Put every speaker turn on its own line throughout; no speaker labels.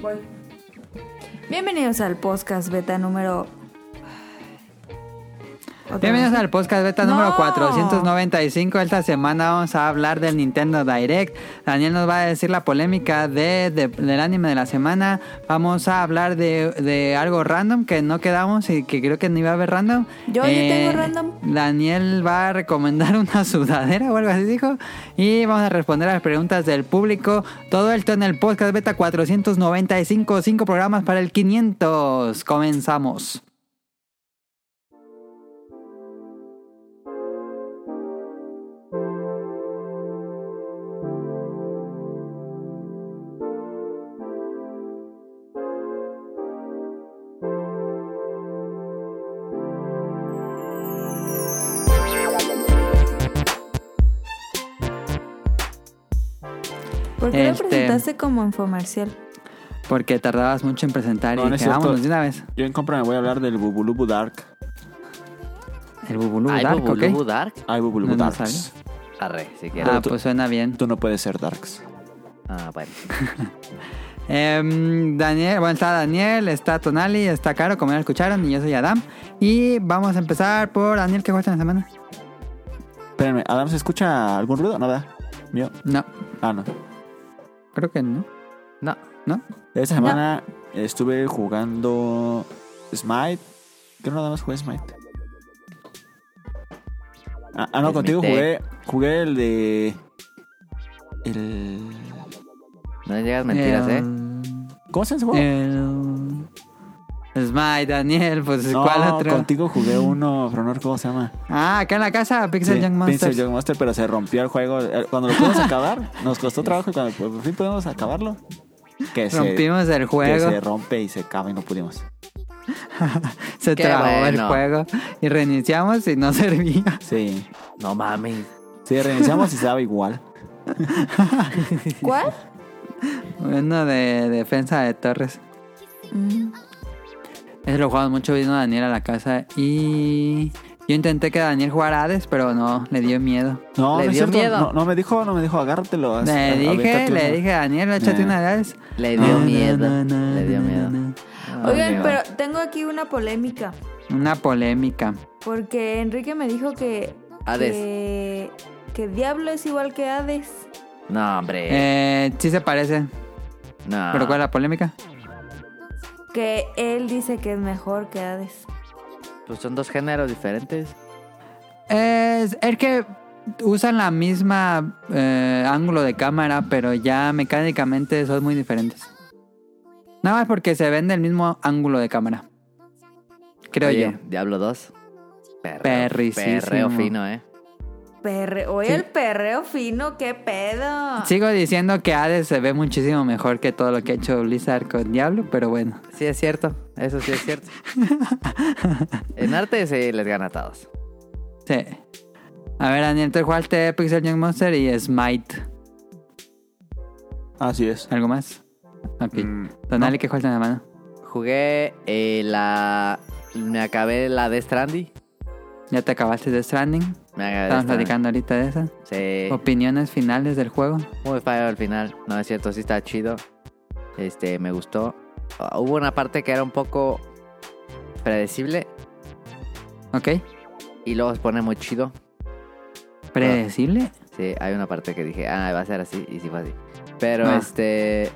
Voy.
Bienvenidos al podcast beta número. Otra
Bienvenidos
vez.
al podcast beta
No.
número 495. Esta semana vamos a hablar del Nintendo Direct. Daniel nos va a decir la polémica de, de- del anime de la semana. Vamos a hablar de, de algo random que no quedamos y que creo que ni va a haber random. Eh,
Yo, yo tengo random.
Daniel va a recomendar una sudadera o algo así, dijo. Y vamos a responder a las preguntas del público. Todo esto en el podcast beta 495. Cinco programas para el 500. Comenzamos.
¿Por qué lo
Este-
presentaste como infomercial?
Porque tardabas mucho en presentar
No,
y
no es
dije,
cierto.
vámonos de una vez.
Yo en compra me voy a hablar del Bubulubu Dark.
El bubulú
Ay,
dark, ¿ok?
Bubulubu Dark.
Ay, Bubulubu
No, no
Darks.
sabía.
Arre, si quieres.
Ah, pues suena bien.
Tú no puedes ser Darks.
Ah, bueno.
Em, Daniel, bueno, está Daniel, está Tonali, está Caro, como ya lo escucharon, y yo soy Adam. Y vamos a empezar por Daniel, ¿qué jugaste en la semana?
Espérenme, Adam, ¿se escucha algún ruido? Nada. Mío.
No,
Ah, no.
creo que no.
No.
¿No?
Esta semana estuve jugando Smite. Creo nada más jugué Smite. Ah, ah, no,
Smite.
contigo jugué, jugué el de... El...
No le digas mentiras, ¿eh?
Em.
¿Cómo se llama ese juego?
El, Em, el Smite, Daniel, pues
No,
¿cuál otro?
contigo jugué uno, pero no recuerdo cómo se llama.
Ah, acá en la casa, Pixel
Sí,
Young Monsters.
Pixel Young Monster, pero se rompió el juego. Eh, Cuando lo pudimos acabar, nos costó trabajo y cuando por fin pudimos acabarlo, que se-
Rompimos el
que se
juego,
rompe y se acaba y no pudimos.
se
Qué
trabó el
bueno.
juego y reiniciamos y no servía.
Sí,
No mames.
sí, reiniciamos y se daba igual.
¿Cuál?
Uno de defensa de Torres.
Mm.
Ese lo jugamos mucho, vino Daniel a la casa y... Yo intenté que Daniel jugara Hades, pero no, le dio miedo.
No,
Le
no es
dio
cierto,
miedo.
No, no me dijo, no me dijo, agárratelo. as-
Le
a-
dije,
aviéntate
le
una".
dije, Daniel, échate
Nah.
una de Hades.
Le
No,
dio
no,
miedo.
no, no,
le dio
no,
miedo.
no.
Ah,
Oigan,
miedo.
pero tengo aquí una polémica.
Una polémica.
Porque Enrique me dijo que.
Hades.
Que, que Diablo es igual que Hades.
No, hombre.
Eh, sí se parece,
no.
pero ¿cuál es la polémica?
Que él dice que es mejor que Hades.
Pues son dos géneros diferentes.
Es, es que usan la misma eh, ángulo de cámara, pero ya mecánicamente son muy diferentes. Nada más porque se ven del mismo ángulo de cámara. Creo
Oye,
yo.
Diablo 2. Perreo,
Perricísimo.
perreo fino, ¿eh?
Perre, oye,
Sí.
el perreo fino, qué pedo.
Sigo diciendo que Hades se ve muchísimo mejor que todo lo que ha hecho Blizzard con Diablo, pero bueno.
Sí, es cierto. Eso sí es cierto. en arte sí les gana a todos.
Sí. A ver, Daniel, tú jugaste Pixel Young Monster y Smite.
Así es.
¿Algo más? Ok.
Mm,
Donale, ¿qué jugaste en la mano?
Jugué eh, la... Me acabé la de Strandy.
¿Ya te acabaste de Stranding?
Me acabé
Estamos
Death Stranding.
platicando ahorita de esa.
Sí.
Opiniones finales del juego.
Muy feo al final, no es cierto, sí está chido. Este, me gustó. Ah, Hubo una parte que era un poco predecible
¿Ok?
y luego se pone muy chido.
¿Predecible?
Sí, hay una parte que dije, ah, va a ser así y sí fue así. Pero
Ah.
este,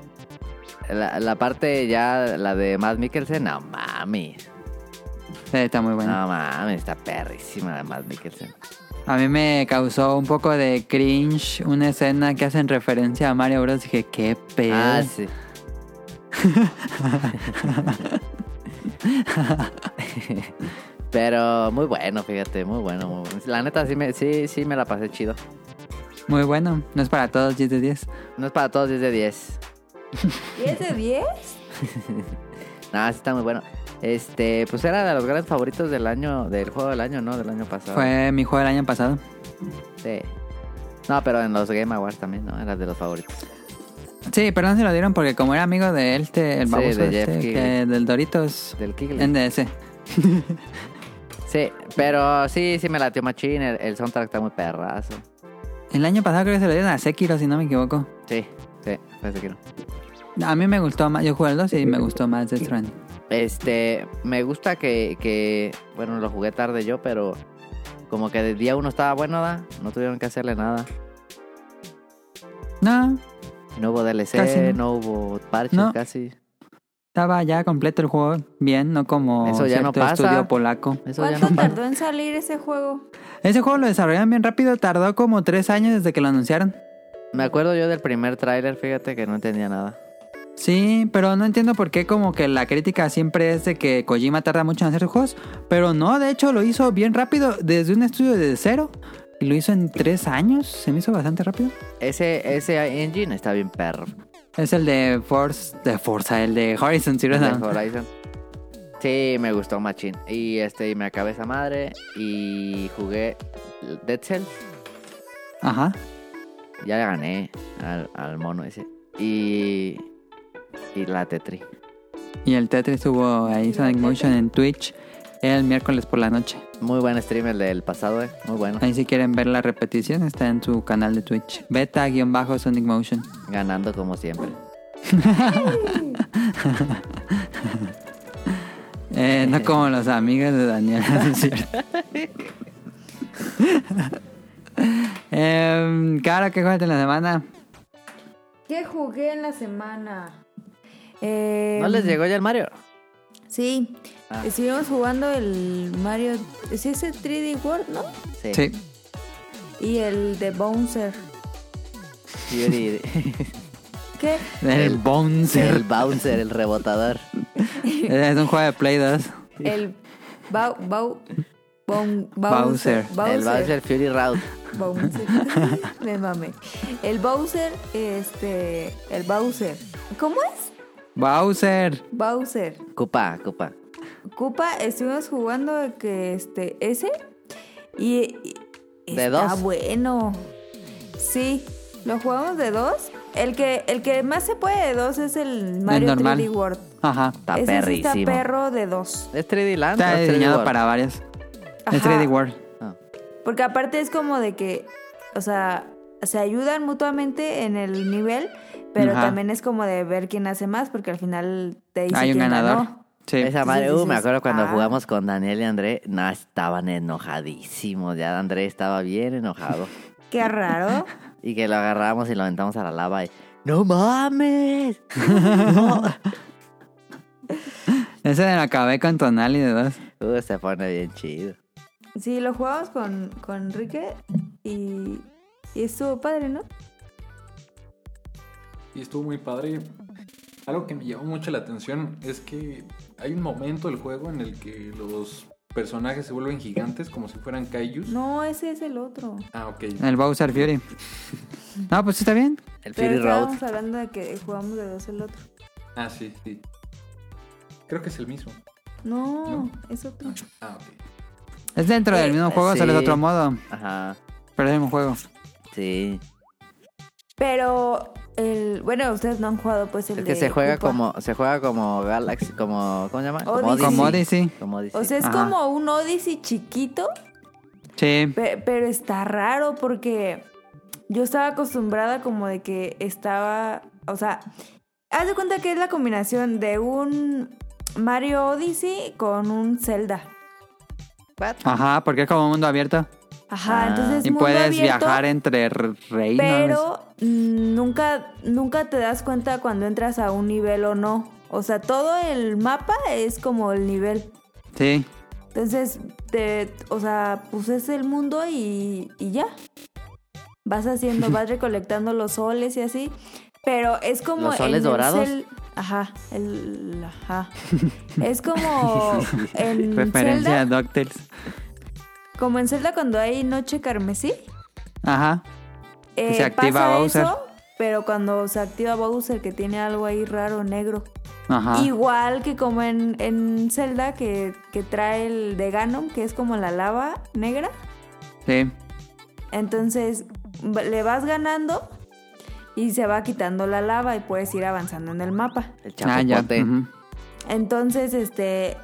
la, la parte ya, la de Matt Mikkelsen, no mami,
Sí, está muy bueno.
no mami, está perrísima la de Matt Mikkelsen.
A mí me causó un poco de cringe una escena que hacen referencia a Mario Bros. Dije, qué pedo.
Ah, sí. Pero muy bueno, fíjate, muy bueno, muy bueno. La neta, sí me, sí, sí me la pasé chido.
Muy bueno. No es para todos 10 de 10.
No es para todos 10 de 10.
¿Y es de 10?
Nada, sí está muy bueno. Este, pues era de los grandes favoritos del año, del juego del año, ¿no? Del año pasado.
Fue mi juego del año pasado.
Sí. No, pero en los Game Awards también, ¿no? Era de los favoritos.
Sí, perdón si lo dieron porque como era amigo de él, este, el
Sí,
baboso
de Jeff
este,
Keighley.
que- del Doritos
Del Kigley.
NDS.
Sí, pero sí, sí me latió machín. El, el soundtrack está muy perrazo.
El año pasado creo que se lo dieron a Sekiro, si no me equivoco.
Sí, sí, parece que no.
A mí me gustó más. Yo jugué el 2 y me gustó más Death Stranding.
Este, me gusta que, que, bueno, lo jugué tarde yo, pero como que de día uno estaba bueno, ¿da? No tuvieron que hacerle nada.
No,
No hubo DLC,
Casi no.
no. hubo parches,
No.
casi.
estaba ya completo el juego. Bien, no como
Eso ya no
cierto
pasa.
estudio polaco.
Eso ya
¿Cuánto
no pasa.
tardó en salir ese juego?
Ese juego lo desarrollaron bien rápido. Tardó como tres años desde que lo anunciaron.
Me acuerdo yo del primer tráiler, fíjate que no entendía nada.
Sí, pero no entiendo por qué como que la crítica siempre es de que Kojima tarda mucho en hacer sus juegos, pero no, de hecho lo hizo bien rápido desde un estudio de cero y lo hizo en tres años, se me hizo bastante rápido.
Ese, ese engine está bien perro.
Es el de Force, de Forza, el de Horizon Zero
el de
Dawn.
Horizon. Sí, me gustó machín. Y este, y me acabé esa madre y jugué Dead Cell.
Ajá.
Ya le gané al, al mono ese. Y. Y la Tetri.
Y el Tetris estuvo ahí Sonic Motion en Twitch el miércoles por la noche.
Muy buen stream el del pasado, eh. Muy bueno.
Ahí si quieren ver la repetición está en su canal de Twitch. Beta-Sonic Motion.
Ganando como siempre.
Eh, no como los amigos de Daniel, sí es cierto. Em, Cara, ¿qué juegas en la semana?
¿Qué jugué en la semana? Eh,
¿No les llegó ya el Mario?
Sí,
Ah.
estuvimos jugando el Mario. ¿Es ese 3D World, no?
Sí.
Sí.
Y el de Bouncer.
Yuri-
¿Qué?
El
el
Bouncer.
bouncer, el rebotador.
Es un juego de Play 2.
El Bau. Bau. Bau-
Bowser.
El bouncer Fury Round.
Bowser. Me mame. El Bowser, este. El Bowser. ¿Cómo es?
Bowser.
Bowser.
Cupa, cupa.
Cupa, estuvimos jugando que este. ese. Y. y-
¿De
está
dos?
bueno. Sí. Lo jugamos de dos. El que, el que más se puede de dos es el Mario
normal.
3D World.
Ajá.
Está
Ese sí está
perrísimo.
perro de dos.
Es 3D Land. o
Está
es 3D
diseñado
World?
para varios. Es
Ajá.
3D World.
Ah.
Porque aparte es como de que, o sea, se ayudan mutuamente en el nivel, pero
Ajá.
también es como de ver quién hace más, porque al final te dice
Hay un
quién
ganador.
ganó.
Sí.
Esa madre,
Entonces
uh, me
dices,
acuerdo cuando
ah.
jugamos con Daniel y André, no, estaban enojadísimos, ya André estaba bien enojado.
Qué raro.
y que lo agarramos y lo aventamos a la lava y, ¡no mames! No.
Ese me lo acabé con Tonali de dos.
Uh, se pone bien chido.
Sí, lo jugamos con, con Enrique y, y estuvo padre, ¿no?
y estuvo muy padre. Algo que me llamó mucho la atención es que hay un momento del juego en el que los personajes se vuelven gigantes como si fueran kaijus.
No, ese es el otro.
Ah, ok.
El Bowser Fury. No, pues sí está bien.
El
Pero
Fury Road.
estábamos hablando de que jugamos de dos el otro.
Ah, sí, sí. Creo que es el mismo.
No,
¿No?
es otro.
Ah, ok.
Es dentro del mismo juego, solo es
sí.
otro modo.
Ajá,
Pero es el mismo juego.
sí.
Pero el, bueno, ustedes no han jugado pues el
Es que
de
se juega
Cupa.
como, se juega como Galaxy, como, ¿cómo se llama?
Odyssey.
Como Odyssey.
Como Odyssey.
O sea, es
Ajá.
como un Odyssey chiquito,
Sí.
Pe- Pero, está raro porque yo estaba acostumbrada como de que estaba, o sea, haz de cuenta que es la combinación de un Mario Odyssey con un Zelda.
Ajá, porque es como un mundo abierto.
Ajá,
Ah.
entonces
Y
mundo
puedes
abierto,
viajar entre re- reinos.
pero mm, nunca nunca te das cuenta cuando entras a un nivel o no. O sea, todo el mapa es como el nivel.
Sí.
Entonces, te, o sea, pues es el mundo y, y ya. Vas haciendo, vas recolectando los soles y así. Pero es como.
¿Los soles
en el
dorados?
Cel- ajá, el. Ajá. Es como. en
Referencia
Zelda,
a DuckTales.
como en Zelda cuando hay noche carmesí.
Ajá.
eh,
se activa
pasa
Bowser.
eso, pero cuando se activa Bowser, que tiene algo ahí raro, negro.
Ajá.
Igual que como en, en Zelda, que, que trae el de Ganon, que es como la lava negra.
Sí.
Entonces va- le vas ganando y se va quitando la lava y puedes ir avanzando en el mapa.
El
Ah, ya.
chapopote.
ujú.
Entonces, este,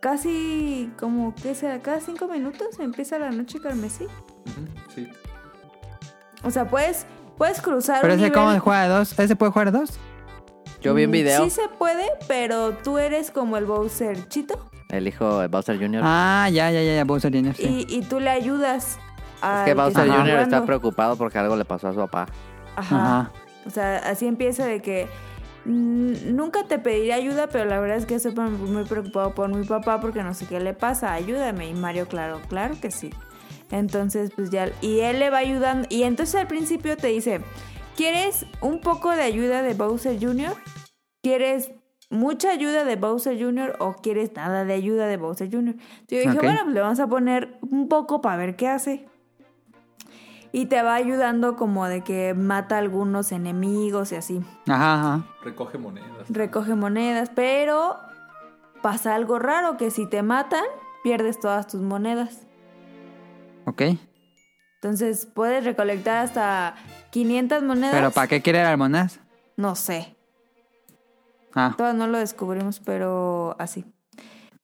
casi como que será cada cinco minutos empieza la noche carmesí.
Ujú, Sí.
O sea, puedes puedes cruzar
Pero
un
ese
nivel.
cómo se juega de dos. ¿Ese puede jugar de dos?
Yo vi un
Mm,
video.
Sí se puede, pero tú eres como el Bowser Chito
El hijo de Bowser Jr.
Ah, ya, ya, ya, ya, Bowser Jr. Sí.
y, y tú le ayudas a.
es que Bowser
está
Jr. está
jugando.
preocupado porque algo le pasó a su papá.
Ajá.
Ajá.
O sea, así empieza de que mm, nunca te pediré ayuda, pero la verdad es que estoy pre- muy preocupado por mi papá porque no sé qué le pasa, ayúdame. Y Mario, claro, claro que sí. Entonces, pues ya, y él le va ayudando. Y entonces al principio te dice, ¿quieres un poco de ayuda de Bowser Jr.? ¿Quieres mucha ayuda de Bowser Jr. o quieres nada de ayuda de Bowser Jr.? Entonces yo dije,
Ok.
bueno, pues le vamos a poner un poco para ver qué hace. Y te va ayudando como de que mata algunos enemigos y así.
Ajá, ajá.
Recoge monedas.
Recoge monedas, pero pasa algo raro que si te matan, pierdes todas tus monedas.
Ok.
Entonces puedes recolectar hasta 500 monedas.
Pero ¿para qué quiere las monedas?
No sé.
Ah,
Todas no lo descubrimos, pero así.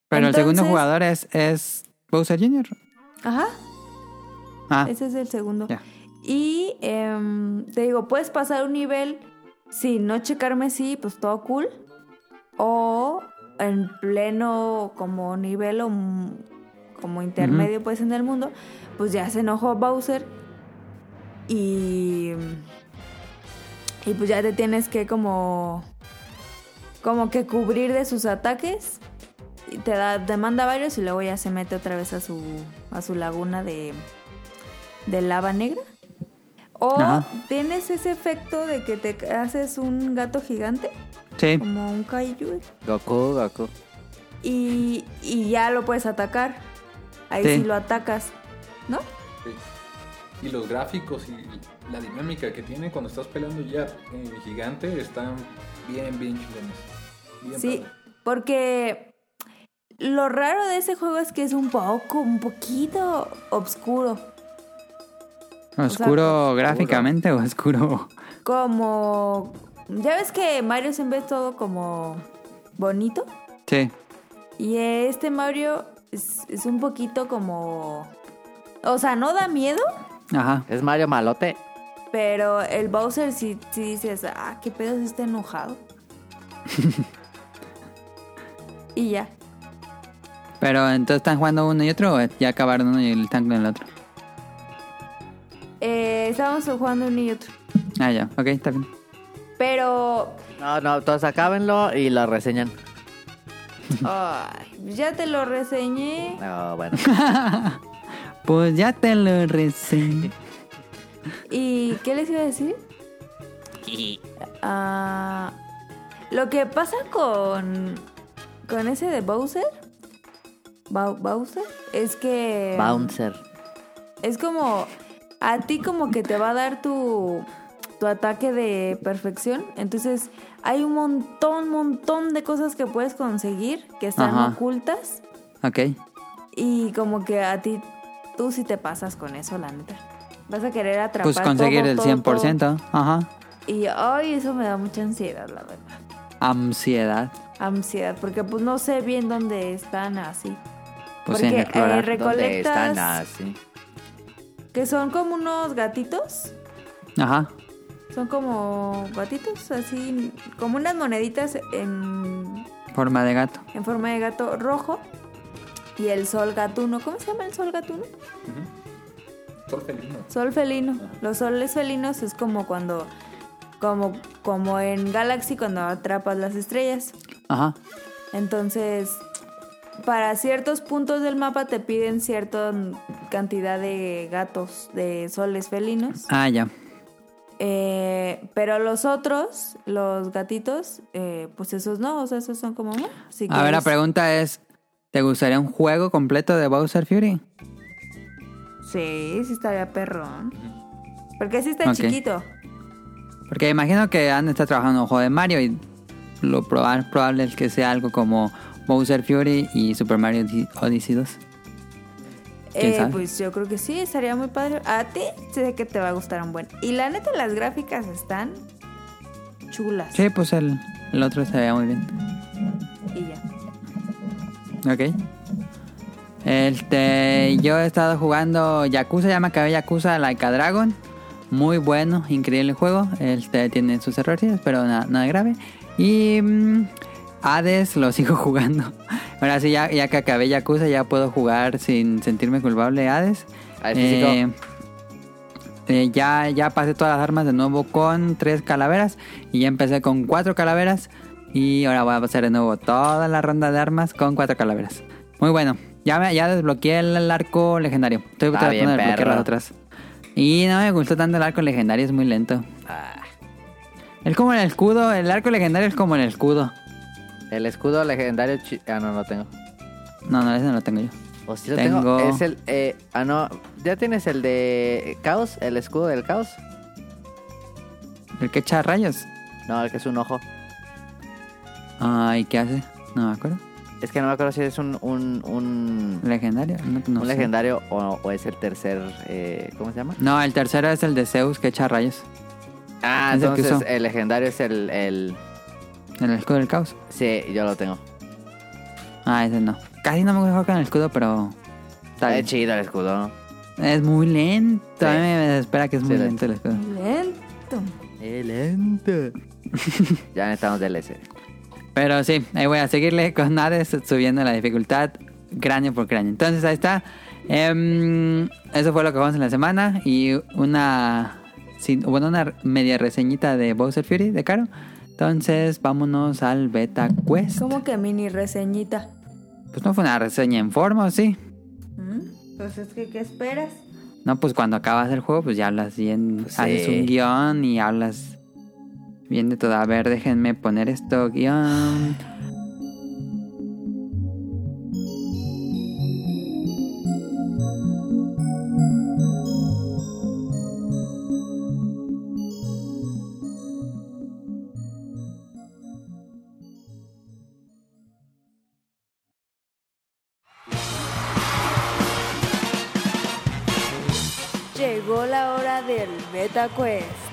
pero el segundo
entonces-
jugador es, es Bowser Jr.
Ajá,
Ah,
ese es el segundo.
ya.
Y em, te digo, puedes pasar un nivel sin no checarme sí, pues todo cool. O en pleno como nivel o m- como intermedio pues en el mundo, pues ya se enojó Bowser y y pues ya te tienes que como como que cubrir de sus ataques y te da te manda varios y luego ya se mete otra vez a su a su laguna de de lava negra. O
Ajá.
tienes ese efecto de que te haces un gato gigante,
Sí.
como un kaiju,
Goku, Goku.
y, y ya lo puedes atacar. Ahí
Sí.
sí lo atacas, ¿no?
Sí. Y los gráficos y la dinámica que tiene cuando estás peleando ya en gigante están bien, bien chingones. Bien
Sí,
padre.
porque lo raro de ese juego es que es un poco, un poquito oscuro.
Oscuro gráficamente o oscuro.
Como... Ya ves que Mario siempre es todo como bonito.
Sí.
Y este Mario es, es un poquito como... O sea, no da miedo,
Ajá.
Es Mario Malote.
pero el Bowser sí, sí dices, ah, qué pedo si está enojado. y ya.
Pero entonces están jugando uno y otro o ya acabaron uno y están con el otro.
Eh, estábamos jugando uno y otro.
Ah, ya. Ok, está bien.
Pero
No, no, todos acábenlo y lo reseñan.
ay, ya te lo reseñé.
No, Oh, bueno.
Pues ya te lo reseñé.
¿Y qué les iba a decir? Ah, lo que pasa con, con ese de Bowser. Bau- Bowser. Es que...
Bouncer.
Eh, Es como a ti como que te va a dar tu, tu ataque de perfección. Entonces hay un montón, montón de cosas que puedes conseguir que están
Ajá.
ocultas.
Ok. pues
Y como que a ti, tú sí te pasas con eso, la neta. Vas a querer atrapar
Pues conseguir
todo,
el
todo,
100%. Ajá.
todo. Y ay, eso me da mucha ansiedad, la verdad.
Ansiedad.
Ansiedad, porque pues no sé bien dónde están así.
Pues
Porque,
en
eh,
explorar.
re-
¿Dónde
recolectas-
están Ah, así?
Que son como unos gatitos.
Ajá.
Son como gatitos, así, como unas moneditas en,
Forma de gato.
en forma de gato rojo. Y el sol gatuno, ¿cómo se llama el sol gatuno?
Sol felino.
Sol felino. Los soles felinos es como cuando, como, como en Galaxy cuando atrapas las estrellas.
Ajá.
Entonces, para ciertos puntos del mapa te piden cierta cantidad de gatos, de soles felinos.
Ah, ya.
Eh, pero los otros, los gatitos, eh, pues esos no, o sea, esos son como... "Ah, si
A ver, la
quieres".
pregunta es: ¿te gustaría un juego completo de Bowser Fury?
Sí, sí estaría perrón. Porque sí está
Ok.
chiquito.
Porque imagino que han está trabajando en un juego de Mario y lo proba- probable es que sea algo como Bowser Fury y Super Mario Di- Odyssey 2. ¿Quién
Eh,
sabe?
pues yo creo que sí, estaría muy padre. A ti sé que te va a gustar un buen. Y la neta, las gráficas están chulas.
Sí, pues el, el otro se veía muy bien.
Y ya.
Ok. Este, yo he estado jugando Yakuza, ya me acabé Yakuza Like a Dragon. Muy bueno, increíble juego. Este tiene sus errores, pero na- nada grave. Y mm, Hades lo sigo jugando. Ahora sí, ya, ya que acabé Yakuza, ya puedo jugar sin sentirme culpable Hades.
Hades físico.
eh, ya, ya pasé todas las armas de nuevo con tres calaveras. Y ya empecé con cuatro calaveras. Y ahora voy a pasar de nuevo toda la ronda de armas con cuatro calaveras. Muy bueno. Ya, me- ya desbloqueé el, el arco legendario. Estoy
Está
tratando
bien,
de desbloquear
perro.
las otras. Y no me gustó tanto el arco legendario, es muy lento.
Ah,
Es como en el escudo, el arco legendario es como en el escudo.
el escudo legendario. chi- Ah, no, no tengo.
No, no, ese no lo tengo yo.
O si lo
Tengo-
tengo. Es el. eh, ah, no. ¿Ya tienes el de Caos? ¿El escudo del Caos?
¿El que echa rayos?
No, el que es un ojo.
Ay, ¿qué hace? No me acuerdo.
Es que no me acuerdo si es un. un, un...
¿Legendario? No, no
un
sé.
legendario o, o es el tercer. eh, ¿Cómo se llama?
No, el tercero es el de Zeus que echa rayos.
Ah,
Es el que
entonces
usó.
el legendario es el, el.
El escudo del caos.
Sí, yo lo tengo.
Ah, ese no. Casi no me gusta jugar con el escudo, pero. Está
Está
bien.
chido el escudo. ¿no?
Es muy lento.
Eh, Sí.
A mí me desespera que es
Sí,
muy
lo-
lento el escudo.
Lento.
Ya necesitamos DLC.
Pero sí, ahí voy a seguirle con Hades subiendo la dificultad cráneo por cráneo. Entonces ahí está. Em, eso fue lo que vamos en la semana. Y una. sin- bueno, una media reseñita de Bowser Fury de Caro. Entonces vámonos al Beta Quest.
Como que mini reseñita.
Pues no fue una reseña en forma, ¿o sí?
¿Mm? Pues es que, ¿qué esperas?
No, pues cuando acabas el juego, pues ya hablas bien.
Pues
haces
sí.
un guión y hablas bien de todo. A ver, déjenme poner esto guión.
Llegó la hora del Beta Quest.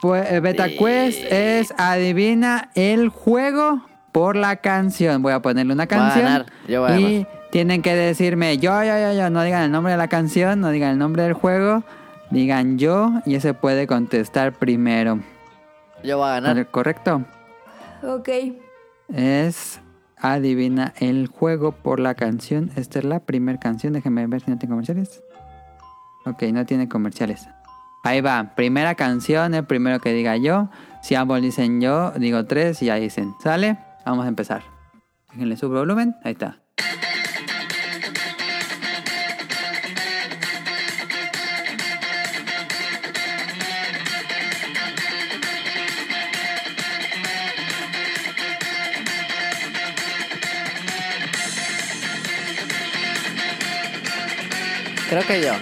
Pues, eh, Beta Quest es adivina el juego por la canción. Voy a ponerle una
Voy a
canción.
ganar, yo voy a
y
ganar.
tienen que decirme yo, yo, yo, yo. No digan el nombre de la canción, no digan el nombre del juego. Digan yo y ese puede contestar primero.
Yo voy a ganar.
¿Correcto?
Ok.
Es adivina el juego por la canción. Esta es la primera canción. Déjenme ver si no tiene comerciales. Ok, no tiene comerciales. Ahí va. Primera canción, el primero que diga yo. Si ambos dicen yo, digo tres y ya dicen. ¿Sale? Vamos a empezar. Déjenle subo volumen. Ahí está.
Creo que yo.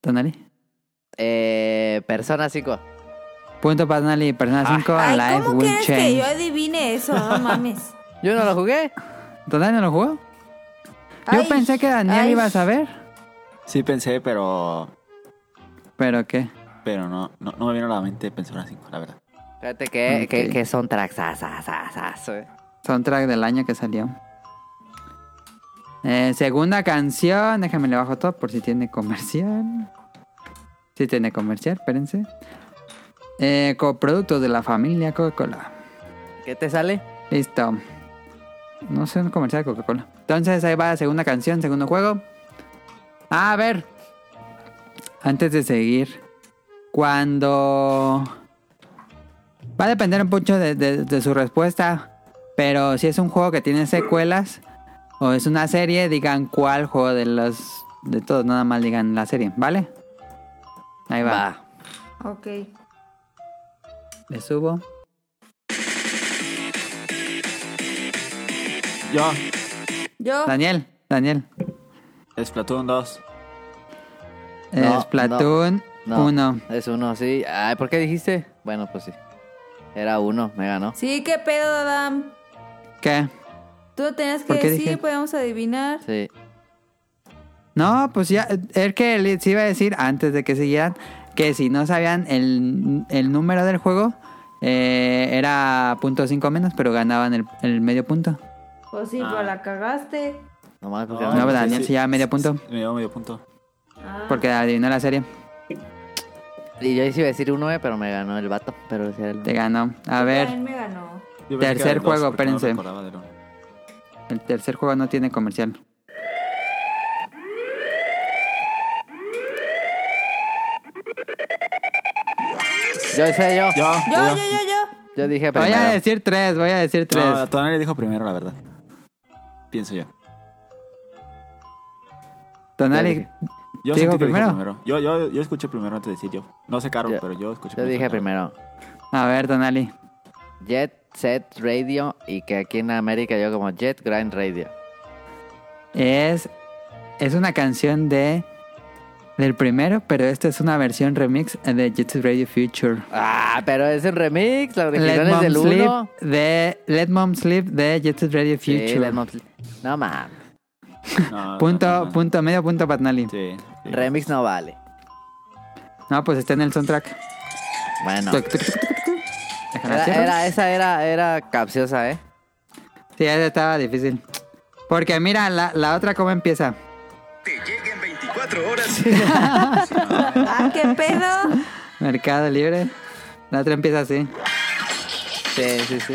Tonali.
Eh, Persona 5.
Punto para Tonali. Persona 5.
Ah. Ay,
Life
¿cómo
will
quieres que
change.
yo adivine eso? No mames.
Yo no lo jugué.
¿Tonali no lo jugó? Yo
Ay,
pensé que Daniel
ay.
iba a saber.
Sí pensé, pero...
¿Pero qué?
Pero no, no, no me vino a la mente pensar así, la verdad.
Fíjate que, que,
Ok.
que son tracks. as, as, as, as, eh.
Soundtrack del año que salió. Eh, segunda canción, déjame le bajo todo por si tiene comercial. Si tiene comercial, espérense. Eh, coproductos de la familia Coca-Cola.
¿Qué te sale?
Listo. No sé un comercial de Coca-Cola. Entonces ahí va la segunda canción, segundo juego. A ver. Antes de seguir. Cuando... Va a depender un poco de, de- de su respuesta. Pero si es un juego que tiene secuelas o es una serie, digan cuál juego de los... De todos, nada más digan la serie, ¿vale? Ahí va.
Va.
Ok.
Le subo.
Yo,
Yo.
Daniel, Daniel.
Splatoon 2.
No,
Splatoon
No.
1.
Es uno, sí. Ay, ¿por qué dijiste? Bueno, pues sí. Era uno, me ganó.
Sí, qué pedo, Adam.
¿Qué?
Tú lo tenías que
¿Por qué
decir,
dije?
podíamos adivinar.
Sí.
No, pues ya, es que les iba a decir antes de que siguieran que si no sabían el, el número del juego, eh, era punto cinco menos, pero ganaban el, el medio punto.
Pues sí, pero la cagaste.
Nomás porque
Ah,
no,
sí,
Daniel
sí.
se lleva medio punto
Me dio medio punto.
Ah.
porque adivinó la serie.
Y yo sí iba a decir un 9, pero me ganó el vato. Pero sí era el
Te ganó. A
Yo
ver,
también me ganó.
Yo pensé que
Tercer
era el dos,
juego,
porque no
espérense.
recordaba del uno.
el tercer juego no tiene comercial.
Yo sé yo.
Yo,
Yo, yo,
yo.
yo, yo.
Yo dije
Voy
primero.
a decir tres, voy a decir tres.
No, todavía le dijo primero, la verdad. Pienso yo.
Tonali,
Yo
¿Te dijo
sentí que dijo
primero?
primero. Yo, yo, yo escuché primero antes de decir yo. No sé, Caro,
Yo-
pero yo escuché
Yo dije primero.
a ver, Tonali.
Jet Set Radio y que aquí en América yo como Jet Grind Radio.
Es, es una canción de del primero, pero esta es una versión remix de Jet Set Radio Future.
Ah, pero es un remix, la original
Let
es
Mom
del
Sleep
1.
de Let Mom Sleep de Jet Set Radio Future.
Sí, Let Mom Sleep. No mames,
No,
punto,
no, no, no.
punto medio punto Patnali.
Sí, sí.
remix no vale.
No, pues está en el soundtrack.
Bueno,
Tuc, tuc, tuc, tuc, tuc. Déjala,
era,
cierro.
era- esa era, era capciosa, ¿eh?
Sí, esa estaba difícil. Porque mira, la, la otra cómo empieza.
Te lleguen 24 horas.
Ah, qué pedo.
Mercado Libre. La otra empieza así.
Sí, sí, sí.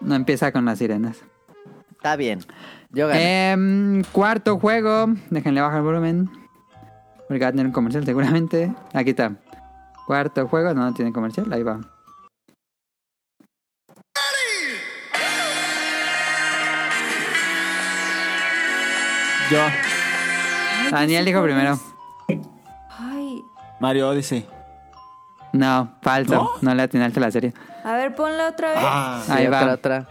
No empieza con las sirenas.
Está bien. Yo gané.
Em, cuarto juego. Déjenle bajar el volumen. Porque va a tener un comercial seguramente. Aquí está. Cuarto juego. No, no tiene comercial. Ahí va.
Yo,
Daniel dijo primero.
Ay.
Mario Odyssey.
No, falso. No, le atinaste la serie.
A ver, ponla otra vez.
Ah,
Sí,
ahí va.
otra, otra.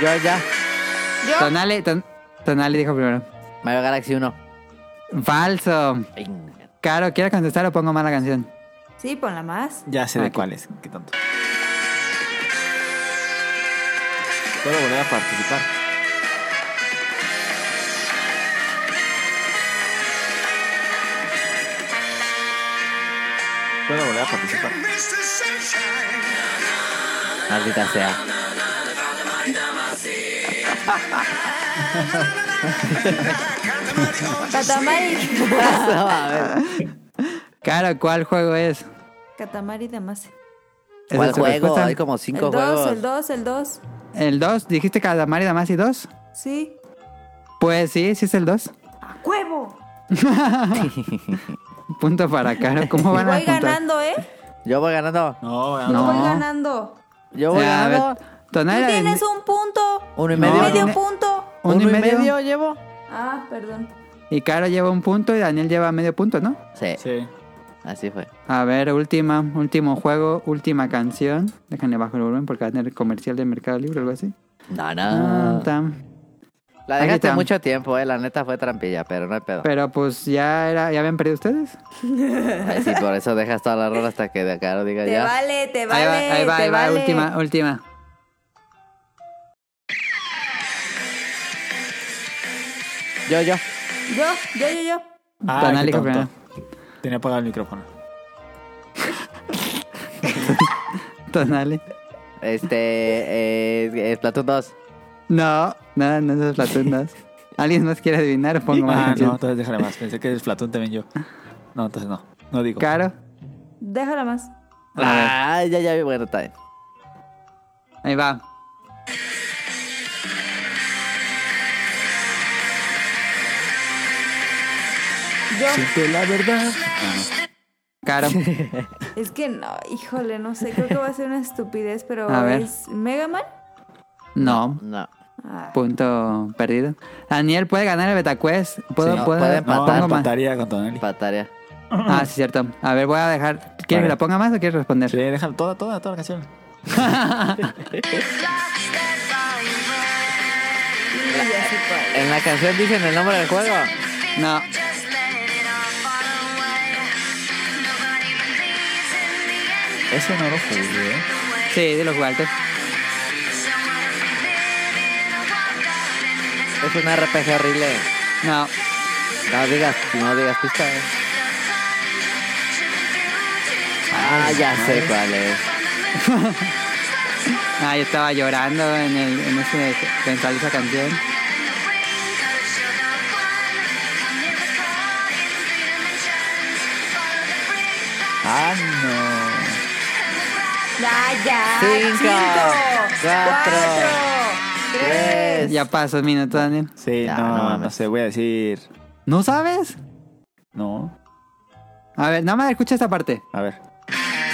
Yo ya.
yo.
Tonale, ton- Tonale dijo primero.
Mario Galaxy 1.
Falso. Caro, ¿quieres contestar o pongo mala canción?
Sí, ponla más.
ya sé de cuál es. ¿Qué tanto? Puedo volver a participar. Puedo volver a participar.
Maldita sea.
Catamari.
Caro, ¿cuál juego es?
Catamari de más.
¿Esa
¿Cuál
es tu
juego?
respuesta?
Hay como
El
cinco
2,
juegos.
el 2, el 2.
¿El 2? ¿Dijiste Calamari Damasi 2?
Sí.
Pues sí, sí es el 2.
¡A huevo!
Punto para Caro. ¿Cómo van a
Voy
contar?
ganando, ¿eh?
Yo voy ganando.
No, ya
No.
Voy ganando.
Yo voy
Ya, a ver,
ganando.
Tonali,
Tú
la-
tienes un punto.
Uno y
No,
medio.
Medio
tiene-
punto.
uno y medio.
llevo?
Ah, perdón.
Y Caro lleva un punto y Daniel lleva medio punto, ¿no?
Sí,
Sí.
así fue.
A ver, última, último juego, última canción. Déjenle bajo el volumen porque va a tener comercial de Mercado Libre o algo así.
No,
Ah,
no.
tam.
La
Aquí
dejaste
está.
mucho tiempo, eh. La neta fue trampilla, pero no hay pedo.
Pero pues ya era, ya habían perdido ustedes.
Ay, sí, por eso dejas toda la rola hasta que de acá lo diga
Te
ya.
vale, te vale.
ahí va,
te
ahí va,
vale.
última, última.
Yo, yo.
Yo, yo, yo, yo.
Ah,
Tonali
qué
dijo primero.
tonto. Tenía apagado el micrófono.
Tonali.
Este, eh, Splatoon 2.
No, no, no esas platundas. ¿Alguien más quiere adivinar o pongo más
Ah, no,
canción?
entonces déjale más. Pensé que el Platón también yo. No, entonces no. No digo.
Caro.
Déjala más.
Ah, ya, ya, bueno, está bien.
Ahí va.
Yo.
Siente la verdad.
Caro.
Es que no, híjole, no sé. Creo que va a ser una estupidez, pero
A ver.
¿es Mega Man?
No.
No.
Ah.
Punto perdido. Daniel puede ganar el Betacuest. ¿Puedo,
Sí, no,
puedo,
puede
No,
Patar,
pongo más?
empataría con Tonali.
Pataria.
Ah, sí, cierto. A ver, voy a dejar. ¿Quieres que
Vale.
la ponga más o quieres responder?
Sí, déjalo toda, toda, toda la canción.
En la canción dicen el nombre del juego.
No.
Eso no lo jugué. ¿eh?
Sí, de los Walters.
Es un RPG horrible.
No.
No digas, no digas pista. eh. Ah, ya sé cuál es.
Ah, yo estaba llorando en, el, en ese, pensando esa canción.
Ah, no.
Ya, ya.
Cinco, cuatro,
tres.
Tres.
Ya pasó el minuto, Daniel.
Sí,
Ya, no
no, no,
mames.
sé, voy a decir.
¿No sabes?
No.
A ver, nada más escucha esta parte.
A ver.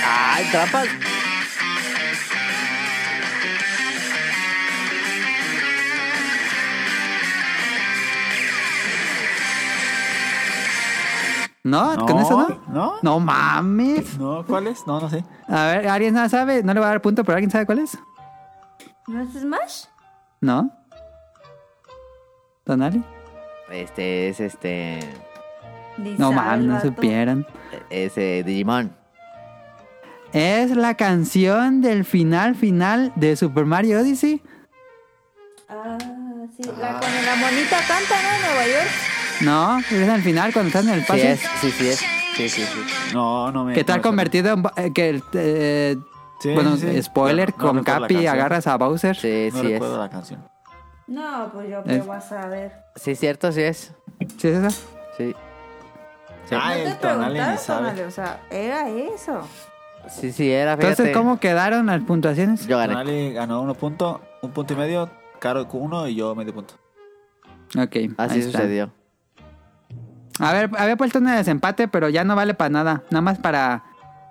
Ay, trampas.
¿No? ¿Ah, ¿Con eso no?
¿No?
No mames.
No, ¿cuál es? No, no sé.
A ver, ¿alguien no sabe? No le voy a dar punto, pero ¿alguien sabe cuál es?
¿No es Smash?
¿No? ¿Don Ali?
Este es este.
No
Dice,
mames, no
"Ay, vato".
supieran.
Es eh, Digimon.
Es la canción del final final de Super Mario Odyssey.
Ah, sí. La con la monita canta, ¿no? En Nueva York.
No, es al final cuando están en el
Sí
pase.
es, sí, sí es. Sí, sí, sí.
No, no me.
Que tal
no me suena.
convertido en... ba- eh, que el- eh,
Sí,
bueno,
sí, sí.
spoiler,
No, no
con
recuerdo la
Capi
canción.
agarras eh, a Bowser.
Sí,
No
sí es.
recuerdo la canción.
Ah, No, pues yo
Eh.
qué vas a ver.
Sí, cierto, sí es.
¿Sí es esa?
Sí.
Ah,
no te
el tonal ni
preguntaron,
sabe.
Tonali, o sea, era eso.
Sí, sí era, fíjate.
Entonces, ¿cómo quedaron las puntuaciones?
Yo gané.
Tonali ganó uno punto, un punto y medio, Caro uno y yo medio punto.
Ok, ahí
Así
está.
sucedió.
A ver, había puesto un desempate, pero ya no vale para nada. Nada más para,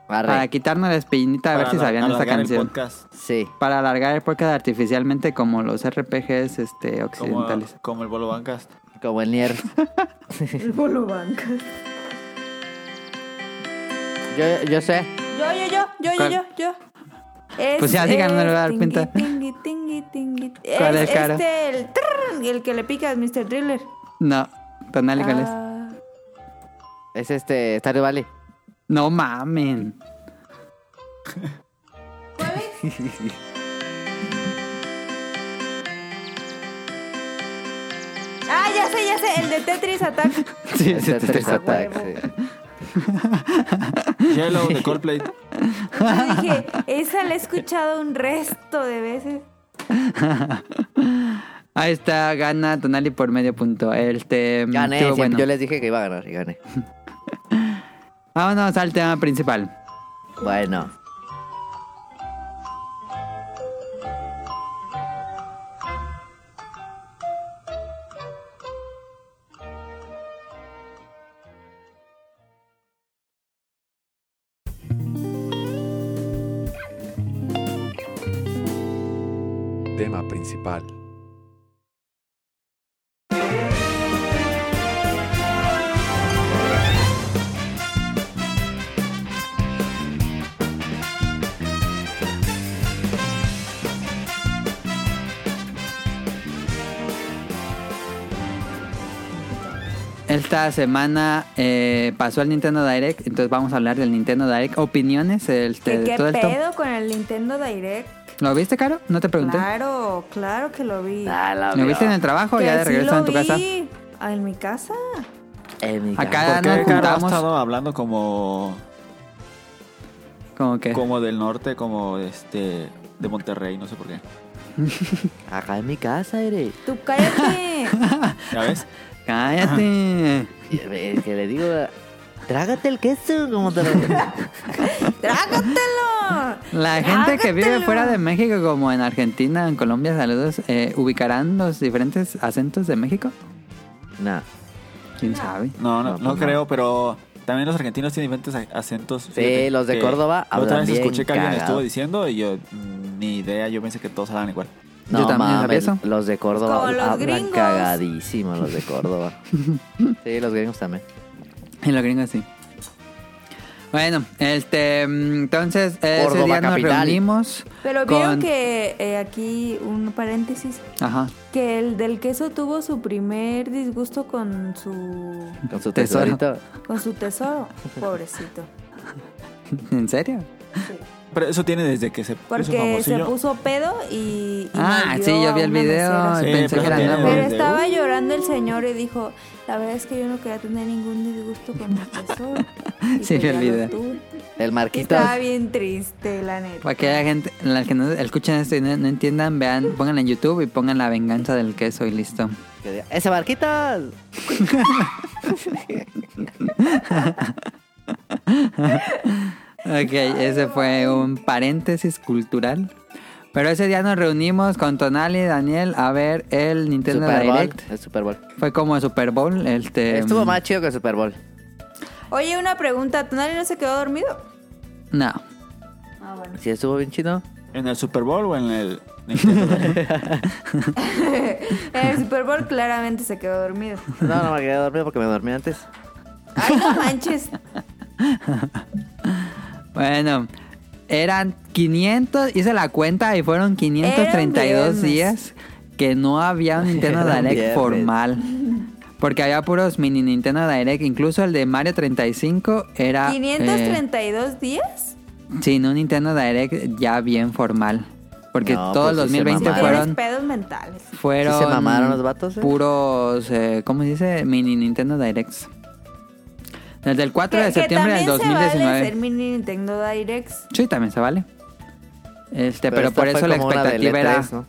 Arre.
para quitarnos la espinita a ver
Para
si
alar-
sabían esta
alargar el
canción.
podcast.
Sí.
Para alargar el podcast artificialmente como los RPGs este,
Como,
occidentales.
como el Bolo Bancast.
Como el Nier.
El bolo banca.
Yo, yo sé.
Yo, yo, yo, yo, yo,
¿Cuál?
yo, yo. Es-
Pues ya, díganme, no le voy a dar
es
cuenta.
tingui, tingui, tingui, tingui.
¿Cuál es,
es
Caro?
este, el, trrrr, el que le pica es Mr. Thriller.
No, tonal ¿cuál es?
Ah,
Es este Stardew Valley.
No mamen.
Ah, ya sé, ya sé, el de Tetris Attack.
Sí,
Es
sí,
el
sí,
Tetris
sí.
Attack,
huevo.
Este, sí.
Yellow de Coldplay.
Yo dije, esa la he escuchado un resto de veces.
Ahí está, gana Tonali por medio punto. Este,
Gané,
estuvo
siempre-
bueno.
yo les dije que iba a ganar y gané.
Vámonos al tema principal.
Bueno.
Tema principal.
Esta semana eh, pasó el Nintendo Direct, entonces vamos a hablar del Nintendo Direct. Opiniones, este,
¿Qué,
de
qué
todo esto.
pedo con el Nintendo Direct?
¿Lo viste, Caro? No te pregunté.
Claro, claro que lo vi.
Ah, la
¿Lo
veo.
viste en el trabajo o
Que
ya de
sí
regreso
lo
en tu casa?
vi. Ah, en mi casa.
En mi
Acá
campo.
Ah, nos
Porque Caro ha
juntamos.
estado hablando como,
Como que.
como del norte, como este de Monterrey, no sé por qué.
Acá en mi casa, eres.
Tú cállate.
¿Ya ves?
Ah.
Cállate.
eh, Es que le digo, trágate el queso, como te lo
¡Trágatelo!
La gente que vive
Trágatelo.
fuera de México, como en Argentina, en Colombia, saludos, eh, ¿ubicarán los diferentes acentos de México?
No.
¿Quién sabe?
No, no,
No,
no,
pues no.
creo, pero también los argentinos tienen diferentes ac- acentos. Sí,
los de Córdoba
Otra
hablan
vez
bien
escuché que alguien
cagado.
estuvo diciendo y yo mm, ni idea, yo pensé que todos hablaban igual.
No,
Yo también sabía
mames,
eso.
los de Córdoba
Como los
hablan
gringos.
cagadísimo, los de Córdoba. sí, los gringos también.
En los gringos sí. Bueno, este, mm, entonces ese
Córdoba
día nos
capital.
reunimos.
Pero vieron
con-
que eh, aquí un paréntesis.
Ajá.
Que el del queso tuvo su primer disgusto con su
Con su
Tesoro.
tesorito.
con su tesoro. Pobrecito.
¿En serio?
Pero eso tiene desde que se puso
Porque se
famosillo.
puso pedo y. y
Ah,
mordió
sí, yo vi
a
el
una
video
mesera.
y
Sí,
pensé
pero
que era
tiene-
nuevo.
Pero
de-
estaba llorando el señor y dijo: La verdad es que yo no quería tener ningún disgusto con mi profesor. Y
Sí,
pues
vi el
ya lo
video.
tuve.
El
Y
Marquitos.
Estaba bien triste, la neta.
Para que la gente, las que no escuchen esto y no, no entiendan, vean, pónganla en YouTube y pongan la venganza del queso y listo.
Que diga, Ese Marquitos.
Ok, ese fue un paréntesis cultural. Pero ese día nos reunimos con Tonali y Daniel a ver el Nintendo
Super Bowl.
Direct.
El Super Bowl.
Fue como el Super Bowl. Este,
Estuvo más chido que el Super Bowl.
Oye, una pregunta: ¿Tonali no se quedó dormido?
No.
Ah, bueno.
Sí, estuvo bien chido.
¿En el Super Bowl o en el Nintendo Direct?
En el Super Bowl claramente se quedó dormido.
No, no me quedé dormido porque me dormí antes.
Ay, no manches.
Bueno, eran 500, hice la cuenta y fueron 532
Eran viernes.
días que no había un Nintendo
Eran
Direct
viernes.
formal. Porque había puros mini Nintendo Direct, incluso el de Mario 35 era... eh,
¿532 días?
Sí, no un Nintendo Direct ya bien formal. Porque
No,
todo
pues sí se
el
Si
2020
mamaron.
tienes
fueron...
pedos mentales.
Fueron...
Sí se mamaron los vatos, eh.
Puros... eh, ¿Cómo se dice? Mini Nintendo Directs. Desde el 4 de
Que- que
septiembre del
también
2019.
Se vale ser mini Nintendo Directs.
Sí, también se vale. Este, pero,
esta
por
fue
eso la
como una del
expectativa era...
E3, ¿no?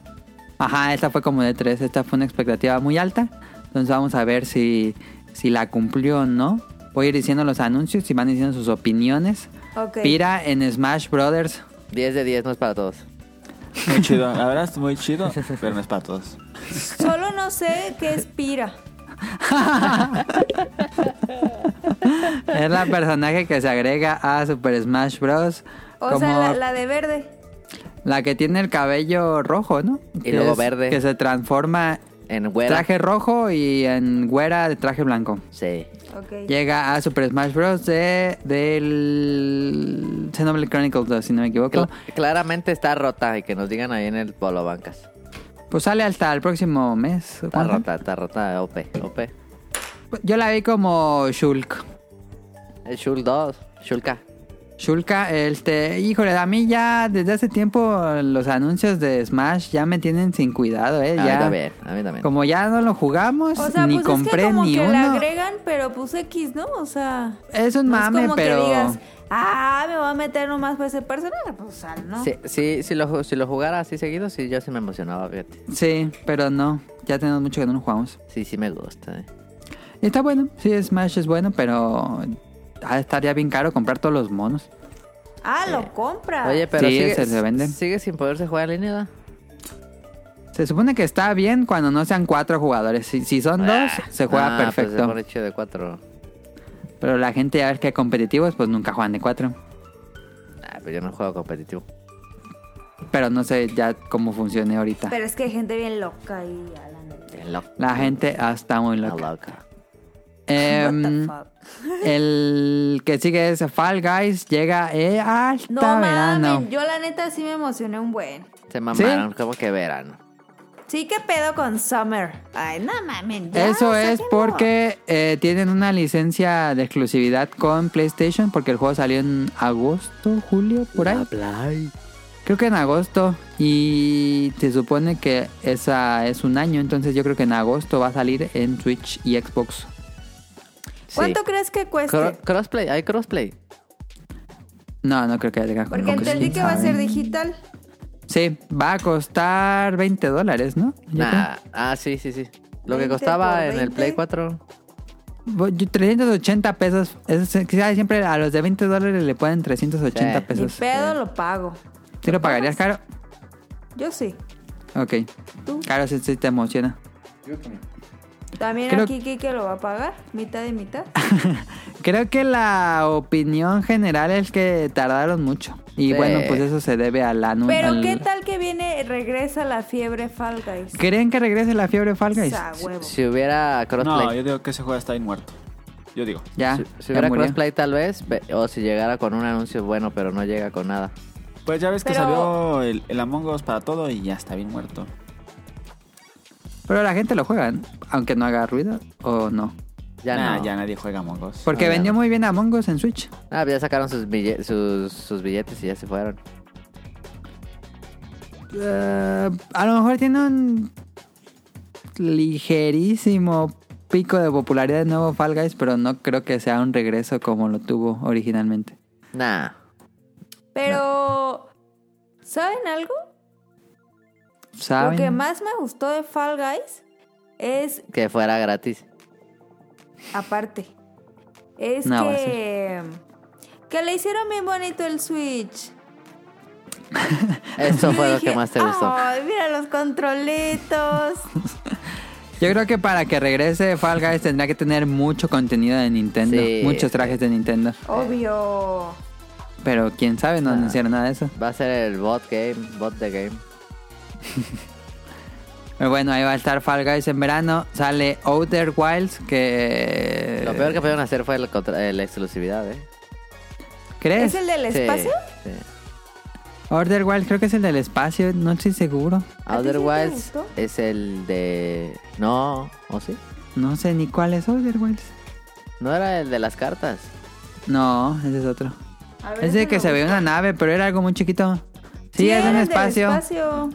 Ajá, esta fue como de tres. Esta fue una expectativa muy alta. Entonces vamos a ver si, si la cumplió o no. Voy a ir diciendo los anuncios y van diciendo sus opiniones.
Ok.
Pira en Smash Brothers.
10 de 10 no es para todos.
Muy chido. La verdad es muy chido, pero no es para todos.
Solo no sé qué es Pira.
Es la personaje que se agrega a Super Smash Bros.
O
como
sea, la,
la,
la de verde.
que tiene el cabello rojo, ¿no? Que
luego verde.
Que se transforma
En
en
Güera.
traje rojo y en güera de traje blanco.
Sí.
Ok.
Llega a Super Smash Bros. de del Xenoblade Chronicles 2, si no me equivoco.
Cla- claramente está rota y que nos digan ahí en el Polo Bancas.
Pues sale hasta el próximo mes.
Está
Juanjo.
rota, está rota, OP, OP.
Yo la vi como Shulk.
El Shul 2, Shulka.
Shulka, este, híjole, a mí ya desde hace tiempo los anuncios de Smash ya me tienen sin cuidado, eh.
A mí
ya,
también, a mí también.
Como ya no lo jugamos,
O sea,
ni
pues
compré
es que como
ni
que le
uno.
agregan, pero pues X, ¿no? O sea.
Es un
no
mame,
es pues como
pero.
que digas, ah, me voy a meter nomás por ese personaje. Pues sal, ¿no?
Sí, sí, si, lo, ju- si lo jugara así seguido, sí, yo sí me emocionaba, fíjate.
Sí, pero no. Ya tenemos mucho que no lo jugamos.
Sí, sí me gusta. eh.
Y Está bueno, sí, Smash es bueno, pero ha de estar ya bien caro comprar todos los monos.
Ah, lo compra.
Oye, pero
Sí,
sigue,
se- se vende.
sigue sin poderse jugar en línea, ¿da?
Se supone que está bien cuando no sean cuatro jugadores. Si, si son dos,
Ah,
se juega
ah, pues
perfecto.
se pone chido de cuatro.
Pero la gente ya ves que competitivos, pues nunca juegan de cuatro.
Ah, pero yo no juego competitivo.
Pero no sé ya cómo funcione ahorita.
Pero es que hay gente bien loca y ya, la neta.
En loca.
La gente ah, está muy
La
loca.
loca.
Em,
What the fuck.
el que sigue es Fall Guys. Llega eh, hasta
No
verano.
mames, yo la neta sí me emocioné un buen.
Se mamaron, como que verano.
Sí, ¿qué pedo con Summer? Ay, no mames. ya,
Eso es
sáquenlo.
porque eh, tienen una licencia de exclusividad con PlayStation porque el juego salió en agosto, julio, por ahí. Creo que en agosto y se supone que esa es un año, entonces yo creo que en agosto va a salir en Switch y Xbox.
Sí.
¿Cuánto crees que cueste?
Cro- crossplay, hay crossplay.
No, no creo que tenga
Porque
como que
entendí
sí,
que va a
¿saben?
ser digital.
Sí, va a costar 20 dólares, ¿no? Yo
Nah. Ah, sí, sí, sí. Lo
20
que costaba
por
en el
20.
Play 4.
creo. Voy- yo- 380 pesos. Es, quizás siempre a los de 20 dólares le ponen 380
Sí.
Ni
pesos.
pedo lo pago.
¿Sí lo pagarías caro?
Yo sí.
Ok.
¿Tú?
Caro, sí, sí te emociona.
Yo también.
También
Creo-
aquí Kike lo va a pagar, mitad y mitad.
Creo que la opinión general es que tardaron mucho. Y
Sí.
bueno, pues eso se debe al anuncio.
Pero ¿qué tal que viene, regresa la fiebre Fall Guys?
¿Creen que regrese la fiebre Fall Guys?
Sa huevo.
Si hubiera crossplay.
No, yo digo que ese juego está ahí muerto. Yo digo.
Ya,
Si, si
ya
hubiera
murió.
crossplay tal vez, pe- o si llegara con un anuncio bueno, pero no llega con nada.
Pues ya ves que
Pero-
salió el, el Among Us para todo y ya está bien muerto.
Pero la gente lo juega, ¿no? aunque no haga ruido o no.
Ya
Nah,
no.
ya nadie juega Among Us.
Porque
Ah, ya
vendió
no.
muy bien Among Us en Switch.
Ah, ya sacaron sus, bille- sus, sus billetes y ya se fueron.
Eh, a lo mejor tiene un ligerísimo pico de popularidad de nuevo Fall Guys, pero no creo que sea un regreso como lo tuvo originalmente.
Nah.
Pero, ¿saben algo? Lo
¿Saben?
que más me gustó de Fall Guys es,
Que fuera gratis.
aparte, es
No, va a
que, que le hicieron bien bonito el Switch. Yo
Eso fue lo
dije,
que más te gustó.
Ay, mira los controlitos.
Yo creo que para que regrese Fall Guys tendrá que tener mucho contenido de Nintendo,
Sí.
muchos trajes de Nintendo.
Obvio.
Pero quién sabe, no anunciaron nada de eso.
Va a ser el bot game, bot de game.
Pero bueno, ahí va a estar Fall Guys en verano. Sale Outer Wilds, que...
Eh.
Lo peor que pudieron hacer fue el contra- eh, la exclusividad, ¿eh?
¿Crees?
¿Es el del
Sí,
espacio?
sí.
Outer Wilds creo que es el del espacio, no estoy seguro.
¿A ti sí
Outer
te
Wilds
gustó?
es el de... No, ¿o sí?
No sé ni cuál es Outer Wilds.
No era el de las cartas.
No, ese es otro.
A ver,
Es de
ese
que
me
se ve
gusta.
una nave, pero era algo muy chiquito. Sí, es
era
un
el del
espacio.
espacio.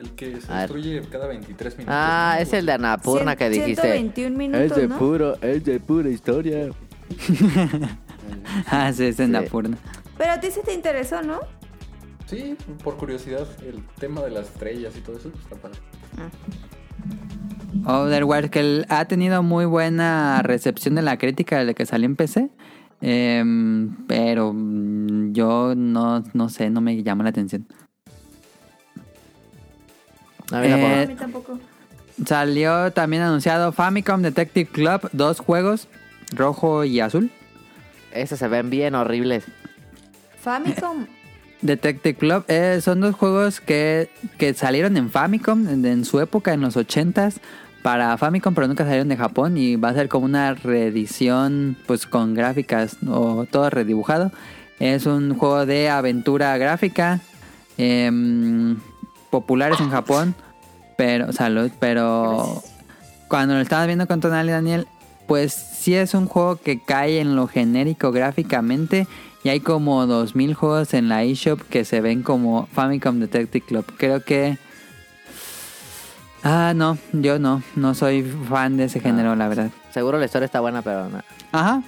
El que se
A ver.
destruye cada 23 minutos.
Ah, es el de Anapurna
Cien-
que dijiste.
121 minutos, ¿no?
puro, es de pura historia.
Ah, sí, es en
Sí.
la purna.
Pero a ti sí te interesó, ¿no?
Sí, por curiosidad, el tema de las estrellas y todo eso pues, está padre.
Outer Wilds, que el- ha tenido muy buena recepción de la crítica desde que salió en PC. Em, pero mm, yo no, no sé, no me llama la atención.
A mí tampoco.
Eh,
A mí tampoco.
Salió también anunciado Famicom Detective Club, dos juegos, rojo y azul.
Esos se ven bien horribles.
Famicom.
Detective Club eh, son dos juegos que, que salieron en Famicom en, en su época, en los 80s, para Famicom, pero nunca salieron de Japón y va a ser como una reedición pues con gráficas o todo redibujado. Es un juego de aventura gráfica, em, populares en Japón, pero salud, pero cuando lo estabas viendo con Tonal y Daniel, pues sí es un juego que cae en lo genérico gráficamente. Y hay como 2000 juegos en la eShop que se ven como Famicom Detective Club. Creo que. Ah, no, yo no. No soy fan de ese género, la verdad.
Seguro la historia está buena, pero no.
Ajá.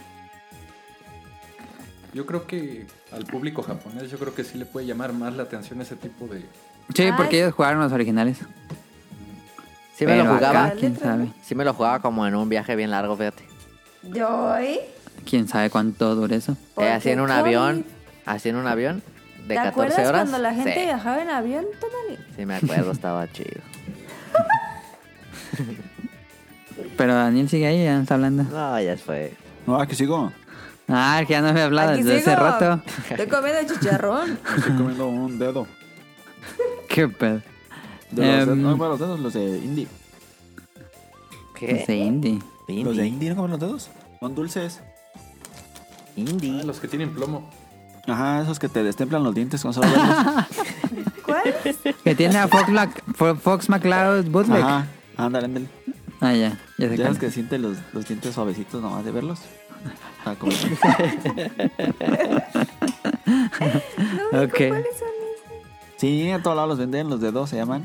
Yo creo que al público japonés, yo creo que sí le puede llamar más la atención ese tipo de.
Sí,
Ah,
porque
es-
ellos jugaron los originales.
Sí me lo
Pero acá,
jugaba.
quién sabe.
Sí me lo jugaba como en un viaje bien largo, fíjate.
Joy.
Quién sabe cuánto dure eso.
Eh, así en un
Porque
avión.
Joy,
Así en un avión de
¿Te
14 horas.
acuerdas cuando la gente
Sí,
viajaba en avión, Tonali?
sí me acuerdo, estaba chido.
Pero Daniel sigue ahí, ya no está hablando.
No, ya fue.
No, aquí sigo.
Ah, que ya no me ha hablado
Aquí
desde hace
sigo.
rato.
Estoy comiendo chicharrón.
Me estoy comiendo un dedo.
Qué pedo.
De los dedos-
Em.
no, bueno, los dedos, los de indie.
¿Qué?
Ese indie.
¿Los
Indie.
de indie no comen los dedos? Son dulces.
Ah,
Indie.
los que tienen plomo.
Ajá, esos que te destemplan los dientes con solo verlos.
¿Cuál?
Que tiene a Fox, Mac- Fo- Fox McCloud Bootleg.
Ajá, ándale, ándale.
Ah, ya. Ya sé
Ya
cuál.
ves que sientes los, los dientes suavecitos nomás de verlos. Ah, como-
No,
Ok.
¿Cuáles son esos?
Sí, a todos lados los venden, los dedos se llaman.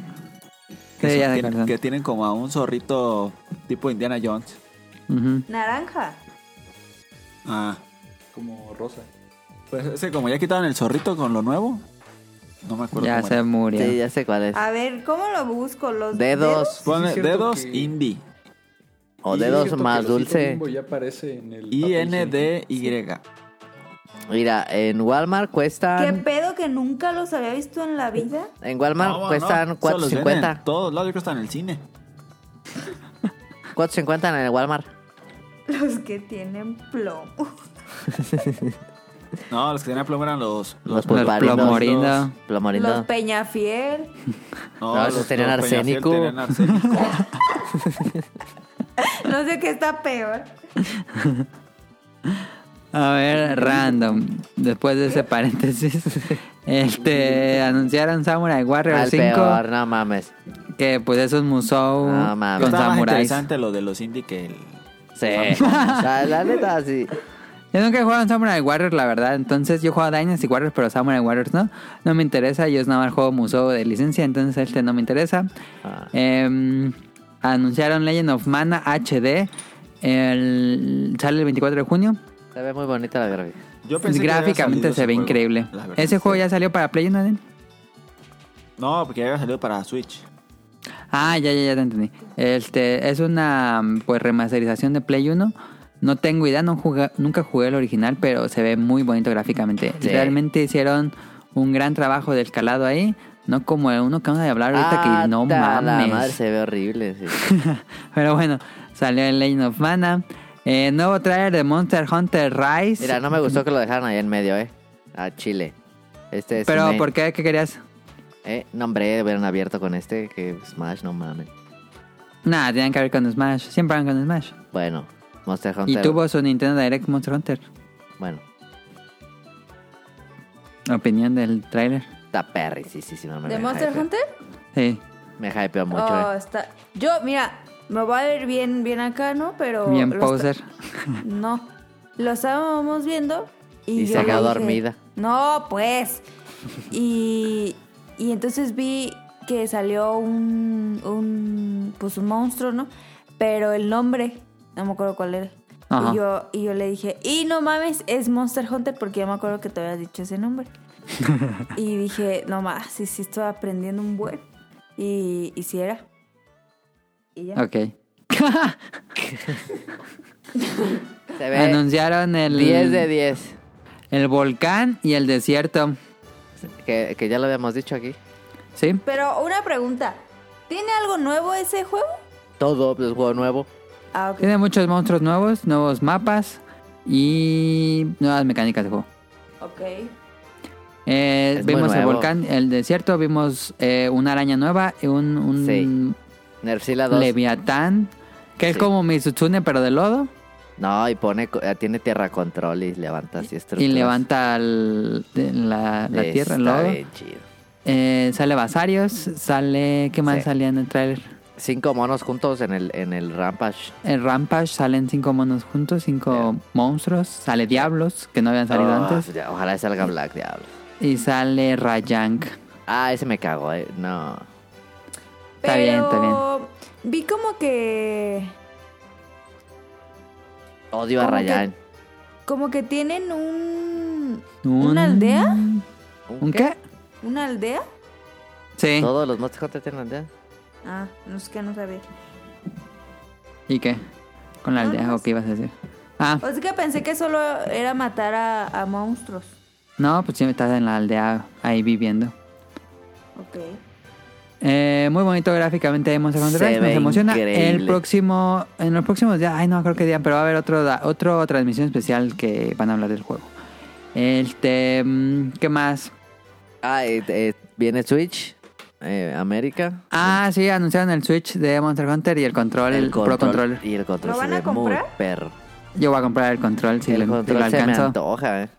Que,
Sí,
son-
ya sé
tienen-
cuáles son.
que tienen como a un zorrito tipo Indiana Jones.
Ujú.
Naranja.
Ah,
Como rosa.
pues ese como ya quitaron el zorrito con lo nuevo. No me acuerdo.
Ya
cómo
se
era.
murió.
Sí, ya sé cuál es.
A ver, ¿cómo lo busco? Ah, Los
Dedos.
Ponle
Sí, es cierto
dedos
que-
indie.
O
Y es
dedos
cierto que
más
el osito
dulce.
Bimbo ya aparece en el.
I-N-D-Y.
Mira, en Walmart
¿Qué
cuestan.
pedo que nunca los había visto en la vida?
En Walmart
No, no,
cuestan
no, solo los venden
4.50.
en Todos lados, yo creo que están en el cine.
4.50 en el Walmart.
Los que tienen plomo.
No, los que tenían plomo eran los.
Los
Los
pulparinos.
plomorinos.
Plomorinos.
Los Peñafiel.
No,
No, esos tenían
Peñafiel
arsénico.
tenían arsénico.
No sé qué está peor.
A ver, random. Después de ese paréntesis, este anunciaron Samurai Warrior
Al
5,
peor, no mames.
que pues es un musou
No mames.
con
Está más
samuráis.
interesante lo de los indie que el,
Sí. O sea, la neta, sí.
Yo nunca he jugado en Samurai Warriors, la verdad. Entonces yo he jugado Dynasty Warriors, pero Samurai Warriors no. No me interesa. Yo nada más juego Musou de licencia, entonces este no me interesa.
Ah.
Eh, anunciaron Legend of Mana HD. El, sale el 24 de junio.
Se ve muy bonita la gráfica.
Yo pensé que ya había
Gráficamente
salido
se ve
ese juego,
increíble.
la verdad.
¿Ese juego ya salió para Play, ¿no, Adel?
No, porque ya había salido para Switch.
Ah, ya, ya, ya te entendí. Este, es una pues remasterización de Play 1. No tengo idea, no jugué- nunca jugué el original, pero se ve muy bonito gráficamente.
Sí.
Realmente hicieron un gran trabajo de escalado ahí. No como el uno que vamos a hablar ahorita
Ah,
que no
ta- La
mames.
madre se ve horrible, sí.
pero bueno, salió el Legend of Mana. Eh, nuevo trailer de Monster Hunter Rise.
Mira, no me gustó que lo dejaran ahí en medio, eh. A Chile. Este es.
pero
un-
¿por qué? ¿Qué querías?
Eh, no, hombre, hubieran abierto con este. Que Smash, no mames.
Nada, tenían que ver con Smash. Siempre van con Smash.
Bueno, Monster
Y
Hunter.
tuvo su Nintendo Direct Monster Hunter.
Bueno,
Opinión del trailer.
está perry, sí, sí, sí, no me
¿De
me
Monster
hypeó.
Hunter?
Sí.
Me hypeó mucho,
Oh,
eh.
está... Yo, mira, me voy a ver bien, bien acá, ¿no? Pero...
Bien
lo
poser.
está- No. Lo estábamos viendo y...
Y
yo
se quedó
dije,
dormida.
No, pues. Y, y entonces vi que salió un, un... Pues un monstruo, ¿no? Pero el nombre, no me acuerdo cuál era.
Ajá.
Y yo, y yo le dije, y no mames, es Monster Hunter porque yo me acuerdo que te habías dicho ese nombre. y dije, no mames, sí, sí, estoy aprendiendo un buen. Y, y sí era. Y ya.
Ok.
Oh.
Se
Ah,
ve
Anunciaron el,
10 de 10.
el volcán y el desierto.
Que, que ya lo habíamos dicho aquí.
¿Sí?
Pero una pregunta, ¿tiene algo nuevo ese juego?
Todo, pues, juego nuevo.
Ah, ok.
Tiene muchos monstruos nuevos, nuevos mapas y nuevas mecánicas de juego.
Ok.
Eh,
Es muy
vimos el
nuevo.
volcán, el desierto, vimos eh, una araña nueva, y un, un
Sí. Nerfzilla 2.
leviatán, que es
Sí.
como Mitsutune pero de lodo,
No, y pone, co- eh, tiene tierra control y levanta así
y
estructuras.
levanta el- de- la, la tierra, el
Está
lodo.
bien chido.
Eh, sale Basarios, sale... ¿Qué más
Sí.
salía en el trailer?
Cinco monos juntos en el, en el Rampage.
En Rampage salen cinco monos juntos, cinco monstruos, sale Diablos, que no habían salido
Oh,
antes,
ya, ojalá salga Black Diablo.
y sale Rayank.
Ah, ese me cago, eh. No.
Está bien, está bien.
Pero Vi como que...
Odio a
¿Cómo que-
Ryan.
Como que tienen un...
Un-
¿Una aldea?
¿Un qué?
¿Una aldea?
Sí.
Todos los Monster Hunter tienen aldea.
Ah, no es que no sabía.
¿Y qué? Con la
No,
aldea,
no
pues.
¿o qué ibas a decir? Ah,
O sea que pensé que solo era matar a, a monstruos.
no, pues sí, estás en la aldea ahí viviendo.
Ok.
Eh, muy bonito gráficamente de Monster Hunter
Se
Rise, nos
ve
emociona.
increíble.
El próximo, en los próximos días, ay no creo que día, pero va a haber otro, da- otro transmisión especial que van a hablar del juego. Este, mm, ¿qué más?
Ah, eh, eh, viene Switch, eh, América.
Ah, sí, anunciaron el Switch de Monster Hunter y el control, el, Pro Controller.
Y el control
¿Lo
se
van a
ve muy
comprar?
perro.
Yo voy a comprar el control si,
el
lo, si
control
lo
se me
alcanzo.
antoja, eh.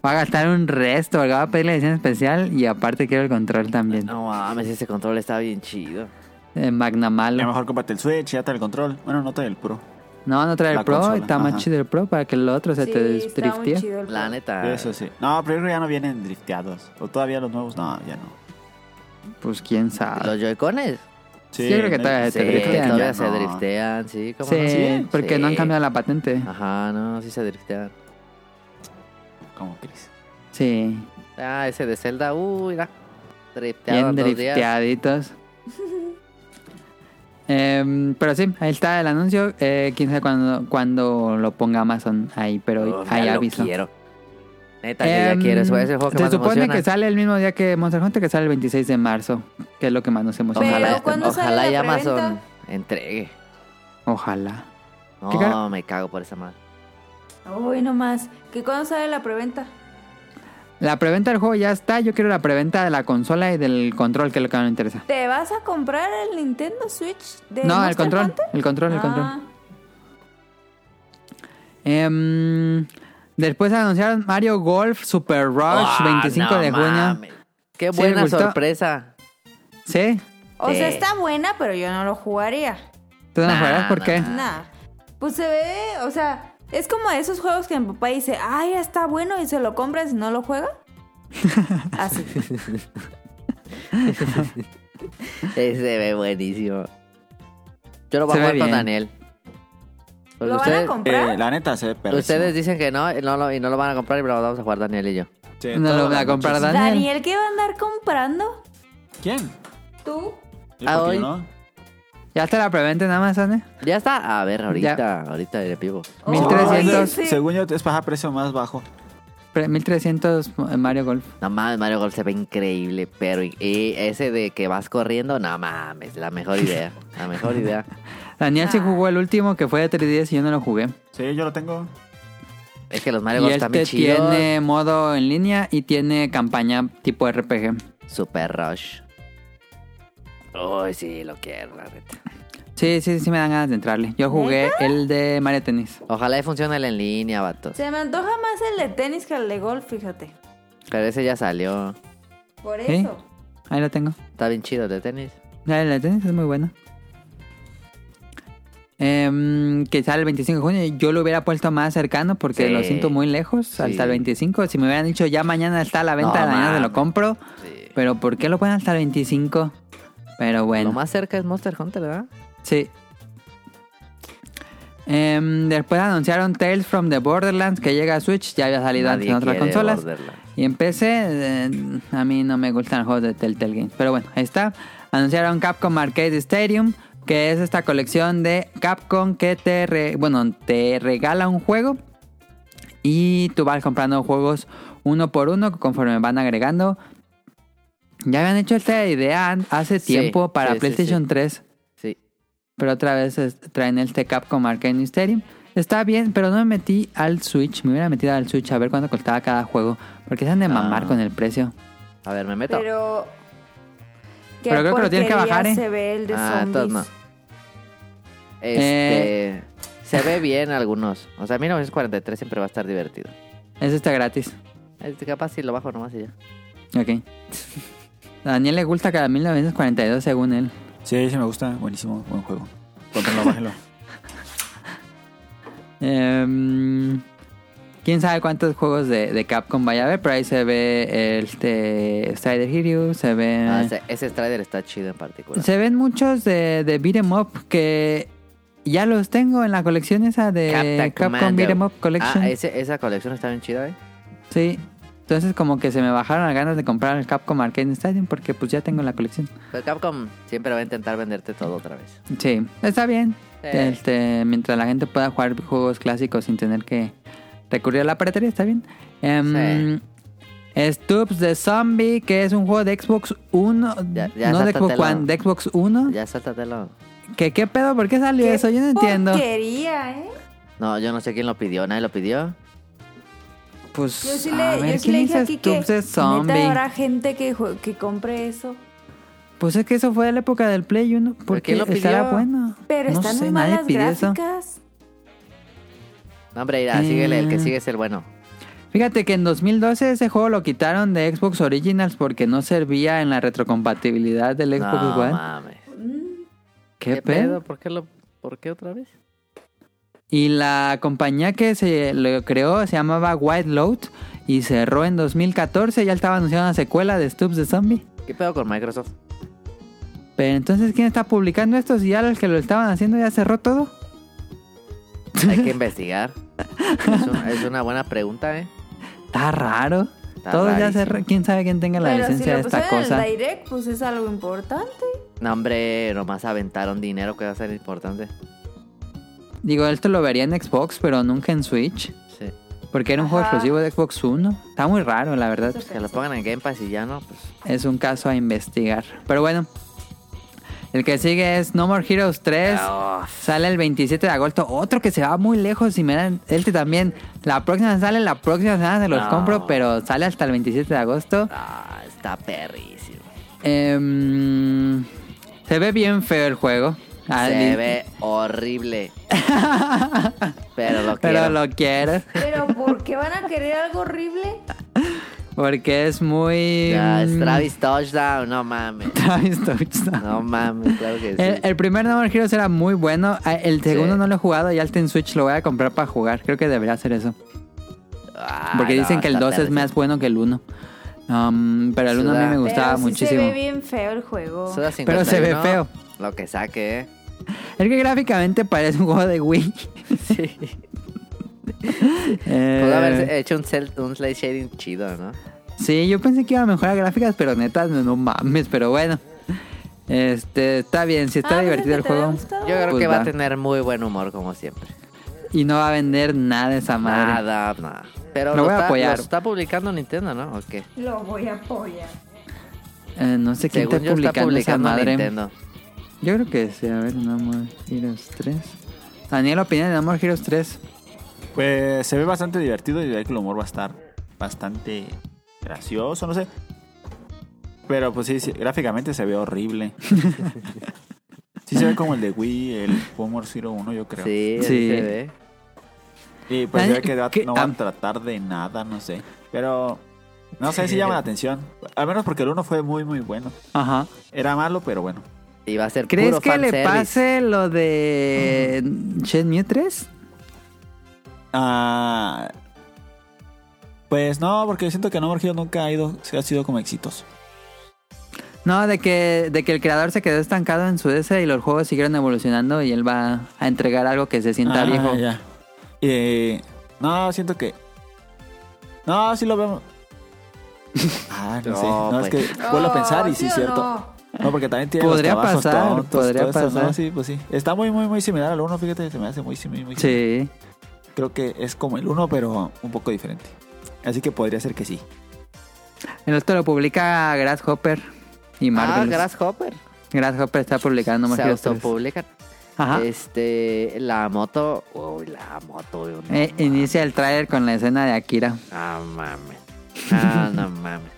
Voy a gastar un resto, porque voy a pedir la edición especial y aparte quiero el control también.
No mames, ese control está bien chido.
Eh, Magna
A
Malo.
lo mejor comparte el Switch, ya trae el control. Bueno, no trae el puro.
No, no trae el
La
Pro,
consola,
está más
ajá.
chido el Pro para que el otro se
sí,
te
está muy
desdriftie.
chido el
La
plan.
neta.
Eso sí. No, pero yo creo que ya no vienen drifteados. O todavía los nuevos, no, ya no.
Pues quién sabe.
Los Joy-Cones.
Yo creo que todavía
Sí,
se Eh, driftean.
todavía
Ya
se
no.
driftean, sí. ¿cómo
Sí,
no?
porque no han
¿eh? Sí. Ah.
cambiado la patente.
Ajá, no, sí se driftean.
Como Chris.
Sí,
Ah, ese de Zelda, uy, mira. Drifteado
bien
en dos días.
drifteaditos. Em, pero sí, ahí está el anuncio. Eh, quién sabe cuándo cuando lo ponga Amazon ahí, pero
Oh, ya
ahí
lo
aviso.
quiero. Neta, yo ya
Em,
quiero. Ese es el juego que
se
más me
supone
emociona.
que sale el mismo día que Monster Hunter, que sale el 26 de marzo, que es lo que más nos emociona.
Pero,
Ojalá,
bastante.
¿cuándo sale
ojalá
la
y Amazon
preventa?
entregue.
Ojalá. ¿Qué ca-
No, me cago por esa madre.
Uy, no más. ¿Que cuándo sale la preventa?
La preventa del juego ya está. Yo quiero la preventa de la consola y del control, que es lo que más me interesa.
¿Te vas a comprar el Nintendo Switch de
No, el
Monster
control,
Hunter?
el control, el control.
Ah,
Em, después anunciaron Mario Golf Super Rush,
Ah,
25
no
de junio.
mames. Qué
Sí,
buena
gustó.
sorpresa.
¿Sí?
O sea,
Sí. Eh.
está buena, pero yo no lo jugaría.
¿Tú no
Nah,
jugarás? ¿Por
nah,
qué?
nah.
Nada. Pues se ve, o sea, es como esos juegos que mi papá dice, ay, está bueno y se lo compras y no lo juega. Así.
Ese ve buenísimo. Yo lo voy
Se
a
ve
jugar con
bien.
Daniel. Porque
¿Lo van a
ustedes,
comprar?
Eh, la neta se ve perrísimo.
ustedes dicen que no y no, lo, y no lo van a comprar y lo vamos a jugar Daniel y yo.
Sí,
No
todas
lo voy
las
a comprar
noches.
Daniel.
Daniel, ¿qué va a andar comprando?
¿Quién?
¿Tú?
¿Y
Ah,
por qué
hoy.
no?
¿Ya te la preventa en Amazon, eh?
Ya está. A ver, ahorita, ahorita le pivo.
Oh, 1300.
Ay, sí.
Según yo, es para precio más bajo.
Pre- 1300 Mario Golf.
No mames, Mario Golf se ve increíble, pero y- y ese de que vas corriendo, no mames, la mejor idea. La mejor idea.
Daniel
Ah.
sí jugó el último que fue de 3DS y yo no lo jugué.
Sí, yo lo tengo.
Es que los Mario
Y
Golf están bien
este
chidos.
tiene modo en línea y tiene campaña tipo RPG.
Super Rush. Uy, sí, lo quiero, la neta.
Sí, sí, sí me dan ganas de entrarle. Yo jugué el de Mario Tennis.
Ojalá y funcione el en línea, vatos.
Se me antoja más el de tenis que el de golf, fíjate.
Pero ese ya salió.
Por
¿Sí?
eso.
Ahí lo tengo.
Está bien chido el de tenis.
La de tenis es muy buena. Em, que sale el 25 de junio. Yo lo hubiera puesto más cercano porque
Sí.
lo siento muy lejos. Hasta el 25. Si me hubieran dicho ya mañana está a la venta,
No,
mañana se
mames.
lo compro.
Sí.
Pero ¿por qué lo ponen hasta el 25? Pero bueno.
Lo más cerca es Monster Hunter, ¿verdad?
Sí. Em, después anunciaron Tales from the Borderlands que llega a Switch. Ya había salido antes en otras
quiere
consolas.
Borderlands.
Y en PC, eh, a mí no me gustan los juegos de Telltale Games. Pero bueno, ahí está. Anunciaron Capcom Arcade Stadium, que es esta colección de Capcom que te, re- bueno, te regala un juego. Y tú vas comprando juegos uno por uno conforme van agregando. Ya habían hecho esta idea an- hace
Sí,
tiempo para
sí, sí,
PlayStation
sí.
3.
Sí.
Pero otra vez es- traen este Capcom Arcade Stadium. Está bien, pero no me metí al Switch. Me hubiera metido al Switch a ver cuánto costaba cada juego. Porque se han de
Ah.
mamar con el precio.
A ver, me meto.
Pero. ¿qué
Pero creo que lo tienes que
porquería
bajar, ¿eh?
Se ve el de
Ah, entonces
zombies.
no. Este. Se ve bien algunos. O sea, 1943 siempre va a estar divertido.
Eso está gratis.
Este, capaz si lo bajo nomás y ya.
Ok. A Daniel le gusta cada 1942 según él.
Sí, sí me gusta. Buenísimo, buen juego. Cómprenlo, bájenlo.
Em, Quién sabe cuántos juegos de, de Capcom vaya a haber, pero ahí se ve este Strider Hero, se ve...
Ah, ese, ese Strider está chido en particular.
Se ven muchos de, de Beat 'em Up que ya los tengo en la colección esa de
Captain
Capcom
Commando.
Beat 'em Up Collection.
Ah, ese- esa colección está bien chida, ¿eh?
Sí. Entonces como que se me bajaron las ganas de comprar el Capcom Arcade Stadium porque pues ya tengo la colección.
Pero Capcom siempre va a intentar venderte todo otra vez.
Sí, está bien.
Sí.
Este, mientras la gente pueda jugar juegos clásicos sin tener que recurrir a la piratería, está bien. Em, Stoops de Zombie, que es un juego de Xbox 1,
Ya- ya
no de Xbox
sáltatelo.
One, de Xbox 1.
Ya sáltatelo.
¿Qué, ¿Qué pedo? ¿Por qué salió eso? Yo no entiendo.
Porquería, ¿eh?
No, yo no sé quién lo pidió, nadie lo pidió.
Pues,
Yo sí
a
le,
ver,
yo sí
¿quién
le dije
hizo
aquí que
Stoops de Zombie?
neta habrá gente que, jue- que compre eso.
Pues es que eso fue de la época del Play 1. Porque
quién lo
estará
pidió?
bueno.
Pero
no
están
sé,
muy
nadie
malas
pidió eso.
gráficas.
No, hombre, irá,
Eh.
síguele, el que sigue es el bueno.
Fíjate que en 2012 ese juego lo quitaron de Xbox Originals porque no servía en la retrocompatibilidad del Xbox
No,
One.
mames.
¿Qué, pedo?
¿Por Eh, qué, lo, ¿Por qué otra vez?
Y la compañía que se lo creó se llamaba White Load y cerró en 2014. Ya estaba anunciando una secuela de Stoops de Zombie.
¿Qué pedo con Microsoft?
Pero entonces, ¿quién está publicando esto? Si ya los que lo estaban haciendo ya cerró todo.
Hay que investigar. Es, un- es una buena pregunta, ¿eh?
Está raro.
Está
todo ya
rarísimo.
cerró. ¿Quién sabe quién tenga la
Pero si
licencia
lo
de esta
pusieron en
cosa?
el direct, pues es algo importante.
No, hombre, nomás aventaron dinero que va a ser importante.
Digo, esto lo vería en Xbox, pero nunca en Switch.
Sí.
Porque era un juego
Ajá.
exclusivo de Xbox 1. Está muy raro, la verdad.
Eso
Que lo pongan en Game Pass y ya no, pues.
Es un caso a investigar. Pero bueno. El que sigue es No More Heroes 3.
Ah,
Sale el 27 de agosto. Otro que se va muy lejos y me dan... Este también. La próxima sale, la próxima semana se los
No.
compro, pero sale hasta el 27 de agosto.
ah, está perrísimo.
Em, se ve bien feo el juego. Ah,
Se
li-
ve horrible. Pero
Pero
lo quiero.
lo quieres.
Pero ¿por qué van a querer algo horrible?
Porque es muy...
Ya, es
mm,
Travis Touchdown, no mames.
Travis Touchdown.
No mames, claro que sí.
El, el primer No More Heroes era muy bueno. Ah, El segundo
Sí.
no lo he jugado y Alten Switch lo voy a comprar para jugar. Creo que debería hacer eso.
Ah,
Porque
no,
dicen que el
está
2 es
terrible.
más bueno que el 1. Um, pero el 1 a mí
Suda.
me
Pero
gustaba
sí
muchísimo.
Se ve bien feo el juego.
Suda
Pero se ve
51,
feo.
Lo que saque, eh.
Es que gráficamente parece un juego de Wii.
Sí.
Eh,
Pudo haber hecho un, cel- un slide shading chido, ¿no?
Sí, yo pensé que iba a mejorar gráficas, pero neta, no, no mames, pero bueno. Este, está bien, si está
Ah, pues es
divertido el
que te había
juego.
gustado.
Yo creo
Pues
que va
va.
a tener muy buen humor, como siempre.
Y no va a vender nada esa madre.
Nada, nada. Pero
Lo
lo,
voy a
está,
apoyar.
lo está publicando Nintendo, ¿no? ¿O qué?
Lo voy a apoyar.
Eh, no sé quién
Según
está
yo está
publicando esa
publicando
madre.
Nintendo.
Yo creo que sí, a ver, No More Heroes 3. Daniel, opinión de No More Heroes 3.
Pues se ve bastante divertido y de ahí que el humor va a estar bastante gracioso, no sé. Pero pues sí, sí, gráficamente se ve horrible. sí se ve como el de Wii, el Humor Zero 1, yo creo.
Sí,
Sí.
sí. Se ve.
Y pues se ve que va-
¿Qué?
no va
Ah.
a tratar de nada, no sé. Pero no sé si llama la atención. Al menos porque el 1 fue muy, muy bueno.
Ajá.
Era malo, pero bueno.
Y va a ser
¿Crees
puro
que le
fanservice.
pase lo de Shen Mew 3?
Ah, pues no, porque siento que No More Heroes nunca ha, ido, ha sido como exitoso.
No, de que, de que el creador se quedó estancado en su DS y los juegos siguieron evolucionando y él va a entregar algo que se sienta
Ah,
viejo.
ya. Eh, no, siento que. No, sí lo vemos. Ah, no, sé.
No,
No, es
pues.
que vuelvo a pensar y sí,
Oh, ¿sí o
cierto.
no?
No? porque también tiene
Podría
los trabajos
pasar,
tontos,
podría
todo eso, ¿no?
pasar.
Sí, pues sí. Está muy, muy, muy similar al uno, fíjate, se me hace muy, simi- muy similar.
Sí.
Creo que es como el uno, pero un poco diferente. Así que podría ser que sí.
El otro lo publica Grasshopper y
Ah,
Marvel.
Grasshopper.
Grasshopper está publicando No More
se
Heroes 3.
autopublican.
Ajá.
Este, la moto. Uy, la moto. no
Eh,
mames.
inicia el tráiler con la escena de Akira.
Ah, mames. Ah, no mames.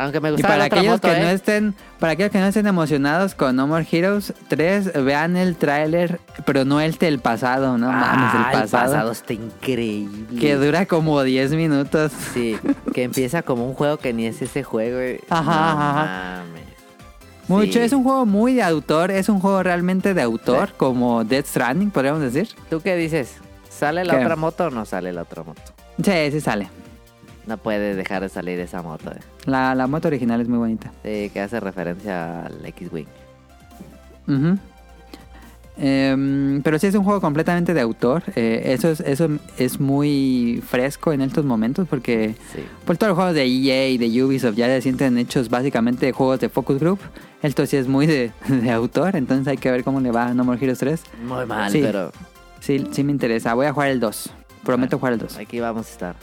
Aunque me
Y
gustaba
para
la otra
aquellos
moto,
que
¿eh?
no estén, para aquellos que no estén emocionados con No More Heroes 3, vean el tráiler, pero no el del pasado, no mames,
Ah,
el pasado,
está increíble.
que dura como 10 minutos.
Sí, que empieza como un juego que ni es ese juego. eh.
Ajá,
no
ajá.
mames.
Mucho,
Sí.
es un juego muy de autor, es un juego realmente de autor,
Sí.
como Dead Stranding, podríamos decir.
¿Tú qué dices? ¿Sale la
¿Qué?
otra moto o no sale la otra moto?
Sí, sí sale.
No puede dejar de salir esa moto. eh.
La, la moto original es muy bonita.
Sí, que hace referencia al X-Wing.
Ujú. Em, pero sí es un juego completamente de autor. eh, eso, es, eso es muy fresco en estos momentos porque
Sí.
Pues todos los juegos de EA y de Ubisoft ya se sienten hechos básicamente de juegos de Focus Group. Esto sí es muy de, de autor, entonces hay que ver cómo le va a No More Heroes 3.
Muy mal,
Sí.
pero Ah,
Sí, sí me interesa. Voy a jugar el 2. Prometo jugar el 2.
aquí vamos a estar.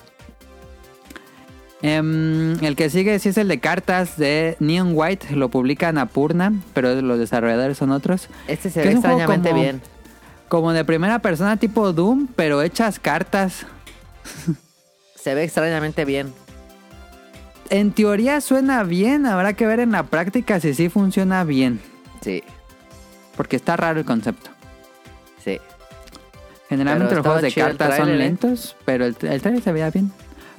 Em, el que sigue sí es el de cartas de Neon White. Lo publica Napurna, pero los desarrolladores son otros.
Este se
Que
ve
es un juego
extrañamente
como-
bien.
Como de primera persona tipo Doom, pero hechas cartas.
Se ve extrañamente bien.
En teoría suena bien, habrá que ver en la práctica si sí funciona bien.
Sí,
Porque está raro el concepto.
sí.
Generalmente
Pero
los juegos de
estaba chido el
cartas son
tráiler, ¿eh?
lentos, pero el, el trailer se veía bien.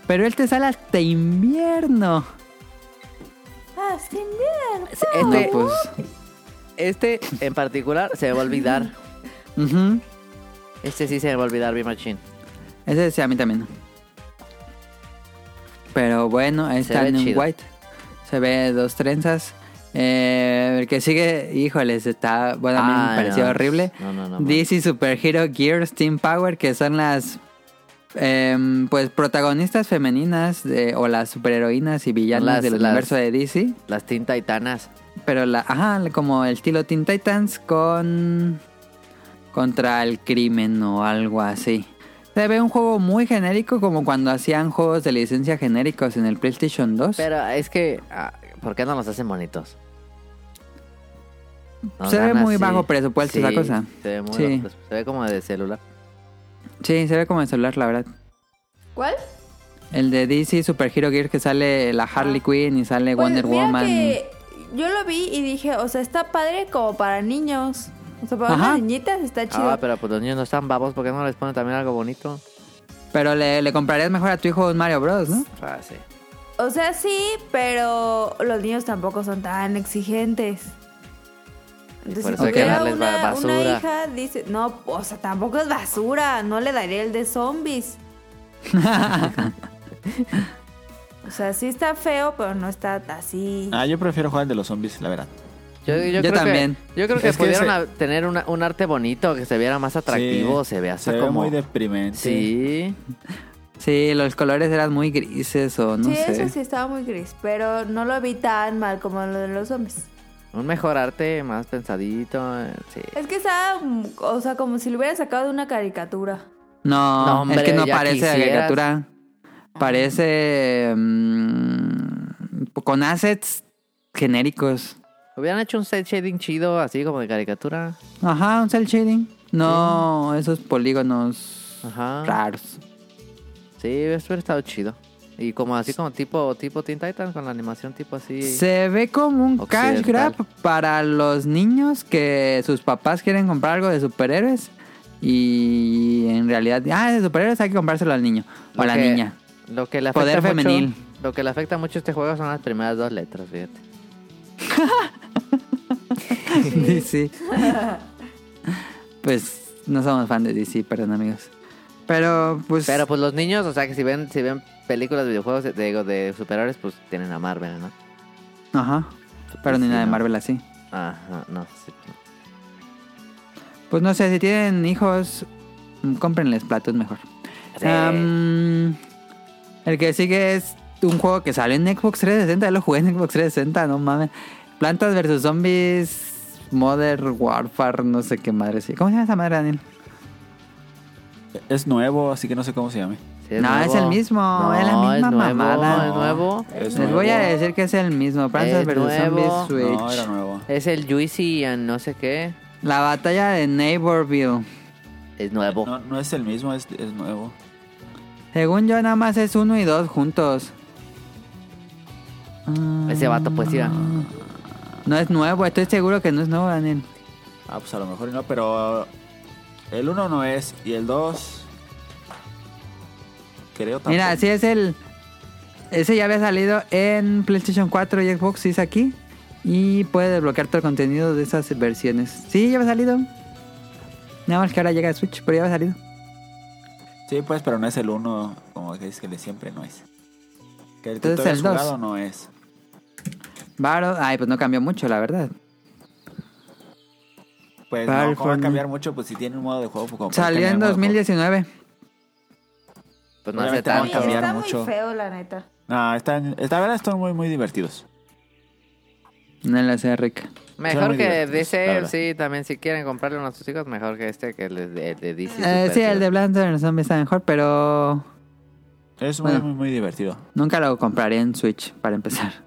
Pero él te sale hasta invierno.
Ah, sí, bien.
Es- Este,
No, pues.
este en particular se me va a olvidar.
ujú.
Este sí se me va a olvidar, bien machín.
Ese sí, a mí también. Pero bueno, ahí
Se
está
ve
Neon
chido.
White. Se ve dos trenzas. Eh, el que sigue, híjoles, está. Bueno, a mí
Ah,
me pareció
no.
horrible.
No, no, no.
DC Super Hero Gears Team Power, que son las em, pues protagonistas femeninas de- o las superheroínas y villanas
Las-
del
las-
universo de DC.
Las Teen Titanas.
Pero la, ajá, como el estilo Teen Titans con contra el crimen o algo así. Se ve un juego muy genérico como cuando hacían juegos de licencia genéricos en el PlayStation 2.
Pero es que, ah, ¿por qué no los hacen bonitos? Nos
Se ve
dan
muy
así.
bajo presupuesto
Sí,
esa cosa.
Se ve, muy
Sí.
bajo presupuesto. se ve como de celular.
Sí, se ve como de celular, la verdad.
¿Cuál?
El de DC Super Hero Gear que sale la Harley Quinn y sale
Pues,
Wonder
mira
Woman.
que yo lo vi y dije, o sea, está padre como para niños. O sea, para
Ajá.
unas niñitas está chido.
Ah, pero pues los niños no están babos, ¿por qué no les ponen también algo bonito?
Pero le, le comprarías mejor a tu hijo un Mario Bros, ¿no?
Ah, sí.
O sea, sí, pero los niños tampoco son tan exigentes.
por
Entonces,
eso
si
hay que
tuviera
darles ba-
una, una
basura.
hija, dice, no, o sea, tampoco es basura, no le daría el de zombies. o sea, sí está feo, pero no está así.
Ah, yo prefiero jugar el de los zombies, la verdad.
Yo, yo
Yo
creo
también.
Que, yo creo que
Es que
pudieron
ese-
a- tener una- un arte bonito, que se viera más atractivo,
Sí,
se ve hasta
se
como...
muy deprimente.
sí.
Sí, los colores eran muy grises o no
sí,
sé.
eso sí estaba muy gris, pero no lo vi tan mal como lo de los zombies.
Un mejor arte, más pensadito. eh, Sí.
Es que estaba, mm, o sea, como si lo hubieran sacado de una caricatura.
No,
No, hombre,
es que no
ya
parece la
quisieras.
caricatura. Ah. Parece mm, con assets genéricos.
Hubieran hecho un set shading chido, así como de caricatura.
Ajá, un cel shading. No, esos polígonos
Ajá.
raros.
Sí, eso hubiera estado chido. Y como así como tipo, tipo Teen Titans, con la animación tipo así.
Se ve como un cash
Occidental.
grab para los niños que sus papás quieren comprar algo de superhéroes y en realidad, ah, de superhéroes hay que comprárselo al niño o
Lo
a la
que-
niña.
Lo que le afecta
Poder
mucho-
femenil.
Lo que le afecta mucho a este juego son las primeras dos letras, fíjate.
DC. pues no somos fan de DC, perdón amigos. Pero pues...
Pero pues los niños, o sea que si ven, si ven películas, videojuegos, eh, digo, de superhéroes, pues tienen a Marvel, ¿no?
Ajá. Pero ni
Sí,
nada de
no.
Marvel así.
Ajá, Ah, no. sí.
Pues no sé, si tienen hijos, mm, cómprenles platos mejor.
Sí.
Am, el que sigue es un juego que sale en Xbox 360. Ya lo jugué en Xbox 360, no mames. Plantas versus Zombies. Modern Warfare, no sé qué madre. sí. ¿Cómo se llama esa madre, Daniel?
Es nuevo, así que no sé cómo se llame.
Sí,
No, es el mismo, es la misma
nuevo,
mamada.
Es nuevo.
Es
Les voy a decir que es el mismo. Plantas
Es
versus
nuevo.
Zombies Switch.
No, era nuevo.
Es el Juicy and no sé qué.
La batalla de Neighborville.
Es nuevo.
No, no es el mismo, es, es nuevo.
Según yo, nada más es uno y dos juntos. Ah,
Ese vato, pues mira.
No es nuevo, estoy seguro que no es nuevo, Daniel.
Ah, pues a lo mejor y no, pero uh, el 1 no es y el 2 creo tampoco.
Mira, sí es el. Ese ya había salido en PlayStation 4 y Xbox, sí es aquí. Y puede desbloquear todo el contenido de esas versiones. Sí, ya había salido. Nada más que ahora llega a Switch, pero ya había salido.
Sí, pues, pero no es el 1 como que es que le siempre no es. Que el que
Entonces,
tú habías
el dos.
jugado no es.
Varo, ay, pues no cambió mucho, la verdad.
Pues
Para
no,
el
¿cómo va a
Fortnite.
cambiar mucho? Pues si tiene un modo de juego. pues, como para
Salió en
cambiar el modo de
2019.
Pues no hace
Obviamente van a
Oye,
tanto.
cambiar
está
mucho.
muy feo, la neta.
juego. Ah, No, están, esta verdad están muy, muy divertidos.
No la sé, Rick.
Son
Mejor
muy
que
divertidos, la
DC,
verdad.
sí, también si quieren comprarle uno a sus hijos, mejor que este, que el de, el de DC.
Eh,
Super
sí, el
chido.
de Plants vs. Zombies está mejor, pero
Es muy,
Bueno.
muy, muy divertido.
nunca lo compraría en Switch para empezar.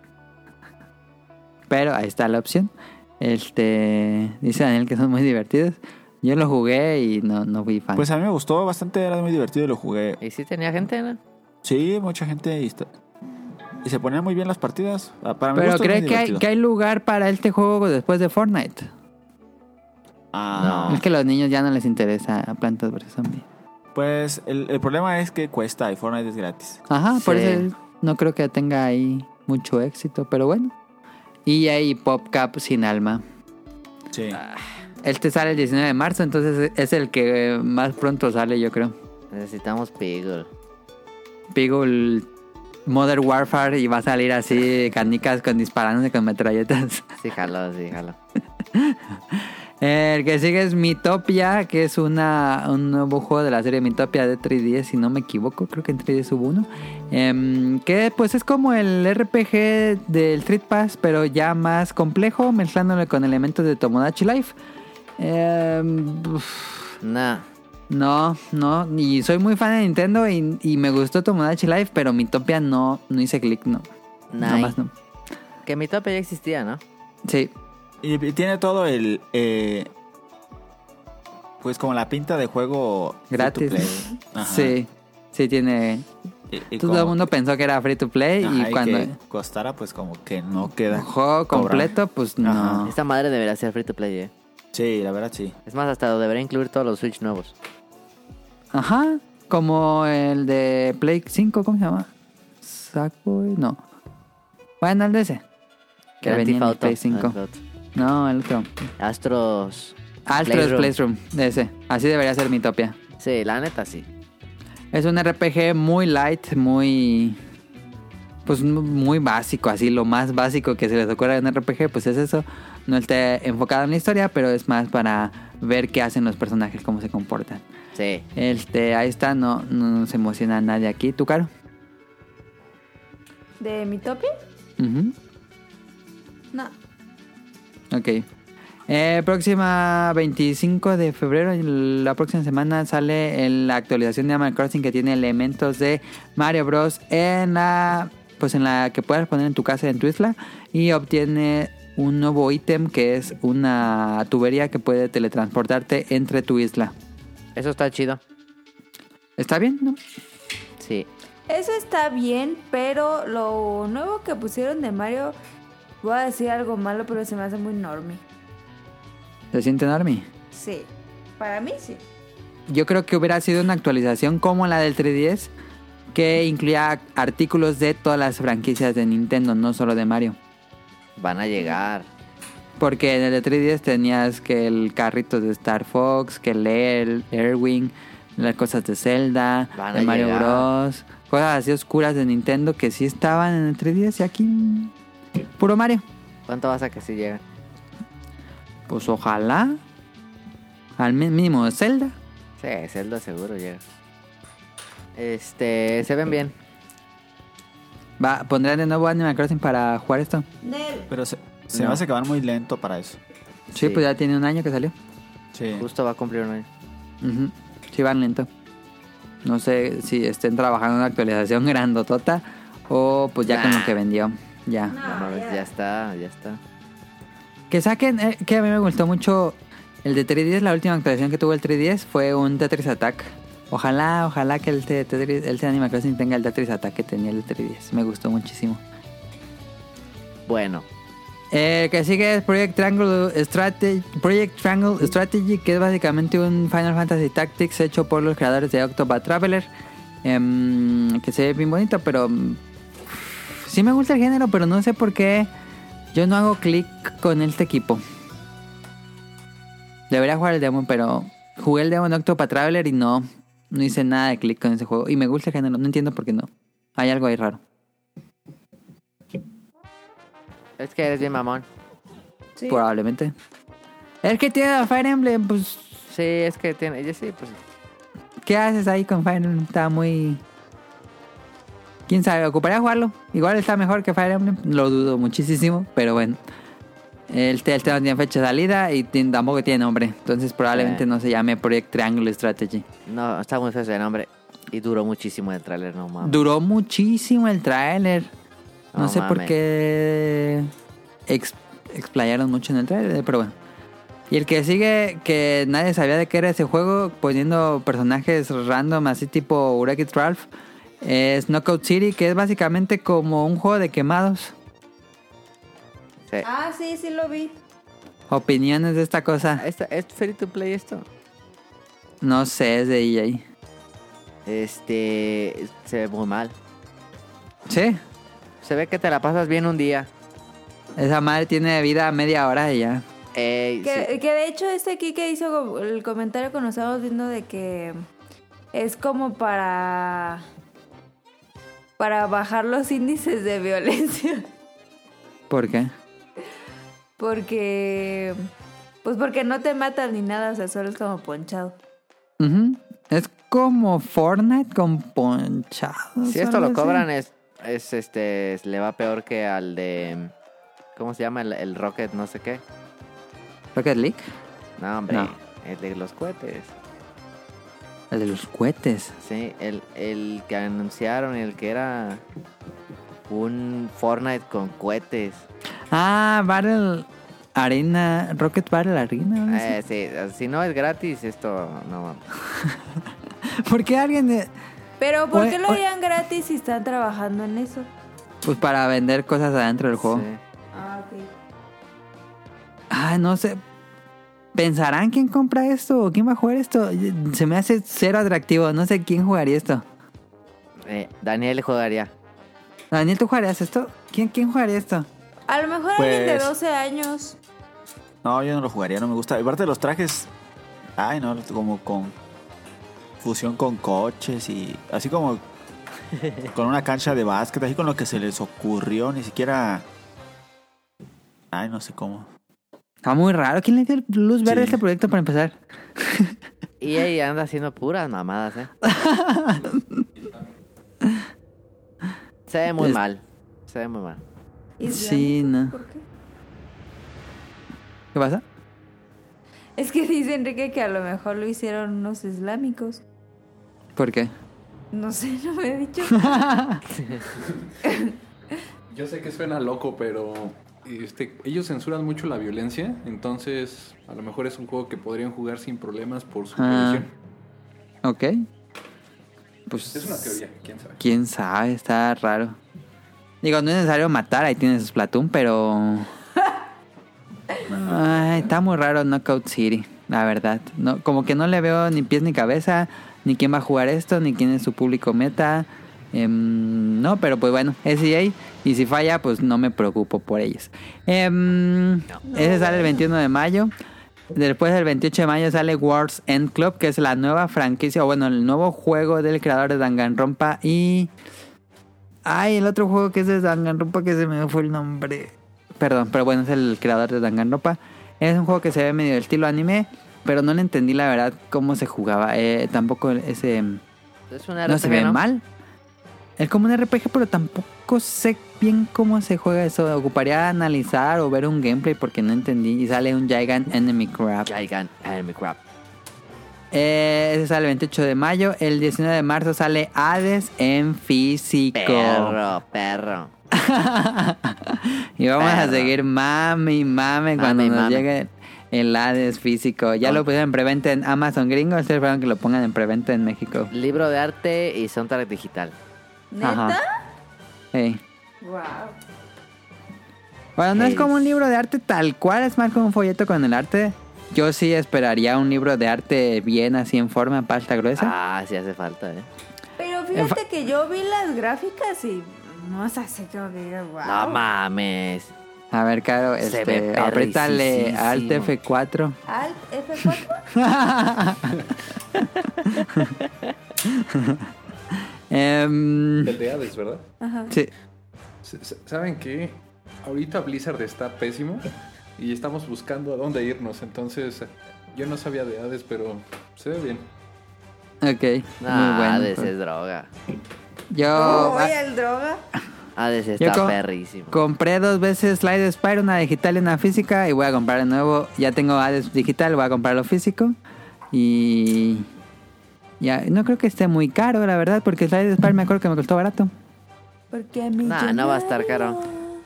Pero ahí está la opción. Este dice Daniel que son muy divertidos. Yo lo jugué y no, no fui fan.
Pues a mí me gustó bastante, era muy divertido y lo jugué.
Y sí tenía gente, ¿no?
Sí, mucha gente y, está- y se ponían muy bien las partidas. Ah, Para mi
pero
gusto es
¿crees
muy
que hay,
divertido.
que hay lugar para este juego después de Fortnite?
Ah,
No.
Es que a los niños ya no les interesa Plantas vs. Zombies.
Pues el, el problema es que cuesta y Fortnite es gratis.
Ajá, por
Sí.
eso no creo que tenga ahí mucho éxito, pero bueno. E Y ahí PopCap sin alma.
Sí.
Este sale el 19 de marzo, entonces es el que eh, más pronto sale, yo creo.
Necesitamos Piggle.
Beagle Modern Warfare y va a salir así canicas con disparándose con metralletas.
Sí, jalo, sí, jalo.
El que sigue es Mitopia, que es una, un nuevo juego de la serie Mitopia de 3DS, si no me equivoco, creo que en 3DS hubo uno. Em, que pues es como el RPG del Street Pass, pero ya más complejo, mezclándolo con elementos de Tomodachi Life. Em, uf,
Nah.
No, no, y soy muy fan de Nintendo y, y me gustó Tomodachi Life, pero mi topia no, no hice clic, no. Nada
Nice.
más no.
Que mi tope ya existía, ¿no?
Sí,
Y, y tiene todo el. eh, pues como la pinta de juego. free to
Gratis.
play. Ajá.
sí, sí tiene.
Y- y
Todo
como-
el mundo pensó que era free to play
ajá,
y cuando
que costara, pues como que no queda.
un juego
cobrar.
completo, pues no.
Ajá.
Esta madre debería ser free to play, ¿eh?
Sí, la verdad sí.
Es más, hasta lo debería incluir todos los Switch nuevos.
Ajá, como el de Play 5, ¿cómo se llama? Sackboy, no. Bueno, el de ese. Que
Grand
venía en
Theft
el
Auto,
Play 5.
Grand Theft
No, el otro.
Auto. Astros.
Astro's
Playroom.
Playroom, de ese. Así debería ser mi topia.
Sí, la neta sí.
Es un RPG muy light, muy. Pues mu- muy básico, así lo más básico que se les ocurra en un RPG, pues es eso. No está enfocado en la historia, pero es más para ver qué hacen los personajes, cómo se comportan.
Sí.
Este, ahí está, no, no nos emociona nadie aquí. ¿Tú, Caro?
¿De mi topi?
Ujú.
No.
Ok. Eh, próxima 25 de febrero, la próxima semana sale el- la actualización de Animal Crossing que tiene elementos de Mario Bros. en la pues en la que puedas poner en tu casa en Twistla y obtiene un nuevo ítem que es una tubería que puede teletransportarte entre tu isla.
Eso está chido.
¿Está bien? ¿No?
Sí.
Eso está bien, pero lo nuevo que pusieron de Mario, voy a decir algo malo, pero se me hace muy enorme.
¿Se siente enorme?
Sí. Para mí sí.
yo creo que hubiera sido una actualización como la del 3DS que incluía artículos de todas las franquicias de Nintendo, no solo de Mario.
Van a llegar.
Porque en el de 3DS tenías que el carrito de Star Fox, que el Air, Airwing, las cosas de Zelda,
Van a
de Mario
llegar.
Bros. Cosas así oscuras de Nintendo que sí estaban en el 3DS y aquí... Puro Mario.
¿Cuánto vas a que sí llegan?
Pues ojalá. Al mi- mínimo de Zelda.
Sí, Zelda seguro llega. Este, se ven bien.
Va, pondrán de nuevo Animal Crossing para jugar esto.
Nel.
Pero se, se me hace que van muy lento para eso.
Sí,
Sí.
pues ya tiene un año que salió.
Sí.
Justo va a cumplir un año.
Ujú. Sí, van lento. No sé si estén trabajando en una actualización grandotota o pues ya con lo que vendió. Ya.
No mames, ya está, ya está.
Que saquen, eh, que a mí me gustó mucho el de 3DS, la última actualización que tuvo el 3DS fue un Tetris Attack. Ojalá, ojalá que el de Tetris, el de Animal Crossing tenga el Tetris Attack que tenía el 3DS. Me gustó muchísimo.
Bueno,
El Eh, que sigue es Project Triangle Strategy, Project Triangle Strategy, que es básicamente un Final Fantasy Tactics hecho por los creadores de Octopath Traveler. Em, que se ve bien bonito, pero mm, sí me gusta el género, pero no sé por qué yo no hago clic con este equipo. Debería jugar el demo, pero jugué el demo en Octopath Traveler y no, no hice nada de clic con ese juego. Y me gusta el género, no entiendo por qué no. Hay algo ahí raro.
es que eres bien mamón.
Sí.
Probablemente. Es que tiene a Fire Emblem, pues
Sí, es que tiene. yo sí, pues.
¿Qué haces ahí con Fire Emblem? Está muy... ¿Quién sabe? Ocuparía jugarlo. Igual está mejor que Fire Emblem. Lo dudo muchísimo, pero bueno. El Telltale no tiene fecha de salida y ti- tampoco tiene nombre. Entonces probablemente
Eh.
no se llame Project Triangle Strategy.
No, está muy feo ese nombre. Y duró muchísimo el tráiler, no mames.
Duró muchísimo el tráiler. No,
No
sé por
mames.
qué ex- explayaron mucho en el tráiler, pero bueno. Y el que sigue, que nadie sabía de qué era ese juego, poniendo personajes random así tipo Uraki Ralph, es Knockout City, que es básicamente como un juego de quemados.
Sí.
Ah, sí, sí lo vi.
Opiniones de esta cosa,
Esta- ¿Es free to play esto?
no sé, es de E EA.
Este. Se ve muy mal.
Sí,
Se ve que te la pasas bien un día.
esa madre tiene vida media hora y ya.
Ey,
Que,
sí.
que de hecho este aquí que hizo como el comentario que nos estábamos viendo de que es como para para bajar los índices de violencia
¿Por qué?
porque pues porque no te matan ni nada o sea solo es como ponchado
Ujú. Es como Fortnite con ponchados.
Si esto
algo
lo
así.
cobran, es, eh? es este. es- Le va peor que al de. ¿Cómo se llama? El, el Rocket, no sé qué.
Rocket League,
No, hombre.
No.
El de los cohetes.
el de los cohetes.
Sí, el, el que anunciaron, el que era un Fortnite con cohetes.
Ah, Battle Arena, Rocket Battle Arena. algo así.
Eh, sí, si no es gratis, esto no. Eh.
¿Por qué alguien? de-
pero por
Oye,
qué lo
oye.
harían gratis si están trabajando en eso
Pues para vender cosas adentro del juego.
Sí.
ah ok
Ah, no sé. ¿Pensarán quién compra esto? ¿O ¿Quién va a jugar esto? Se me hace cero atractivo. No sé quién jugaría esto.
Eh, Daniel jugaría.
Daniel, ¿tú jugarías esto? ¿Quién, quién jugaría esto?
A lo mejor alguien de
Pues-
12 años.
No, yo no lo jugaría, no me gusta. Aparte de los trajes, ay, no, como con fusión con coches y así como con una cancha de básquet, así con lo que se les ocurrió, ni siquiera. Ay, no sé cómo.
Está muy raro. ¿Quién le dio luz verde a
Sí.
este proyecto para empezar?
Y ella anda haciendo puras mamadas, ¿eh? Se ve muy
Es-
mal. Se ve muy mal.
Y
Sí,
blanco,
no.
¿por qué?
¿Qué pasa?
Es que dice Enrique que a lo mejor lo hicieron unos islámicos.
¿Por qué?
No sé, no me he dicho.
Yo sé que suena loco, pero este, ellos censuran mucho la violencia, entonces a lo mejor es un juego que podrían jugar sin problemas por su
Ah.
prohibición.
Ok. Pues.
Es una teoría, quién sabe.
Quién sabe, está raro. Digo, no es necesario matar, ahí tienes Splatoon, pero. Ay, está muy raro Knockout City, la verdad. No, como que no le veo ni pies ni cabeza, ni quién va a jugar esto, ni quién es su público meta. Em, no, pero pues bueno, es EA. Y si falla, pues no me preocupo por ellos. Em, Ese sale el 21 de mayo. Después del 28 de mayo sale Wars End Club, que es la nueva franquicia, o bueno, el nuevo juego del creador de Danganronpa y... Ay, el otro juego que es de Danganronpa que se me fue el nombre. Perdón, pero bueno, es el creador de Danganronpa. Es un juego que se ve medio del estilo anime, pero no le entendí la verdad cómo se jugaba. Eh, tampoco ese...
Es un
No se
RPG,
ve mal. Es como un RPG, pero tampoco sé bien cómo se juega eso. Ocuparía analizar o ver un gameplay porque no entendí. Y sale un Gigant Enemy Crab.
Gigan Enemy Crab.
Eh, ese sale el 28 de mayo. El 19 de marzo sale Hades en físico.
Perro, perro.
y vamos a
Perro.
seguir mami, mame cuando
Mami,
nos
mame.
llegue el Hades físico. Ya lo pusieron en preventa en Amazon gringo. Ustedes esperaron que lo pongan en preventa en México.
Libro de arte y soundtrack digital.
¿Neta?
Ey.
Wow.
Bueno, no es
Ey.
como un libro de arte tal cual, es más como un folleto con el arte. Yo sí esperaría un libro de arte bien así en forma, pasta gruesa.
Ah, sí hace falta, ¿eh?
Pero
En fa-
fíjate que yo vi las gráficas y no es así como que digas, wow.
No mames.
A ver, Caro,
Se
este,
ve
apriétale Alt
perrisísimo.
F4.
Alt F4.
Em,
El de Hades, ¿verdad?
sí.
S- s- ¿Saben qué? Ahorita Blizzard está pésimo y estamos buscando a dónde irnos, entonces yo no sabía de Hades, pero se ve bien.
Ok, muy bueno. pues.
Ah, Hades es droga. Oh,
Yo
Oye,
ah,
el droga.
Hades
Yo
está
co-
perrísimo.
compré dos veces Slide Spire, una digital y una física, y voy a comprar de nuevo. Ya tengo Hades digital, voy a comprar lo físico. Y. Ya, no creo que esté muy caro, la verdad, porque Slide Spire me acuerdo que me costó barato.
Porque a mí.
Nah, no va a estar caro.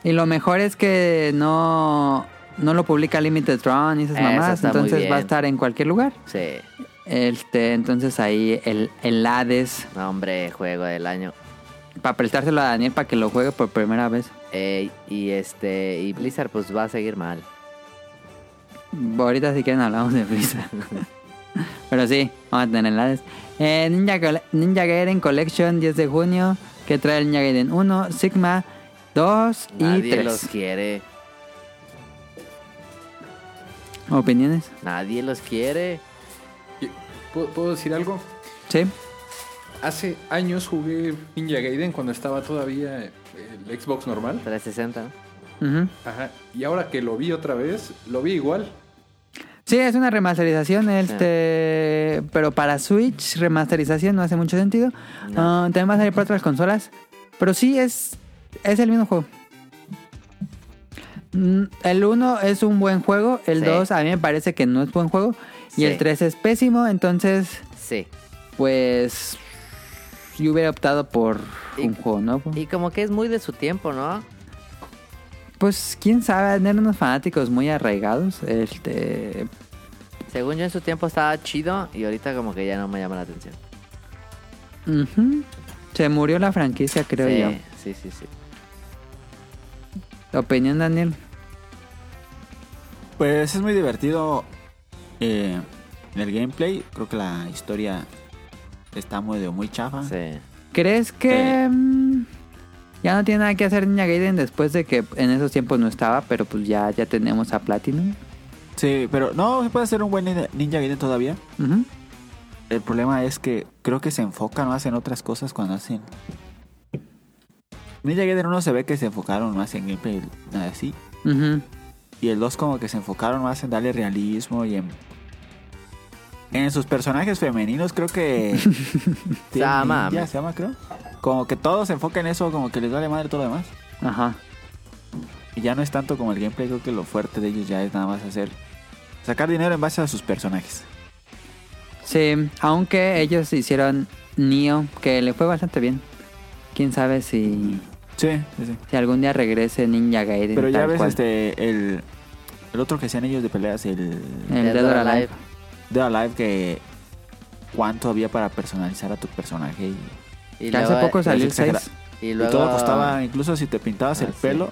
Y lo mejor es que no, no lo publica Limited Run y esas
Eso
mamadas,
está muy
entonces
bien.
va a estar en cualquier lugar.
Sí.
Este, entonces ahí el, el Hades,
No, hombre, juego del año.
para prestárselo a Daniel para que lo juegue por primera vez.
Ey, y este. Y Blizzard, pues va a seguir mal.
Ahorita si quieren hablamos de Blizzard. Pero sí, vamos a tener el Hades. Eh, Ninja, Col- Ninja Gaiden Collection 10 de junio, que trae el Ninja Gaiden 1, Sigma 2 y
Nadie
3.
los quiere.
¿Opiniones?
Nadie los quiere.
Y- ¿Puedo, puedo decir algo?
Sí.
Hace años jugué Ninja Gaiden cuando estaba todavía el Xbox normal.
360. ¿no?
Ujú.
Ajá. Y ahora que lo vi otra vez, lo vi igual.
Sí, es una remasterización, este, pero para Switch remasterización no hace mucho sentido. Ah, también va a salir para otras consolas, pero sí es es el mismo juego. Mm, El 1 es un buen juego, el
Sí.
2 a mí me parece que no es buen juego y
Sí.
el 3 es pésimo, entonces
Sí.
pues yo hubiera optado por
Y-
un juego nuevo.
Y como que es muy de su tiempo, ¿no?
Pues quién sabe, tener unos fanáticos muy arraigados, este,
Según yo en su tiempo estaba chido y ahorita como que ya no me llama la atención.
ujú. se murió la franquicia, creo
sí,
yo.
sí, sí, sí.
¿Tu opinión, Daniel?
Pues es muy divertido eh, el gameplay. Creo que la
Ah.
historia está muy, muy chafa.
Sí.
¿Crees que
Eh.
mm, Ya no tiene nada que hacer Ninja Gaiden después de que en esos tiempos no estaba, pero pues ya, ya tenemos a Platinum.
Sí, pero no, se puede hacer un buen Ninja Ninja Gaiden todavía.
Ujú.
El problema es que creo que se enfocan más en otras cosas cuando hacen. Ninja Gaiden 1 se ve que se enfocaron más en gameplay así.
Ujú.
Y el 2 como que se enfocaron más en darle realismo y en... En sus personajes femeninos creo que...
Sama.
Ya, se llama creo. Como que todos se enfocan en eso, como que les vale madre todo lo demás.
Ajá.
Y ya no es tanto como el gameplay, creo que lo fuerte de ellos ya es nada más hacer... Sacar dinero en base a sus personajes.
Sí, aunque ellos hicieron Neo, que le fue bastante bien. Quién sabe si,
Sí, sí, sí.
si algún día regrese Ninja Gaiden.
Pero ya
tal
ves
cual.
este el, el otro que sean ellos de peleas, el
El Dead or Alive.
de Alive que cuánto había para personalizar a tu personaje y,
Y
Que hace
luego-
poco salió el
exagera-
6.
Y
y
luego
todo costaba, incluso si te pintabas el
Ah, sí.
pelo,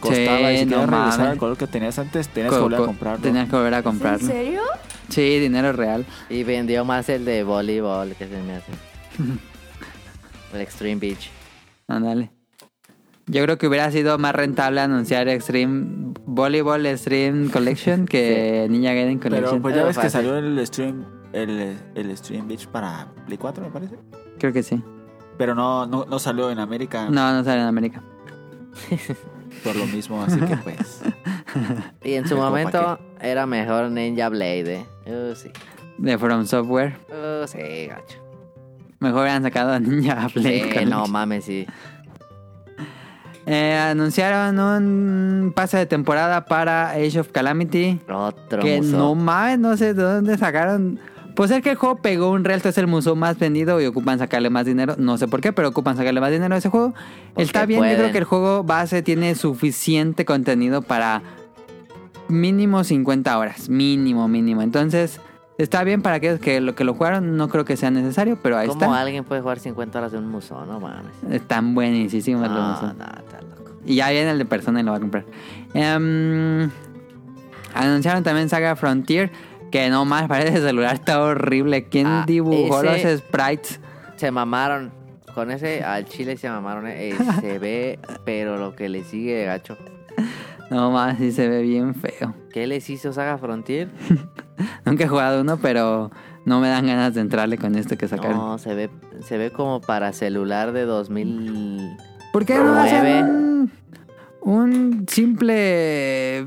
costaba y si
no
querías regresar
mames.
al color que tenías antes, tenías que
co-
volver a
co-
comprarlo.
Tenías que volver a
¿En
comprarlo.
serio?
Sí, dinero real.
Y vendió más el de voleibol que se me hace. el Extreme Beach.
Ándale. Yo creo que hubiera sido más rentable anunciar Extreme Volleyball Extreme Collection que Ah, Ninja Gaiden
Pero
Collection.
pues ya
Algo
ves que
fácil.
salió el stream el, el stream Beach para Play 4 me parece,
Creo que sí.
pero no no, no salió en América
No, no sale en América.
por lo mismo, así que pues
Y en su
Como
momento era mejor Ninja Blade, eh. Uh, sí.
De From Software.
Uh, sí, gacho.
Mejor hubieran sacado a Ninja Blade
Sí,
Collection.
no mames, sí.
Eh, anunciaron un pase de temporada para Age of Calamity.
Otro
que
muso.
no mames, no sé de dónde sacaron. Pues es que el juego pegó un real, es el museo más vendido y ocupan sacarle más dinero. No sé por qué, pero ocupan sacarle más dinero a ese juego.
Porque
Está bien, yo creo
pueden.
que el juego base tiene suficiente contenido para mínimo 50 horas. Mínimo, mínimo. Entonces, está bien para aquellos que lo, que lo jugaron. No creo que sea necesario, pero ahí
¿Cómo
está.
alguien puede jugar 50 horas de un muso? No mames.
Están buenísimos los
No,
museos.
no, está loco.
Y ya viene el de persona y lo va a comprar. Em, anunciaron también Saga Frontier. Que no más, parece celular está horrible. ¿Quién
Ah,
dibujó
ese-
los sprites?
Se mamaron. Con ese al chile se mamaron. eh. Eh, se ve, pero lo que le sigue, gacho.
No más, sí se ve bien feo.
¿Qué les hizo Saga Frontier?
Nunca he jugado uno, pero no me dan ganas de entrarle con este que sacaron.
No, se ve, se ve como para celular de 2000.
¿Por qué no
Nueve.
hacen un, un simple.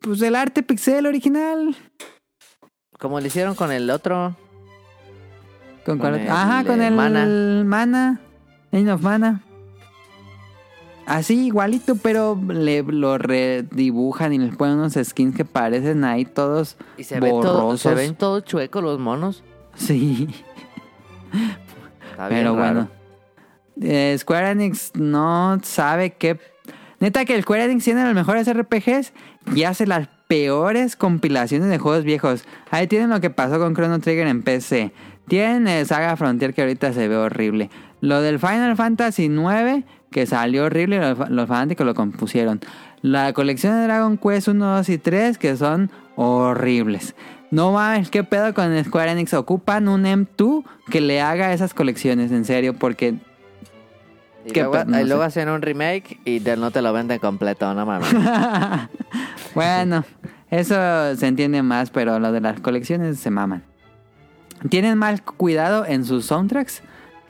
Pues el arte pixel original?
Como le hicieron con el otro.
¿Con
Con
cuál otro?
el,
Ajá, con
eh,
el Mana.
Mana.
Nine of Mana. Así, igualito, pero le, lo redibujan y les ponen unos skins que parecen ahí todos.
Y se, ve todo,
Borrosos.
se ven todos chuecos los monos.
Sí,
Está bien
pero
raro.
bueno. Eh, Square Enix no sabe qué. Neta que el Square Enix tiene los mejores RPGs y hace las peores compilaciones de juegos viejos. Ahí tienen lo que pasó con Chrono Trigger en PC. Tienen eh, Saga Frontier que ahorita se ve horrible. Lo del Final Fantasy IX que salió horrible y los, fa- los fanáticos lo compusieron. La colección de Dragon Quest 1, 2 y 3 que son horribles. No mames, qué pedo con Square Enix. Ocupan un M2 que le haga esas colecciones, en serio, porque
Y
qué
luego,
pe- no
y
sé.
luego hacen un remake y te- no te lo venden completo, no mames.
bueno, eso se entiende más, pero lo de las colecciones se maman. Tienen mal cuidado en sus soundtracks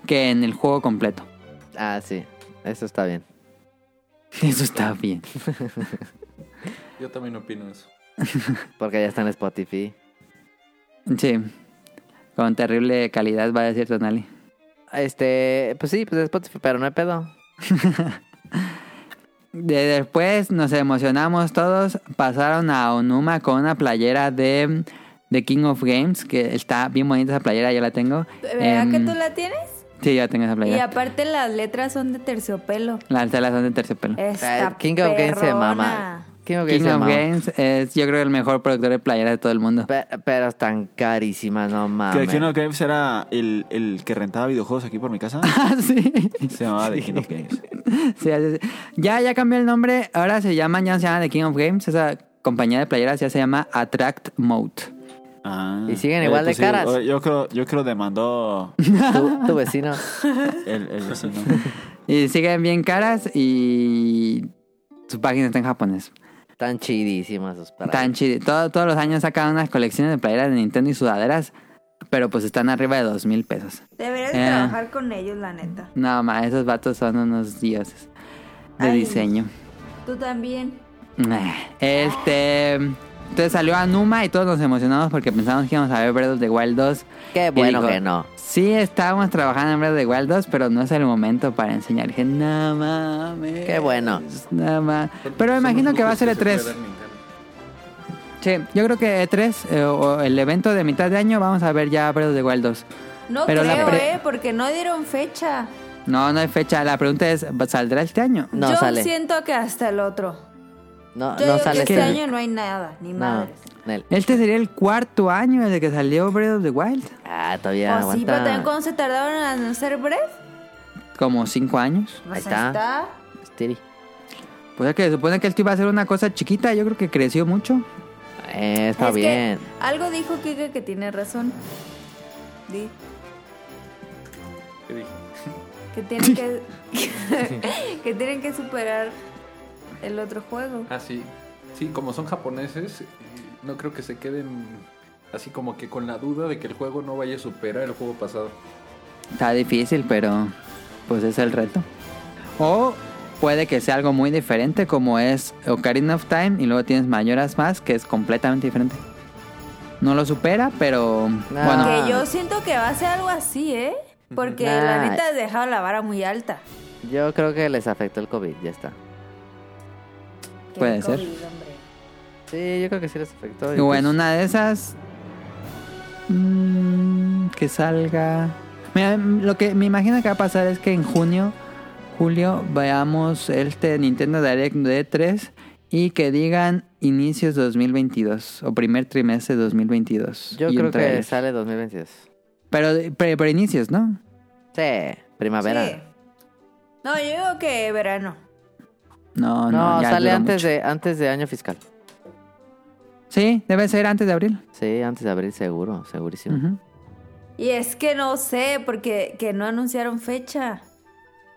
que en el juego completo.
ah, sí. Eso está bien.
Eso está bien.
Yo también opino eso.
Porque ya está en Spotify.
Sí. Con terrible calidad, va a decir Tonali.
Este, pues sí, pues es Spotify, pero no hay pedo.
De después nos emocionamos todos. Pasaron a Onuma con una playera de, de King of Games, que está bien bonita esa playera, yo la tengo.
¿Verdad
Em,
que tú la tienes?
Sí, yo tengo esa
Y
playera.
aparte las letras son de terciopelo.
Las telas son de terciopelo.
Está
Eh, King of Games se
mamá.
mama. King of Games
King
se
of
mama.
Games es, yo creo, el mejor productor de playeras de todo el mundo.
Pe- Pero, están carísimas, no
que
Ah,
mames.
King of Games era el, el que rentaba videojuegos aquí por mi casa.
Ah, sí.
Se llamaba The King of Games.
Sí, así es. Ya, ya cambió el nombre. Ahora se llaman, ya no se llama The King of Games. Esa compañía de playeras ya se llama Attract Mode.
Ah.
Y siguen igual de
pues sí,
caras.
o- Yo creo, yo creo demandó
Tu, tu vecino.
el, el vecino.
Y siguen bien caras y su página está en japonés.
Tan chidísimas sus paradas.
Tan chido. Todo- todos los años sacan unas colecciones de playeras de Nintendo y sudaderas, pero pues están arriba de dos mil pesos.
Deberías
Eh.
trabajar con ellos, la neta.
No, ma, esos vatos son unos dioses de
Ay.
diseño. Ah,
Tú también.
Este. Entonces salió Anuma y todos nos emocionamos porque pensamos que íbamos a ver Breath of the Wild 2.
Qué
Y
bueno
dijo,
que no.
Sí, estábamos trabajando en Breath of the Wild 2, pero no es el momento para enseñar. Dije, no mames.
Qué bueno.
No mames. Pero me imagino que va a ser E E3. Sí, yo creo que E3, eh, o el evento de mitad de año, vamos a ver ya Breath of the Wild 2.
No
Pero la
creo,
pre-
¿eh? Porque no dieron fecha.
No, no hay fecha. La pregunta es, ¿saldrá este año?
No
Yo
sale.
siento que hasta el otro.
No,
Yo
no
digo
sale
que
este
este año no hay nada, ni
No,
madres.
Nel.
Este sería el cuarto año desde que salió Breath of the Wild.
Ah, todavía
o Oh, sí, pero
aguanta.
también cuando se tardaron en hacer breath,
Como cinco años.
pues
Ahí
ahí
está.
está.
Stevie.
Pues es que se supone que esto iba a ser una cosa chiquita. Yo creo que creció mucho.
Eh, está
Es que
bien.
algo dijo Kike que tiene razón. Di,
¿Qué dije?
que tienen que, que tienen que superar el otro juego.
Ah, sí. Sí, como son japoneses, eh, no creo que se queden así como que con la duda de que el juego no vaya a superar el juego pasado.
Está difícil, pero pues es el reto. O puede que sea algo muy diferente como es Ocarina of Time y luego tienes Mayoras más que es completamente diferente. No lo supera, pero
No.
bueno.
Ah.
Que yo siento que va a ser algo así, ¿eh? Porque
Nah.
la neta has dejado la vara muy alta.
Yo creo que les afectó el COVID, ya está.
Qué
Puede ser.
COVID, hombre.
Sí, yo creo que sí les afectó. pues,
O en una de esas. mm, que salga. Mira, mm, lo que me imagino que va a pasar es que en junio, julio, veamos este Nintendo Direct de 3 y que digan inicios 2022 o primer trimestre 2022.
Yo
Y un
creo que
trailer.
sale 2022.
Pero, pero, pero inicios, ¿no?
Sí, primavera.
Sí. No, yo digo que verano.
No, no,
No,
ya
sale
duró
antes
mucho.
de, antes de año fiscal.
Sí, debe ser antes de abril.
Sí, antes de abril seguro, segurísimo.
Ujú.
Y es que no sé, porque que no anunciaron fecha.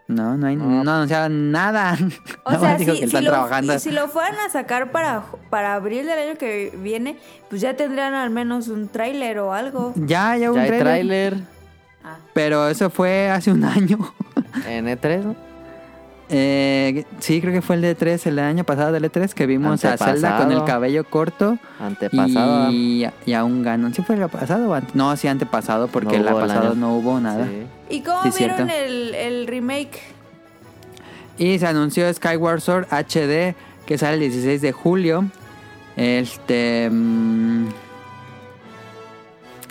No, no, hay, no. anunciaron nada.
O
Nada
sea,
más dijo
si,
que
si
están
lo,
trabajando.
si lo fueran a sacar para, ju- para abril del año que viene, pues ya tendrían al menos un tráiler o algo.
Ya, ya hubo un
Ya hay
trailer.
tráiler
Ah,
Pero eso fue hace un año.
en E3, ¿no?
Eh, sí, creo que fue el de 3 el año pasado del E3, que vimos a Zelda
Antepasado.
con el cabello corto
Antepasado.
y, y a un ganón. ¿Sí fue el pasado? o ante- No, sí, antepasado, porque
No
el
hubo el
pasado
año.
no hubo nada.
Sí.
¿Y cómo
Sí,
vieron
cierto.
el, el remake?
Y se anunció Skyward Sword HD, que sale el 16 de julio. Este. mm,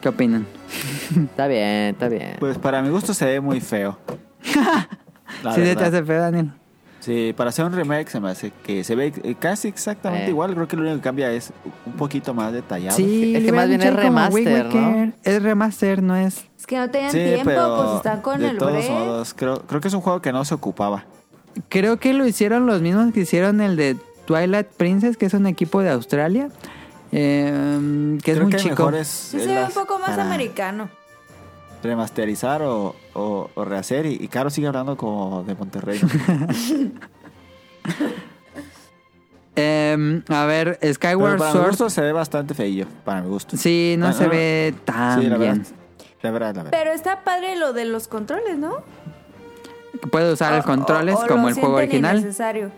¿Qué opinan?
Está bien, está bien.
Pues para mi gusto se ve muy feo. La
¿Sí se te
verdad.
hace feo, Daniel?
Sí, para hacer un remake se me hace que se ve eh, casi exactamente
Eh.
igual. Creo que lo único que cambia es un poquito más detallado.
Sí,
es que
le
más bien
van a
es
echar como Wind
remaster, ¿no?
Waker. Es remaster, no es.
Es que no tenían
Sí,
tiempo,
pero
pues están con
de
el
todos
break.
modos, creo, creo que es un juego que no se ocupaba.
Creo que lo hicieron los mismos que hicieron el de Twilight Princess, que es un equipo de Australia. eh, que es
creo
muy
que
chico.
mejor es,
Sí
es
se ve un
las-
poco más
Ah.
para
americano.
remasterizar o, o- o rehacer. Y, y Caro sigue hablando como de Monterrey.
Eh, a ver,
Pero
Skyward
para mi
Sword.
gusto se ve bastante feillo, para mi gusto.
Sí, no
Bueno,
se
no,
ve
Ah,
tan
Sí, la verdad.
bien.
La verdad, la verdad.
Pero está padre lo de los controles, ¿no?
Puede usar los
O-
controles
o- o
como
lo
el juego
sienten
original.
innecesario.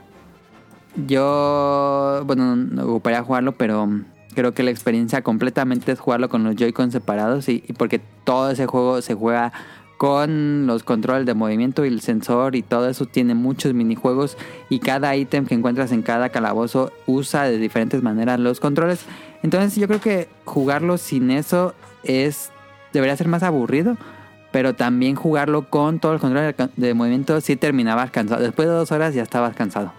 Yo, bueno, no ocuparía jugarlo, pero creo que la experiencia completamente es jugarlo con los Joy-Con separados y, y porque todo ese juego se juega con los controles de movimiento y el sensor y todo eso tiene muchos minijuegos y cada ítem que encuentras en cada calabozo usa de diferentes maneras los controles. Entonces yo creo que jugarlo sin eso es debería ser más aburrido, pero también jugarlo con todo el control de- de movimiento sí terminabas cansado. Después de dos horas ya estabas cansado.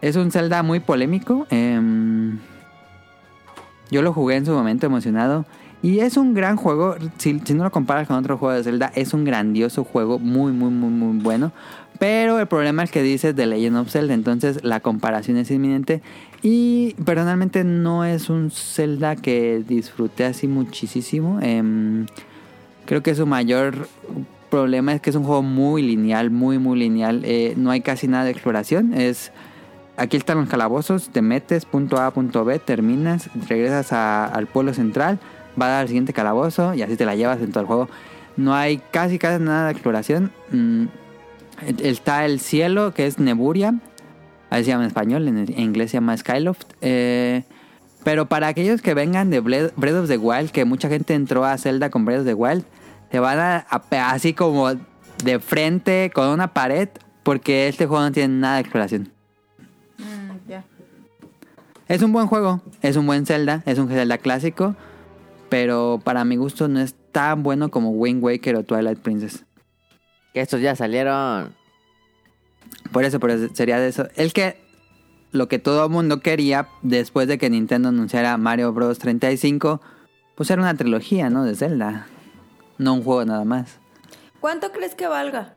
Es un Zelda muy polémico. em, yo lo jugué en su momento emocionado. Y es un gran juego. Si, si no lo comparas con otro juego de Zelda, es un grandioso juego. Muy, muy, muy, muy bueno. Pero el problema es que dices de Legend of Zelda. Entonces la comparación es inminente. Y personalmente no es un Zelda que disfruté así muchísimo. Em, creo que su mayor problema es que es un juego muy lineal, muy, muy lineal. Eh, no hay casi nada de exploración. Es. Aquí están los calabozos, te metes, punto A, punto B, terminas, regresas a- al pueblo central, va a dar al siguiente calabozo y así te la llevas en todo el juego. No hay casi, casi nada de exploración. Mm, Está el cielo, que es Neburia. Ahí se llama en español, en, en inglés se llama Skyloft. Eh, pero para aquellos que vengan de Ble- Breath of the Wild, que mucha gente entró a Zelda con Breath of the Wild, se van a, a pe- así como de frente con una pared, porque este juego no tiene nada de exploración.
Mm, ya.
Es un buen juego, es un buen Zelda, es un Zelda clásico, pero para mi gusto no es tan bueno como Wind Waker o Twilight Princess.
Que estos ya salieron.
Por eso, pero sería de eso. El que lo que todo el mundo quería después de que Nintendo anunciara Mario Bros 35, pues era una trilogía, ¿no? De Zelda. No un juego nada más.
¿Cuánto crees que valga?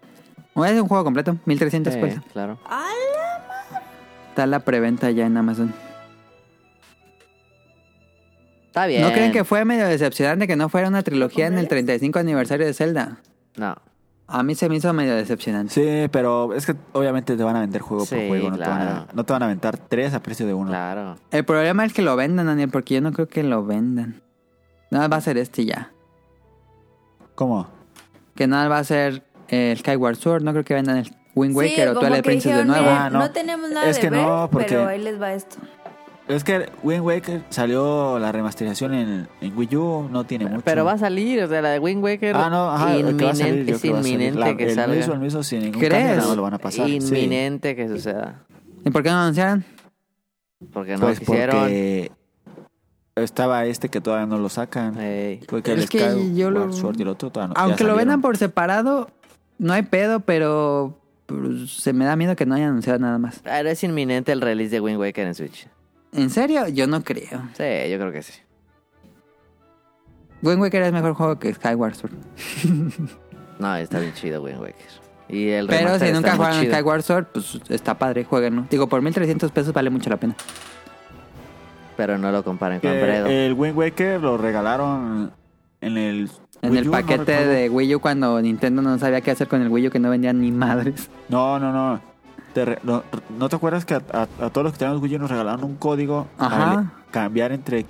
O es un juego completo, 1300
Sí,
pesos.
claro.
¡Hala!
Está la preventa ya en Amazon.
Está bien.
¿No creen que fue medio decepcionante que no fuera una trilogía en el
¿Completas?
35 aniversario de Zelda?
No.
A mí se me hizo medio decepcionante.
Sí, pero es que obviamente te van a vender juego
Sí,
por juego. No, te van
claro.
a, no te van a aventar tres a precio de uno.
Claro.
El problema es que lo vendan, Daniel, porque yo no creo que lo vendan. Nada más va a ser este y ya.
¿Cómo?
Que nada más va a ser eh, Skyward Sword. No creo que vendan el Wind Waker o
como
Twilight
que
Princess de
dijeron,
nuevo.
eh,
Ah,
no.
no.
tenemos nada
Es
de
que
ver,
no, porque-
pero ahí les va esto.
Es que Wind Waker salió la remasterización en, en Wii U, no tiene mucho.
Pero va a salir, o sea, la de Wind Waker.
Ah, no, ajá, el que va a salir,
inminente,
yo creo
es
que va a salir.
inminente
La-
que
el
salga.
Mismo, el mismo, sin ningún
¿Crees?
cambio, nada más lo van a pasar. sí.
Inminente que suceda.
¿Y por qué no anunciaron?
Porque no
Pues
quisieron.
porque estaba este que todavía no lo sacan.
Ey.
Porque
Es
el
que yo lo-
Skyward Sword y el otro todavía no- ya
Aunque lo
salieron.
vendan por separado, no hay pedo, pero pero se me da miedo que no hayan anunciado nada más.
Ahora es inminente el release de Wind Waker en Switch.
¿En serio? Yo no creo.
Sí, yo creo que sí.
Wind Waker es mejor juego que Skyward Sword.
No, está bien chido Wind Waker. Y el
Pero
remaster
si
está
nunca
muy
jugaron
chido.
Skyward Sword, pues está padre, jueguenlo. Digo, por 1300 pesos vale mucho la pena.
Pero no lo comparen
Que
con Bredo.
el Wind Waker lo regalaron en el.
En
Wii
el
U, no
paquete
recuerdo.
de Wii U cuando Nintendo no sabía qué hacer con el Wii U que no vendían ni madres.
No, no, no. Te re- no. ¿no te acuerdas que a, a- a todos los que teníamos Wii U nos regalaron un código
Ajá.
para le- cambiar entre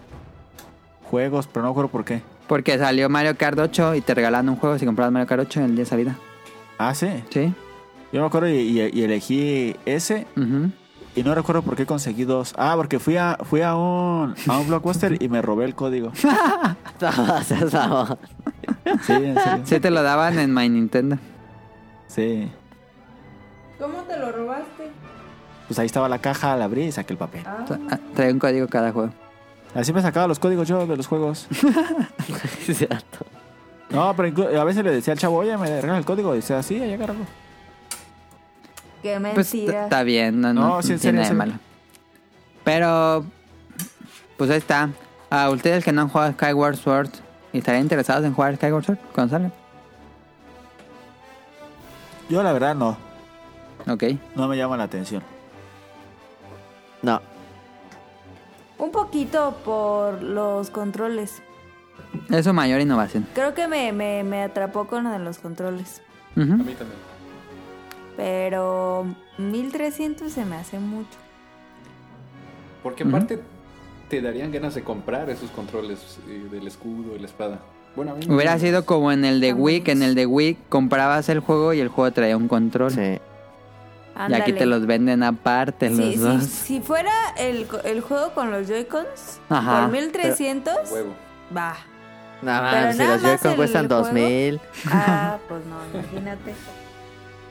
juegos, pero no recuerdo por qué.
Porque salió Mario Kart 8 y te regalaban un juego si comprabas Mario Kart 8 en el día de salida.
Ah, sí.
Sí.
Yo me acuerdo y, y- y elegí ese
Ujú.
y no recuerdo por qué conseguí dos. Ah, porque fui a fui a un a un blockbuster y me robé el código.
No, seas babón.
Sí, en serio.
Sí, te lo daban en My Nintendo.
Sí.
¿Cómo te lo robaste?
Pues ahí estaba la caja, la abrí y saqué el papel.
Tra- ah, Trae un código cada juego.
Así me sacaba los códigos yo de los juegos.
Cierto.
No, pero inclu- a veces le decía al chavo, oye, me regalas el código. Y decía, sí, ahí agárralo.
Qué
Pues t-
mentira.
está bien, no, no,
No, sí, en
no
serio,
tiene nada de
en
malo.
serio.
Pero, pues ahí está. A ustedes que no han jugado Skyward Sword y estarían interesados en jugar Skyward Sword cuando salga.
Yo la verdad no,
Ok.
no me llama la atención.
No,
Un poquito por los controles.
Es su mayor innovación.
Creo que me, me, me atrapó con lo de los controles.
A
Ujú.
mí también.
Pero 1300 se me hace mucho.
Porque
Ujú.
aparte te darían ganas de comprar esos controles eh, del escudo y la espada. Bueno, a mí me-
Hubiera sido como en el de Wii, que en el de Wii comprabas el juego y el juego traía un control.
sí.
Y aquí te los venden aparte los
Sí, sí,
dos.
si fuera el, co- el juego con los Joy-Cons,
Ajá,
por 1300,
Huevo.
va.
Nada
Pero
más, si
nada
los
más
Joy-Con
el
cuestan
juego.
2000.
Ah, pues no, imagínate.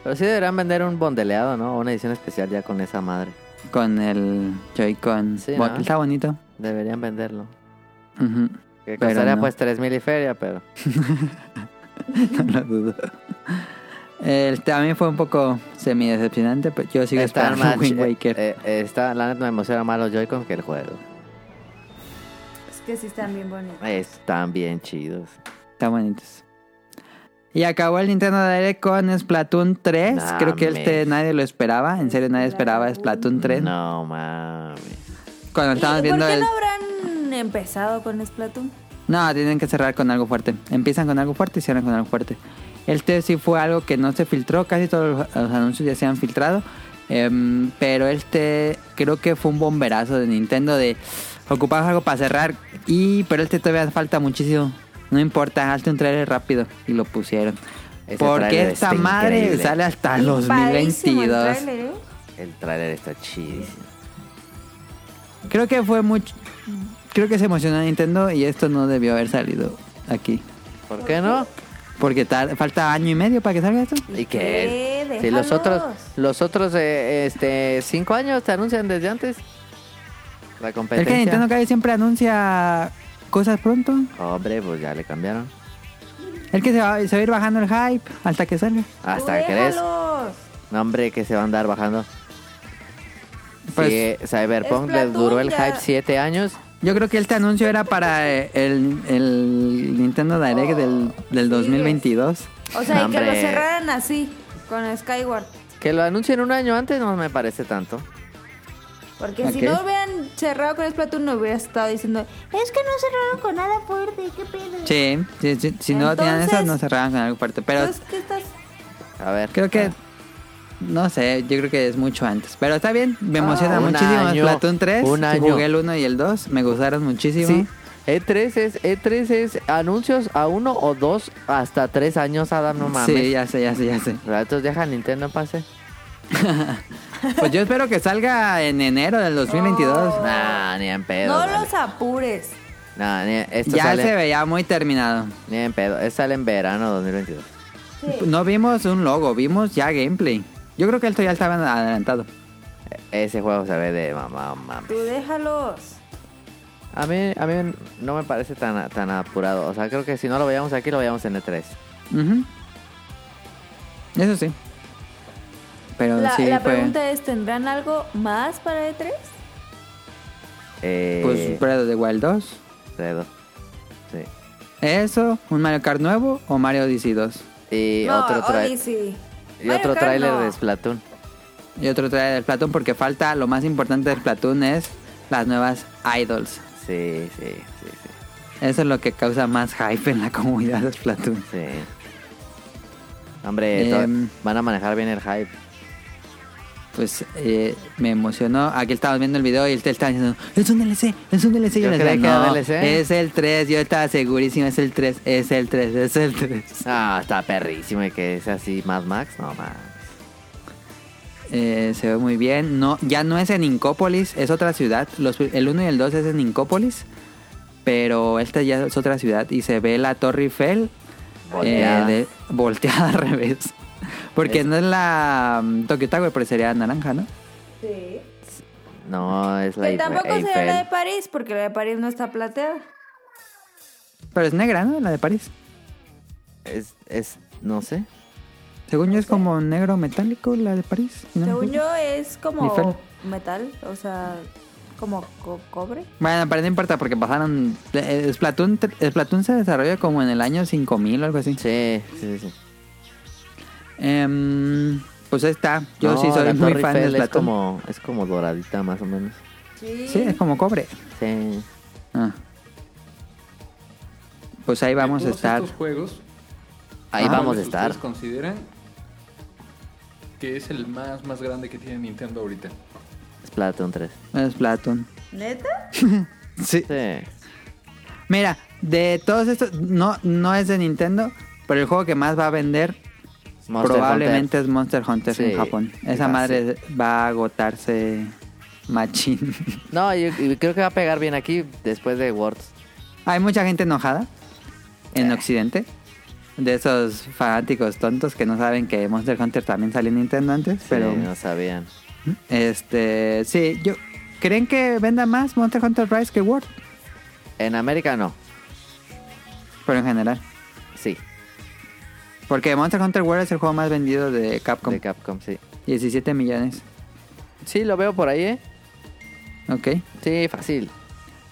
Pero sí deberán vender un bondeleado, ¿no? Una edición especial ya con esa madre.
Con el Joy-Con.
Sí,
Bo-
¿no?
Está bonito.
Deberían venderlo.
Ujú.
Que
Pero
costaría
no.
pues 3000 y feria, pero.
No lo dudo. El también fue un poco semi decepcionante, pero yo sigo
Están
esperando Wind
eh,
Waker.
eh, está, la neta me emociona más los Joy-Con que el juego.
Es que sí están bien bonitos.
Están bien chidos.
Están bonitos. Y acabó el Nintendo Direct con Splatoon 3.
Nah,
Creo que este
men.
nadie lo esperaba. En serio, nadie esperaba Splatoon 3.
No mames.
cuando
¿Y ¿Por
estábamos
qué
viendo el...
no habrán empezado con Splatoon?
No, tienen que cerrar con algo fuerte. Empiezan con algo fuerte y cierran con algo fuerte. Este sí fue algo que no se filtró, casi todos los, los anuncios ya se han filtrado. Em, pero este creo que fue un bomberazo de Nintendo de ocupamos algo para cerrar. Y pero este todavía falta muchísimo. No importa, hazte un trailer rápido. Y lo pusieron.
Ese
Porque
tráiler
esta
está
madre
increíble.
sale hasta el
Padrísimo el
2022.
tráiler, ¿eh?
El tráiler está chidísimo.
Creo que fue mucho. Creo que se emocionó Nintendo y esto no debió haber salido aquí.
¿Por qué no?
Porque tar- falta año y medio para que salga esto.
Y que
¿Qué?
si los otros,
Déjalos.
los otros eh, este cinco años te anuncian desde antes. La
Es que
competencia.
Nintendo casi siempre anuncia cosas pronto.
Hombre, pues ya le cambiaron.
El que se va, se va a ir bajando el hype hasta que salga.
Hasta
Tú
que crees.
déjalos.
No, hombre, que se va a andar bajando.
Pues-
Sí, eh, Cyberpunk les
Splatoon
duró el
ya-
hype siete años.
Yo creo que este anuncio era para eh, el, el Nintendo Direct del, del 2022.
O sea, y que lo
Hombre.
cerraran así, con Skyward.
Que lo anuncien un año antes no me parece tanto.
Porque
Ok.
si no hubieran cerrado con Splatoon, no hubiera estado diciendo, es que no cerraron con nada fuerte, qué pedo.
Sí, sí, sí, si no tenían
Entonces- pues,
eso, no cerraban con algo fuerte. Pero
Entonces, ¿qué estás?
A ver.
creo que,
Ah,
no sé, yo creo que es mucho antes. Pero está bien, me emociona
Ah, un
muchísimo.
año,
Splatoon 3,
un año.
jugué el 1 y el 2, me gustaron muchísimo.
Sí. E3 es, E3 es anuncios a uno o dos hasta tres años, Adam, no mames.
Sí, ya sé, ya sé, ya sé.
Ratos deja a Nintendo pase.
Pues yo espero que salga en enero del 2022.
Nah, ni en pedo.
no
vale.
los apures.
Nah, ni, esto
Ya
sale,
se veía muy terminado.
ni en pedo. Esto sale en verano 2022.
No vimos un logo, vimos ya gameplay. Yo creo que esto ya estaba adelantado.
Ese juego se ve de mamá, mamá.
Tú déjalos.
A mí, a mí no me parece tan, tan apurado. O sea, creo que si no lo veíamos aquí, lo veíamos en E E3.
Ujú. Eso sí. Pero
La,
sí
la
fue.
pregunta es, ¿tendrán algo más para E E3?
Eh,
Pues Breath of the Wild 2.
Redo. Sí.
Eso, un Mario Kart nuevo o Mario Odyssey 2.
Y
no,
otro tra-
Odyssey.
y
Mario
otro
Kart
tráiler
no.
de Splatoon.
Y otro trae del Platón porque falta lo más importante del Platón es las nuevas idols.
Sí, sí, sí, sí.
Eso es lo que causa más hype en la comunidad del Platón.
sí. Hombre, to-
Em.
van a manejar bien el hype.
Pues eh, me emocionó. Aquí estábamos viendo el video y él te estaba diciendo, es un DLC, es un DLC. Y
Yo
les
creí
decía,
que era
"No,
DLC".
Es el 3, yo estaba segurísimo, es el 3, es el 3, es el 3.
Ah, está perrísimo y que es así Mad Max. No, mames.
Eh, se ve muy bien. No, ya no es en Incópolis, es otra ciudad. Los- el 1 y el 2 es en Incópolis, pero esta ya es otra ciudad y se ve la Torre Eiffel
Volteada.
eh, de- volteada al revés. Porque
Es-
no es la mm, Tokyo Tower, pero sería naranja, ¿no?
Sí.
No, es la
Que
Eiffel.
tampoco será la de París, porque la de París no está plateada.
Pero es negra, ¿no? La de París.
Es, es, no sé.
Según yo es como negro metálico la de París. si no me
Según
equivoco.
yo es como
Eiffel.
metal, o sea, como co- cobre.
Bueno, pero no importa porque pasaron... eh, Splatoon, tre- Splatoon se desarrolla como en el año 5000 o algo así.
Sí, sí, sí. sí.
Em, pues ahí está. Yo sí
No,
soy
la
muy
Torre
fan de
Eiffel es
Splatoon.
como, es como doradita más o menos.
Sí, es como cobre.
Sí.
Ah. Pues ahí vamos a
todos
estar.
Estos juegos,
Ahí
Ah,
vamos
¿cuáles
a estar.
ustedes consideran que es el más más grande que tiene Nintendo ahorita?
Splatoon 3.
Splatoon.
¿Neta?
Sí.
Sí.
Mira, de todos estos, no, no es de Nintendo, pero el juego que más va a vender
Monster
probablemente es Monster Hunter
Sí,
en Japón. Esa
va a
madre va a agotarse machín.
Hunter. No, yo, yo creo que va a pegar bien aquí después de Words.
Hay mucha gente enojada en
Eh.
Occidente. De esos fanáticos tontos que no saben que Monster Hunter también salió en Nintendo antes, pero
Sí, no sabían.
este sí, yo ¿creen que venda más Monster Hunter Rise que World?
En América no.
Pero en general,
Sí.
porque Monster Hunter World es el juego más vendido de Capcom,
De Capcom, sí.
17 millones.
Sí, lo veo por ahí, ¿eh?
Ok.
Sí, fácil.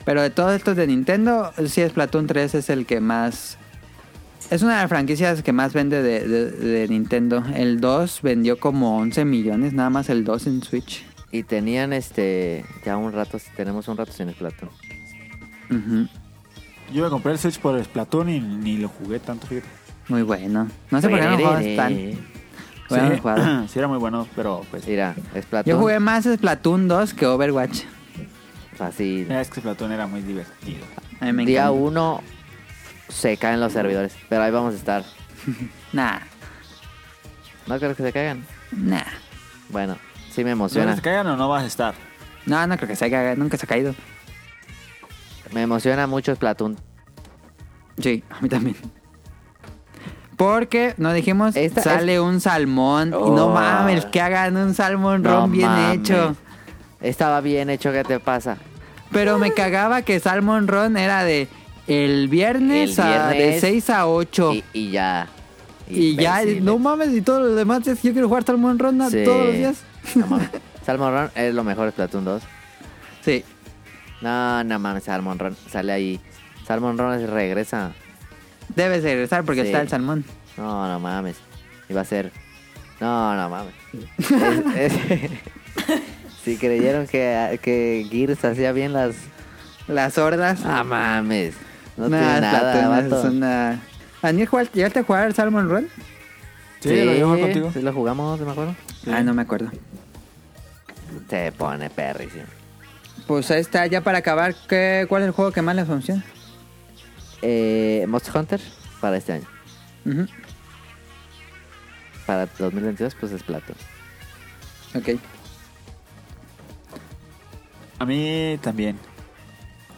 Pero de todos estos de Nintendo, sí Splatoon 3 es el que más... Es una de las franquicias que más vende de, de- de Nintendo. El 2 vendió como 11 millones, nada más el 2 en Switch.
Y tenían este. Ya un rato, tenemos un rato sin el platón.
Ujú.
Yo me compré el Switch por Splatoon y ni lo jugué tanto, fíjate.
Muy bueno. No sé por qué no juegas tan. Bueno,
sí.
jugado.
sí, era muy bueno, pero pues...
Mira, es platón.
Yo jugué más Splatoon 2 que Overwatch.
Así.
Es que Splatoon era muy divertido.
A mí Eh, me
Día
encanta.
uno se caen los servidores. Pero ahí vamos a estar.
Nah,
No creo que se caigan.
nah.
Bueno, sí me
¿No
emociona.
te caigan o no vas a estar?
No, no creo que se haya, nunca se ha caído.
Me emociona mucho Splatoon.
Sí, a mí también. Porque, no dijimos,
Esta
sale un salmón. Y no
Oh.
mames, que hagan un salmón
No
ron bien
mames.
hecho.
Estaba bien hecho, ¿qué te pasa?
Pero me cagaba que salmón ron era de el viernes,
El
a- de
viernes
6 a 8.
Y, y ya.
Y ya,
Imbéciles.
no mames, y todos los demás días. Yo quiero jugar salmón ron a-
Sí.
todos los días.
No mames. Salmon Run es lo mejor de Splatoon 2.
Sí.
No, no mames, Salmon Run. Sale ahí. Salmon Run es- regresa.
Debes regresar porque
Sí.
está el salmón.
No, no mames. Iba a ser. No, no mames. Es- es- si creyeron que, que Gears hacía bien las.
Las hordas.
No Ah, mames. No
Nah,
tiene nada,
Splatoon,
vato.
es una- Daniel, ¿jugaste- ¿llegaste a jugar Salmon Run?
Sí, lo llevo contigo.
Sí, lo jugamos, me acuerdo.
Ah, no me acuerdo.
Se pone perrísimo.
Pues ahí está, ya para acabar, ¿qué, ¿cuál es el juego que más les funciona?
Eh, Monster Hunter para este año.
Ujú,
Para 2022, pues es plato.
Ok.
A mí también.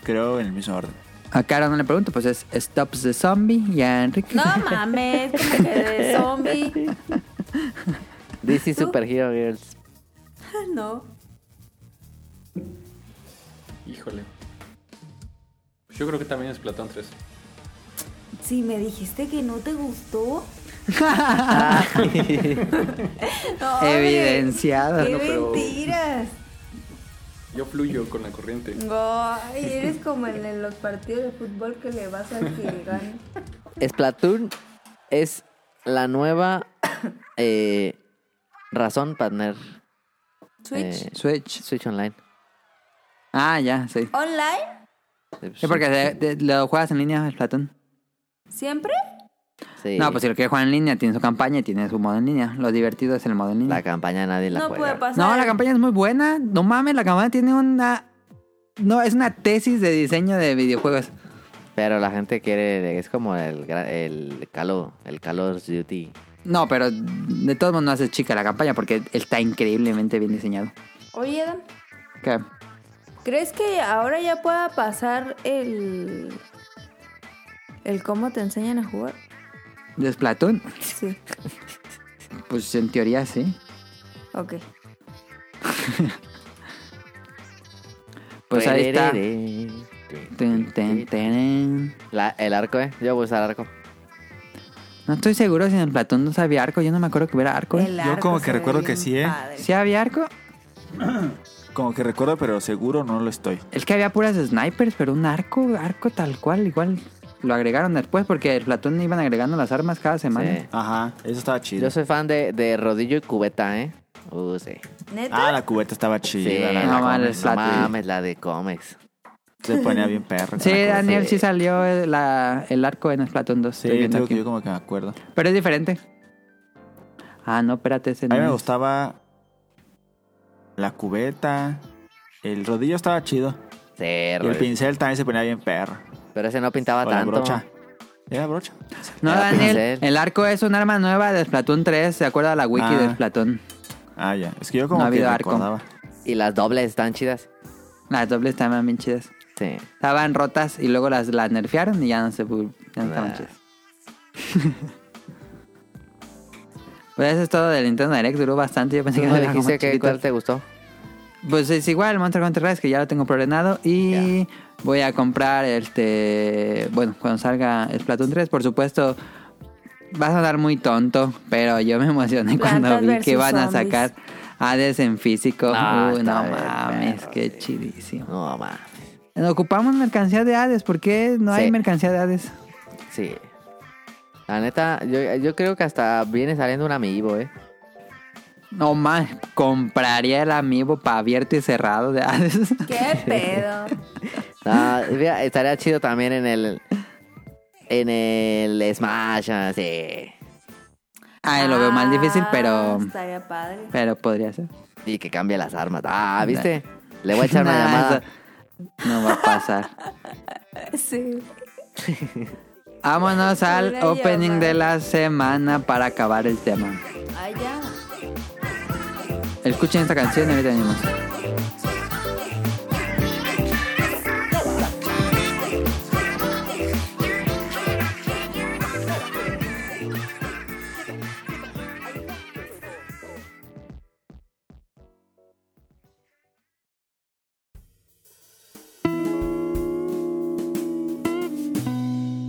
Creo en el mismo orden.
A Cara no le pregunto, pues es Stops the Zombie y a Enrique.
No mames, como que de zombie.
DC Super Hero Girls.
No.
Híjole. Pues yo creo que también es Platón 3.
Si me dijiste que no te gustó.
Ah,
No, hombre,
Evidenciado.
¡Qué
No, pero-
mentiras!
Yo fluyo con la corriente.
Ay, eres como en en los partidos de fútbol que le vas a que gane.
Splatoon es la nueva eh, razón para tener
Switch.
eh,
Switch.
Switch Online.
Ah, ya, sí.
¿Online?
Es porque de- de- lo juegas en línea, Platón.
¿Siempre?
Sí,
No, pues si lo quieres jugar en línea, tiene su campaña y tiene su modo en línea. Lo divertido es el modo en línea.
la campaña nadie la
no
juega.
puede pasar.
No, la campaña es muy buena. No mames, la campaña tiene una... No, es una tesis de diseño de videojuegos.
Pero la gente quiere, es como el, gra- el calor, el Call of Duty.
No, pero de todos modos no haces chica la campaña porque está increíblemente bien diseñado.
Oye, Adam,
¿Qué?
¿crees que ahora ya pueda pasar el. el cómo te enseñan a jugar?
¿De Splatoon?
Sí.
Pues en teoría sí.
Ok.
Pues ahí está. Tun, tun,
está.
tun.
el arco, ¿eh? Yo voy a usar arco.
No estoy seguro si en el Platón no sabía arco. Yo no me acuerdo que hubiera arco. ¿eh?
El
Yo
arco
como
se
que
ve
recuerdo
bien
que sí, ¿eh?
padre.
¿Sí había arco?
Como que recuerdo, pero seguro no lo estoy.
Es que había puras snipers, pero un arco, arco tal cual, igual. Lo agregaron después porque el Platón iban agregando las armas cada semana.
Sí.
Ajá, eso estaba chido.
Yo soy fan de, de rodillo y cubeta, ¿eh? Uh, sí.
¿Neta?
Ah, la cubeta estaba chida.
Sí,
la-
la,
no
la-
mames,
Comex, no
la-
mames, la de cómics.
se ponía bien perro.
Sí,
la cubeta.
Daniel,
Ah, sí.
sí salió el, la- el arco en el Platón 2.
Sí,
estoy viendo
digo
aquí.
que yo como que me acuerdo.
Pero es diferente. Ah, no, espérate, ese
A
no
mí me
es.
gustaba la cubeta. El rodillo estaba chido. Y
Sí,
el
Rodillo.
pincel también se ponía bien perro.
Pero ese no pintaba
O la
tanto.
brocha. ¿Era brocha?
No,
Era
Daniel,
pincel.
el arco es un arma nueva de Splatoon 3. ¿Se acuerda la wiki
Ah.
de Splatoon?
Ah, ya. Es que yo como
No ha
que
habido arco.
recordaba.
Y las dobles están chidas.
Las dobles estaban bien chidas.
Sí.
Estaban rotas y luego las, las nerfearon y ya no se pu- ya no estaban
Ah.
chidas. pues eso es todo del Nintendo Direct. Duró bastante. Yo pensé
¿Tú
que
no
era como
dijiste que
chiquito.
cuál te gustó?
Pues es igual, Monster Hunter Rise, que ya lo tengo programado. Y voy a comprar este. Bueno, cuando salga Splatoon 3, por supuesto. Vas a dar muy tonto, pero yo me emocioné
Plantas
cuando vi que
versus
van a
zombies.
sacar Hades en físico.
Ah,
Uy,
está
no
bien,
mames,
perro,
qué
sí.
chidísimo.
No, mames.
Ocupamos mercancía de Hades, ¿por qué no
Sí.
hay mercancía de Hades?
Sí. La neta, yo, yo creo que hasta viene saliendo un amigo, ¿eh?
No más, compraría el amiibo para abierto y cerrado de Hades.
¿Qué pedo?
No, mira, Ah, estaría chido también en el. En el Smash, ah, así.
Ay, lo veo más difícil,
Ah,
pero.
Estaría padre.
Pero podría ser.
Y que cambie las armas. Ah, ¿viste? Le voy a echar una
Nah,
llamada.
eso No va a pasar.
Sí.
Vámonos al
Una
opening
llamada.
de la semana para acabar el tema.
Ah, ya.
Escuchen esta canción y ahorita venimos.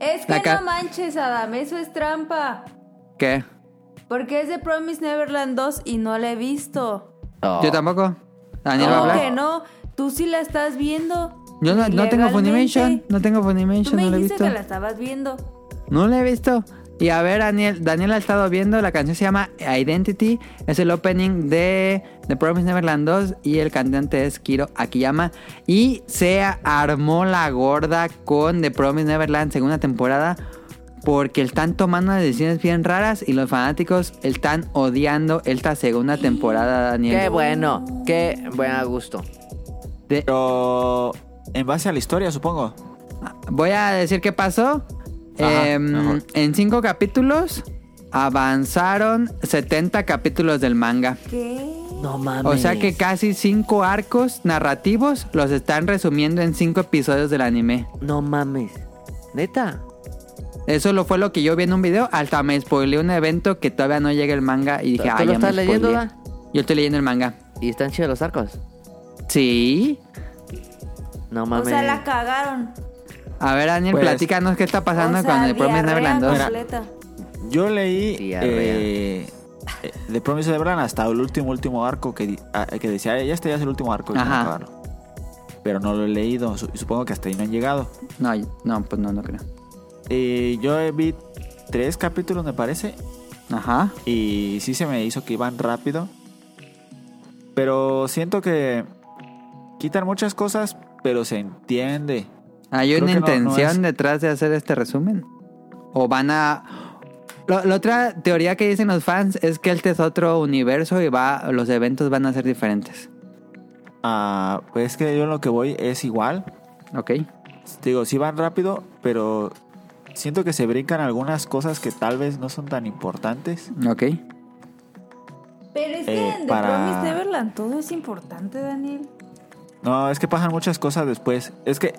Es que
La ca-
no manches, Adam, eso es trampa.
¿Qué?
Porque es de Promise Neverland 2 y no la he visto.
Oh.
¿Yo tampoco? ¿Daniel va a
¿Cómo
hablar?
que no? Tú sí la estás viendo.
Yo no, no tengo
Ilegalmente.
Funimation. No tengo
Tú
Funimation,
me
no lo he
dijiste
visto.
que la estabas viendo.
No la he visto. Y a ver, Daniel, Daniel ha estado viendo, la canción se llama Identity, es el opening de The Promise Neverland 2 y el cantante es Kiro Akiyama. Y se armó la gorda con The Promise Neverland segunda temporada porque están tomando decisiones bien raras y los fanáticos están odiando esta segunda temporada, Daniel.
Qué bueno. Qué buen gusto.
De-
Pero en base a la historia, supongo.
Voy a decir qué pasó.
Ajá,
Em,
mejor.
en cinco capítulos avanzaron 70 capítulos del manga.
¿Qué?
No mames.
O sea que casi cinco arcos narrativos los están resumiendo en cinco episodios del anime.
No mames. Neta.
Eso lo fue lo que yo vi en un video. Hasta me spoileé un evento que todavía no llega el manga y dije,
¿Tú
ah,
lo
ya me
estás leyendo,
spoileé".
va?
Yo estoy leyendo el manga.
¿Y están chidos los arcos?
Sí.
No
O
mames.
sea, la cagaron.
A ver, Daniel,
Pues-
platícanos qué está pasando
O sea,
con el Promise
diarrea
Neverland 2.
completa.
Yo leí
Diarrea.
eh, eh, de Promise Neverland hasta el último, último arco que, di- ah, que decía, ya este ya es el último arco. y van a
Ajá.
acabarlo". Pero no lo he leído, su- supongo que hasta ahí no han llegado.
No, no, pues no, no creo.
Eh, yo vi tres capítulos, me parece,
Ajá.
y sí se me hizo que iban rápido. Pero siento que quitan muchas cosas, pero se entiende.
¿Hay
Creo
una
que no- no
intención
es-
detrás de hacer este resumen? ¿O van a...? Lo- la otra teoría que dicen los fans es que este es otro universo y va, los eventos van a ser diferentes.
Ah, pues es que yo en lo que voy es igual.
¿Ok?
Te digo, sí van rápido, pero siento que se brincan algunas cosas que tal vez no son tan importantes.
¿Ok?
Pero es que
Eh,
en The
para-
Promise Neverland todo es importante, Daniel.
No, es que pasan muchas cosas después. Es que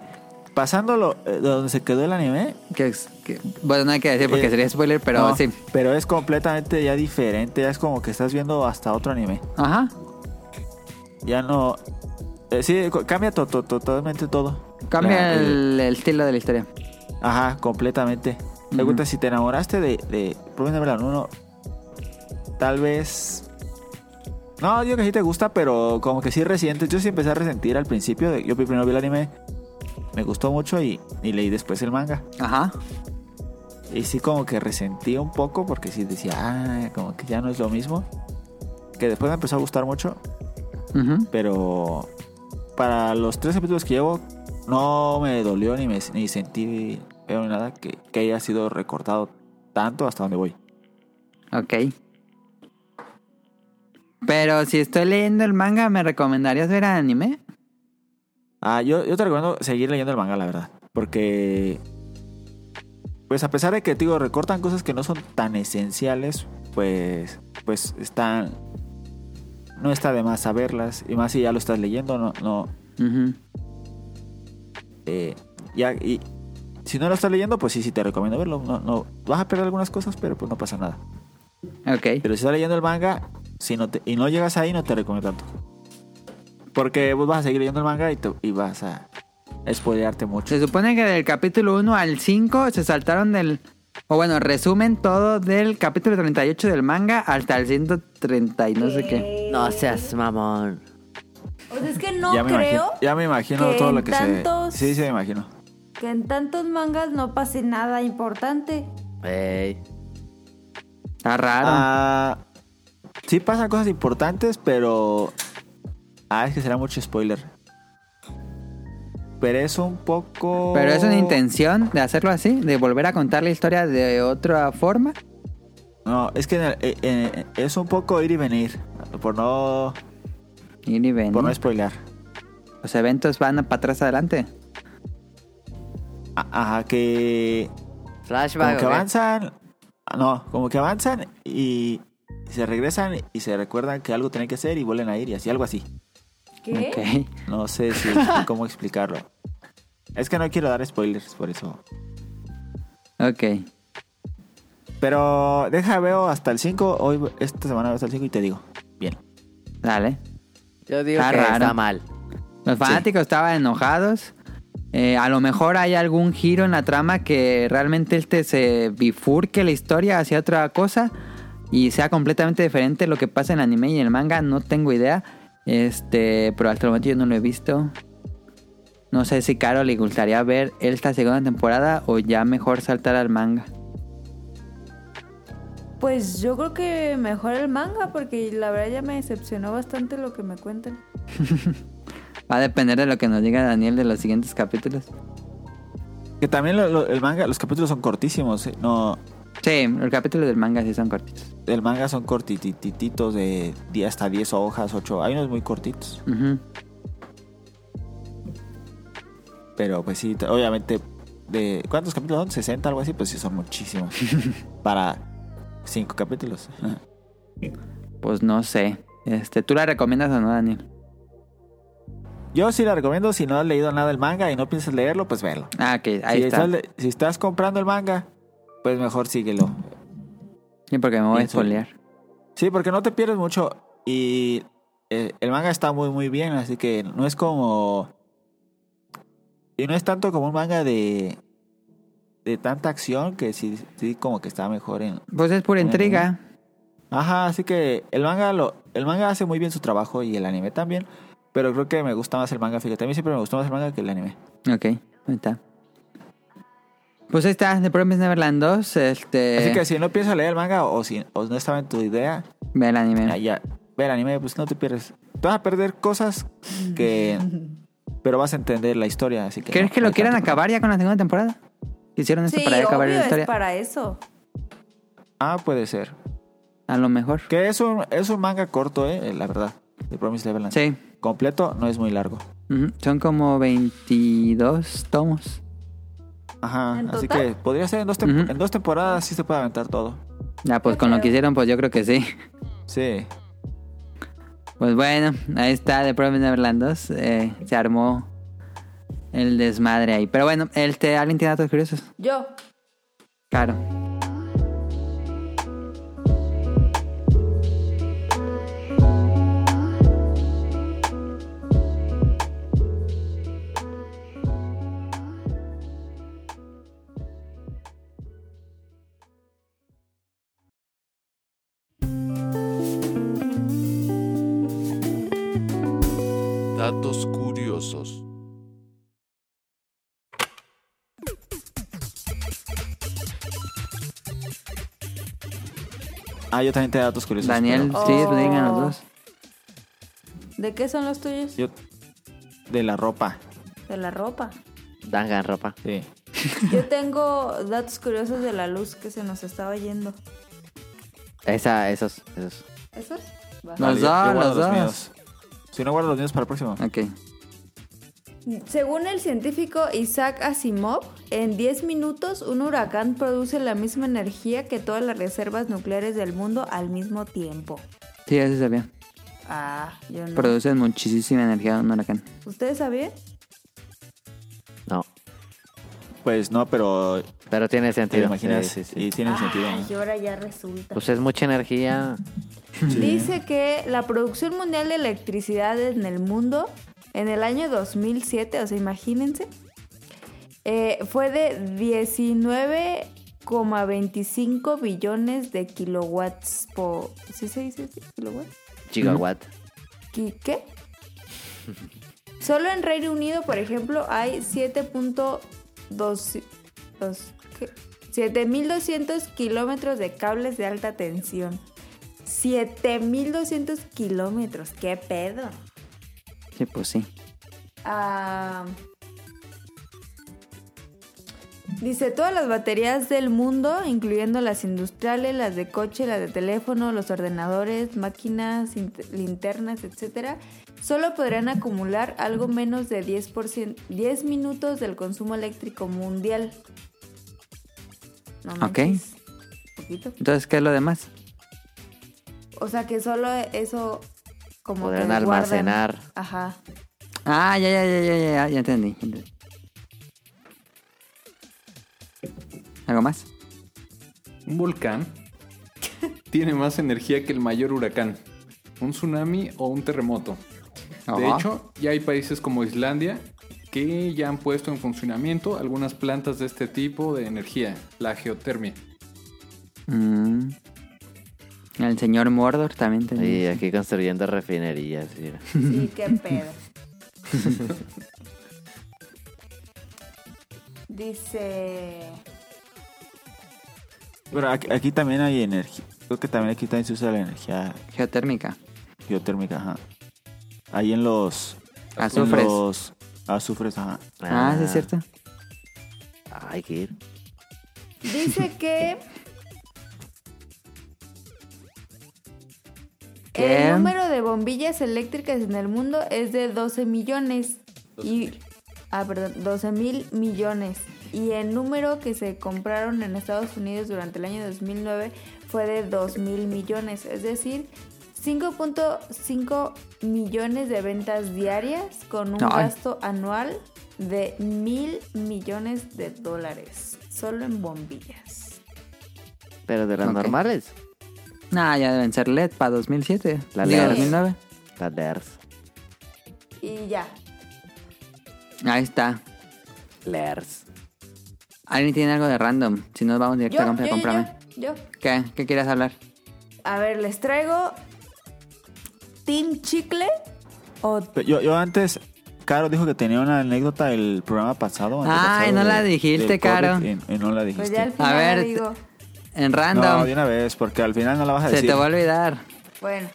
pasándolo eh, de donde se quedó el anime,
¿Qué es? ¿Qué? Bueno, no hay que decir porque
Eh,
sería spoiler, pero
no,
sí.
pero es completamente ya diferente. Ya es como que estás viendo hasta otro anime.
Ajá.
Ya no. eh, sí, co- cambia to- to- to- totalmente todo.
Cambia
La- eh,
el, el estilo de la historia.
Ajá, completamente. Me
Ujú.
gusta si te enamoraste de, de Rubén de Verano, uno, tal vez... No, yo que sí te gusta, pero como que sí resientes. Yo sí empecé a resentir al principio. de- Yo primero vi el anime, me gustó mucho y, y leí después el manga.
Ajá.
Y sí como que resentí un poco porque sí decía, ah, como que ya no es lo mismo. Que después me empezó a gustar mucho,
Ujú.
pero para los tres capítulos que llevo no me dolió ni me ni sentí feo ni nada que, que haya sido recortado tanto hasta donde voy.
Ok. Pero si estoy leyendo el manga, ¿me recomendarías ver anime?
Ah, yo, yo te recomiendo seguir leyendo el manga, la verdad. Porque. Pues a pesar de que, te digo, recortan cosas que no son tan esenciales, pues. Pues están. No está de más saberlas. Y más si ya lo estás leyendo, no. no
Ujú.
eh, ya, y si no lo estás leyendo, pues sí, sí te recomiendo verlo. No, no, vas a perder algunas cosas, pero pues no pasa nada.
Ok.
Pero si estás leyendo el manga si no te- y no llegas ahí, no te recomiendo tanto. Porque vos vas a seguir leyendo el manga y, te- y vas a spoilearte mucho.
Se supone que del capítulo 1 al 5 se saltaron del... O bueno, resumen todo del capítulo 38 del manga hasta el 130 y no sé qué.
No seas mamón.
O sea, es que no
ya me
creo
imagino, ya me imagino
que
todo
en
lo que
tantos-
se. Sí, sí, me imagino.
que en tantos mangas no pase nada importante.
Ey.
Está raro.
Ah, sí pasan cosas importantes, pero. Ah, es que será mucho spoiler. Pero es un poco.
Pero es una intención de hacerlo así, de volver a contar la historia de otra forma.
No, es que en el- eh, eh, es un poco ir y venir. Por no.
Ir y venir.
Por Pues no spoiler.
Los eventos van para atrás adelante.
Ajá, que. Como
Flashback.
que
¿o qué?
avanzan. No, como que avanzan y se regresan y se recuerdan que algo tienen que hacer y vuelven a ir y así, algo así.
¿Qué?
Ok.
No sé si, cómo explicarlo. Es que no quiero dar spoilers, por eso.
Ok.
Pero deja, veo hasta el 5. Hoy, esta semana veo hasta el 5 y te digo. Bien.
Dale.
Yo digo
Está
que
raro.
está mal.
Los fanáticos estaban enojados. Eh, a lo mejor hay algún giro en la trama que realmente este se bifurque la historia hacia otra cosa y sea completamente diferente lo que pasa en el anime y en el manga. No tengo idea. Este, pero hasta el momento yo no lo he visto. No sé si Caro le gustaría ver esta segunda temporada o ya mejor saltar al manga.
Pues yo creo que mejor el manga, porque la verdad ya me decepcionó bastante lo que me cuentan.
Va a depender de lo que nos diga Daniel de los siguientes capítulos.
Que también lo- lo- el manga, los capítulos son cortísimos. ¿eh? No,
Sí, los capítulos del manga sí son cortitos.
el manga son cortitititos de 10 hasta 10 hojas, 8. Hay unos muy cortitos.
Ujú.
Pero pues sí, t- obviamente, de ¿cuántos capítulos son? 60, algo así, pues sí son muchísimos. Para 5 capítulos.
Pues no sé. Este, ¿tú la recomiendas o no, Daniel?
Yo sí la recomiendo, si no has leído nada del manga y no piensas leerlo, pues verlo.
Ah, ok, ahí
si,
está.
Estás, le- si estás comprando el manga, pues mejor síguelo.
Sí, porque me voy a
Pienso-
spoilear.
Sí, porque no te pierdes mucho y eh, el manga está muy muy bien, así que no es como... Y no es tanto como un manga de... De tanta acción que sí, sí como que está mejor en,
Pues es pura
Ujú.
intriga.
Ajá, así que el manga lo, el manga hace muy bien su trabajo y el anime también, pero creo que me gusta más el manga, fíjate, a mí siempre me gustó más el manga que el anime.
Ok, ahí está. Pues ahí está, The Promised Neverland 2. Este,
Así que si no piensas leer el manga o si o no estaba en tu idea,
Ve el
ya,
anime.
ya, ve el anime, pues no te pierdes. Te vas a perder cosas que pero vas a entender la historia, así que
¿Crees
no,
que lo
no
quieran
tanto.
acabar ya con la segunda temporada? ¿Hicieron
Este,
Sí,
esto para ya acabar
obvio,
la historia?
es para eso.
Ah, puede ser.
A lo mejor.
Que es un es un manga corto, eh, la verdad. De Promise Neverland.
Sí.
Completo no es muy largo.
Ujú, Son como 22 tomos.
Ajá,
¿En
así
total?
que podría ser en dos, tempo-
Ujú.
en dos temporadas sí se puede aventar todo.
Ya, pues con lo que hicieron, pues yo creo que sí.
Sí.
Pues bueno, ahí está The Promised Neverland 2. eh, se armó el desmadre ahí. Pero bueno, este, ¿alguien tiene datos curiosos?
Yo,
Claro.
Datos curiosos.
Ah, yo también tengo datos curiosos.
Daniel,
pero
Oh.
sí, digan los dos.
¿De qué son los tuyos?
Yo. De la ropa.
De la ropa.
Dangan ropa.
Sí.
Yo tengo datos curiosos de la luz que se nos estaba yendo.
Esa, esos, esos.
¿Esos? Va.
Los dos,
Yo- yo guardo
los dos. Ah.
míos. Si no guardo los míos para el próximo.
Ok.
Según el científico Isaac Asimov, en 10 minutos un huracán produce la misma energía que todas las reservas nucleares del mundo al mismo tiempo.
Sí, eso sabía.
Ah, yo no.
Producen muchísima energía un huracán.
¿Ustedes sabían?
No.
Pues no, pero
Pero tiene
te
sentido.
imaginas.
Sí, sí, sí.
Y tiene sentido.
Ay,
¿no?
ahora ya resulta.
Pues es mucha energía.
Dice que la producción mundial de electricidad en el mundo en el año 2007, o sea, imagínense, eh, fue de 19,25 billones de kilowatts por... ¿Sí se dice así? ¿Kilowatts?
Gigawatt.
¿Qui- ¿Qué? Solo en Reino Unido, por ejemplo, hay 7.2... dos- ¿qué? 7.200 kilómetros de cables de alta tensión. 7.200 kilómetros, qué pedo.
Sí, pues sí.
Ah, dice, todas las baterías del mundo, incluyendo las industriales, las de coche, las de teléfono, los ordenadores, máquinas, int- linternas, etcétera, solo podrán acumular algo menos de 10%, 10 minutos del consumo eléctrico mundial. No
Ok.
manches. Poquito.
Entonces, ¿qué es lo demás?
O sea que solo eso como
Podrán
que guardan.
almacenar.
Ajá.
Ah, ya, ya, ya, ya, ya, ya entendí. ya entendí. ¿Algo más?
Un volcán tiene más energía que el mayor huracán, un tsunami o un terremoto. De
Ajá.
hecho, ya hay países como Islandia que ya han puesto en funcionamiento algunas plantas de este tipo de energía, la geotermia.
Mm. El señor Mordor también
Y
tenía.
aquí construyendo refinerías. mira.
Sí, qué pedo. Dice.
Pero aquí, aquí también hay energía. Creo que también aquí también se usa la energía
Geotérmica.
geotérmica, ajá. Ahí en los.
Azufres.
En los azufres, ajá.
Ah, sí, es cierto.
Ah, Hay que ir.
Dice que.
¿Qué?
El número de bombillas eléctricas en el mundo es de 12 millones. y, ah, perdón, 12 mil millones. Y el número que se compraron en Estados Unidos durante el año 2009 fue de 2 mil millones. Es decir, 5.5 millones de ventas diarias con un
Ay.
gasto anual de mil millones de dólares. Solo en bombillas.
Pero de las
Ok.
normales,
Nah, Ah, ya deben ser LED para 2007.
La
Digo,
LED.
2009.
las LERS.
Y ya.
Ahí está.
LERS.
¿Alguien tiene algo de random? Si no, vamos directo
Yo, eh,
a comprar,
yo, yo,
cómprame.
yo, yo.
¿Qué? ¿Qué quieres hablar?
A ver, les traigo Team Chicle o
Pero Yo, yo antes. Caro dijo que tenía una anécdota del programa pasado.
Ay,
antepasado,
no la
del-
dijiste,
del
Caro.
COVID, Y, y no la dijiste.
Pues ya al final
ver,
le
te-
digo.
En
No,
random.
de una vez, porque al final no la vas a
se
decir.
te va a olvidar.
Bueno.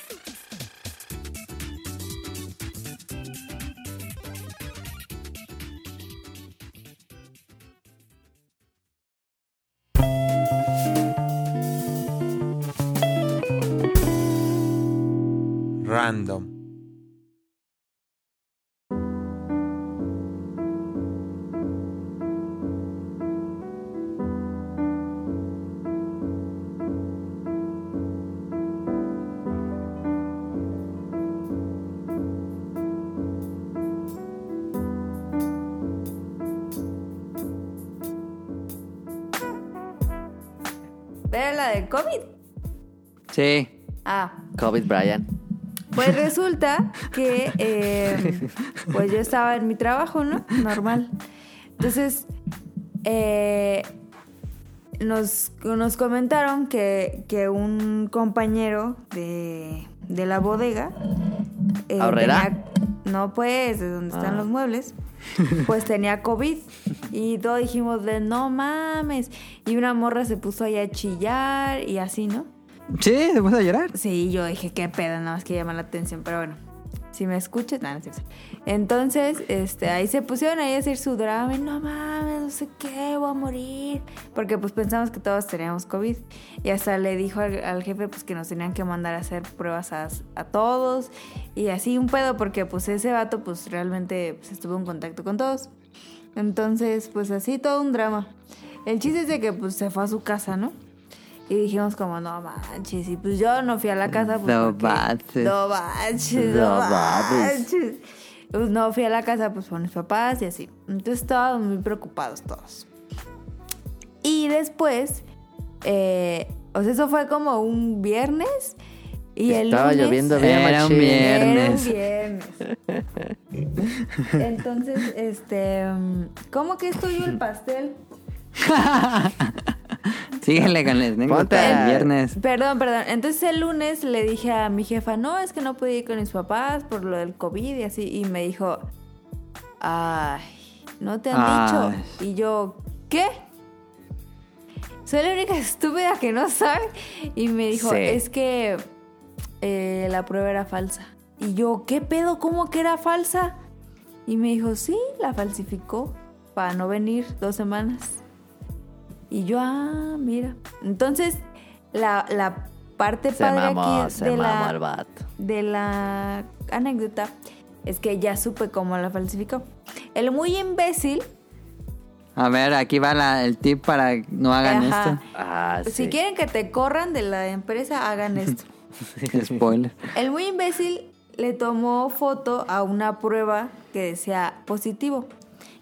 Random.
¿Era la del COVID?
Sí.
Ah.
COVID Brian.
Pues resulta que eh, pues yo estaba en mi trabajo, ¿no? Normal. Entonces, eh, nos, nos comentaron que, que un compañero de, de la bodega eh,
¿Aurrera?
tenía- no pues, de donde están
Ah.
los muebles, pues tenía COVID. Y todos dijimos de no mames. Y una morra se puso ahí a chillar y así, ¿no?
Sí, se puso a llorar.
Sí, yo dije, qué pedo, nada más que llama la atención, pero bueno. Si me escuchas, nada, no es cierto. Entonces, este, ahí se pusieron ahí a decir su drama, y, no mames, no sé qué, voy a morir. Porque pues pensamos que todos teníamos COVID. Y hasta le dijo al, al jefe pues que nos tenían que mandar a hacer pruebas a, a todos. Y así un pedo, porque pues ese vato pues realmente pues, estuvo en contacto con todos. Entonces, pues así todo un drama. El chiste es de que pues se fue a su casa, ¿no? Y dijimos como, no manches, y pues yo no fui a la casa. Pues,
No
porque-
manches.
No manches,
No
no
manches.
manches. Pues, No fui a la casa pues con mis papás y así. Entonces estábamos muy preocupados todos. Y después, eh, o sea, eso fue como un viernes. Y el
Estaba
lunes-
lloviendo bien,
Era un
machín.
Era un
viernes.
viernes. Entonces, este, mm, ¿cómo que es tuyo el pastel?
Síguele con el
Ponte a-
el viernes.
Perdón, perdón. Entonces el lunes le dije a mi jefa, no, es que no pude ir con mis papás por lo del COVID y así. Y me dijo, ay, no te han
Ay.
dicho. Y yo, ¿qué? Soy la única estúpida que no sabe. Y me dijo,
Sí.
es que eh, la prueba era falsa. Y yo, ¿qué pedo? ¿Cómo que era falsa? Y me dijo, sí, la falsificó para no venir dos semanas. Y yo, ah, mira. Entonces, la, la parte
Se
padre
mamó,
aquí
se
de,
mamó el
la,
vato.
de la anécdota es que ya supe cómo la falsificó. El muy imbécil,
A ver, aquí va la- el tip para que no hagan
ajá,
Ah, sí.
si quieren que te corran de la empresa, hagan esto.
esto. Spoiler.
El muy imbécil le tomó foto a una prueba que decía positivo.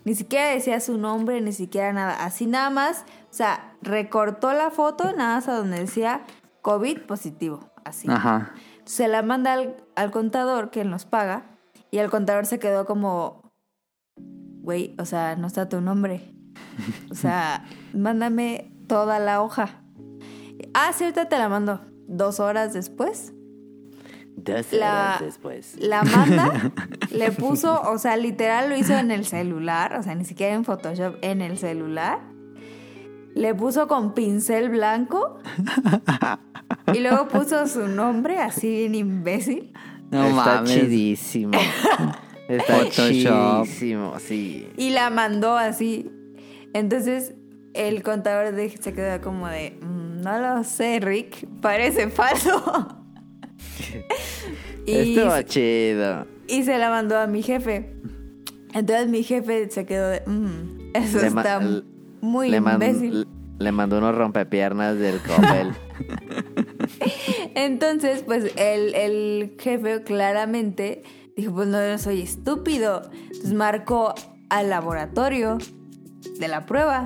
Ni siquiera decía su nombre, ni siquiera nada. Así nada más, o sea, recortó la foto nada más a donde decía COVID positivo. Así.
Ajá.
Se la manda al, al contador que nos paga y el contador se quedó como, güey, o sea, no está tu nombre. O sea, mándame toda la hoja. Ah, sí, ahorita te la mando. Dos horas después
Dos
la,
horas después.
la manda, le puso, o sea, literal lo hizo en el celular, o sea, ni siquiera en Photoshop, en el celular. Le puso con pincel blanco y luego puso su nombre así bien imbécil.
No
Está
mames.
chidísimo. Está
Photoshop.
chidísimo, sí.
Y la mandó así. Entonces el contador de- se quedó como de, "Mm, no lo sé, Rick, parece falso. Y-
Estuvo chido.
Y se la mandó a mi jefe. Entonces mi jefe se quedó de. "Mm, eso
Le ma-
está
l-
muy
Le, man-
imbécil.
le mandó unos rompepiernas del Copel.
Entonces, pues el, el jefe claramente dijo: Pues no, yo soy estúpido. Entonces marcó al laboratorio de la prueba.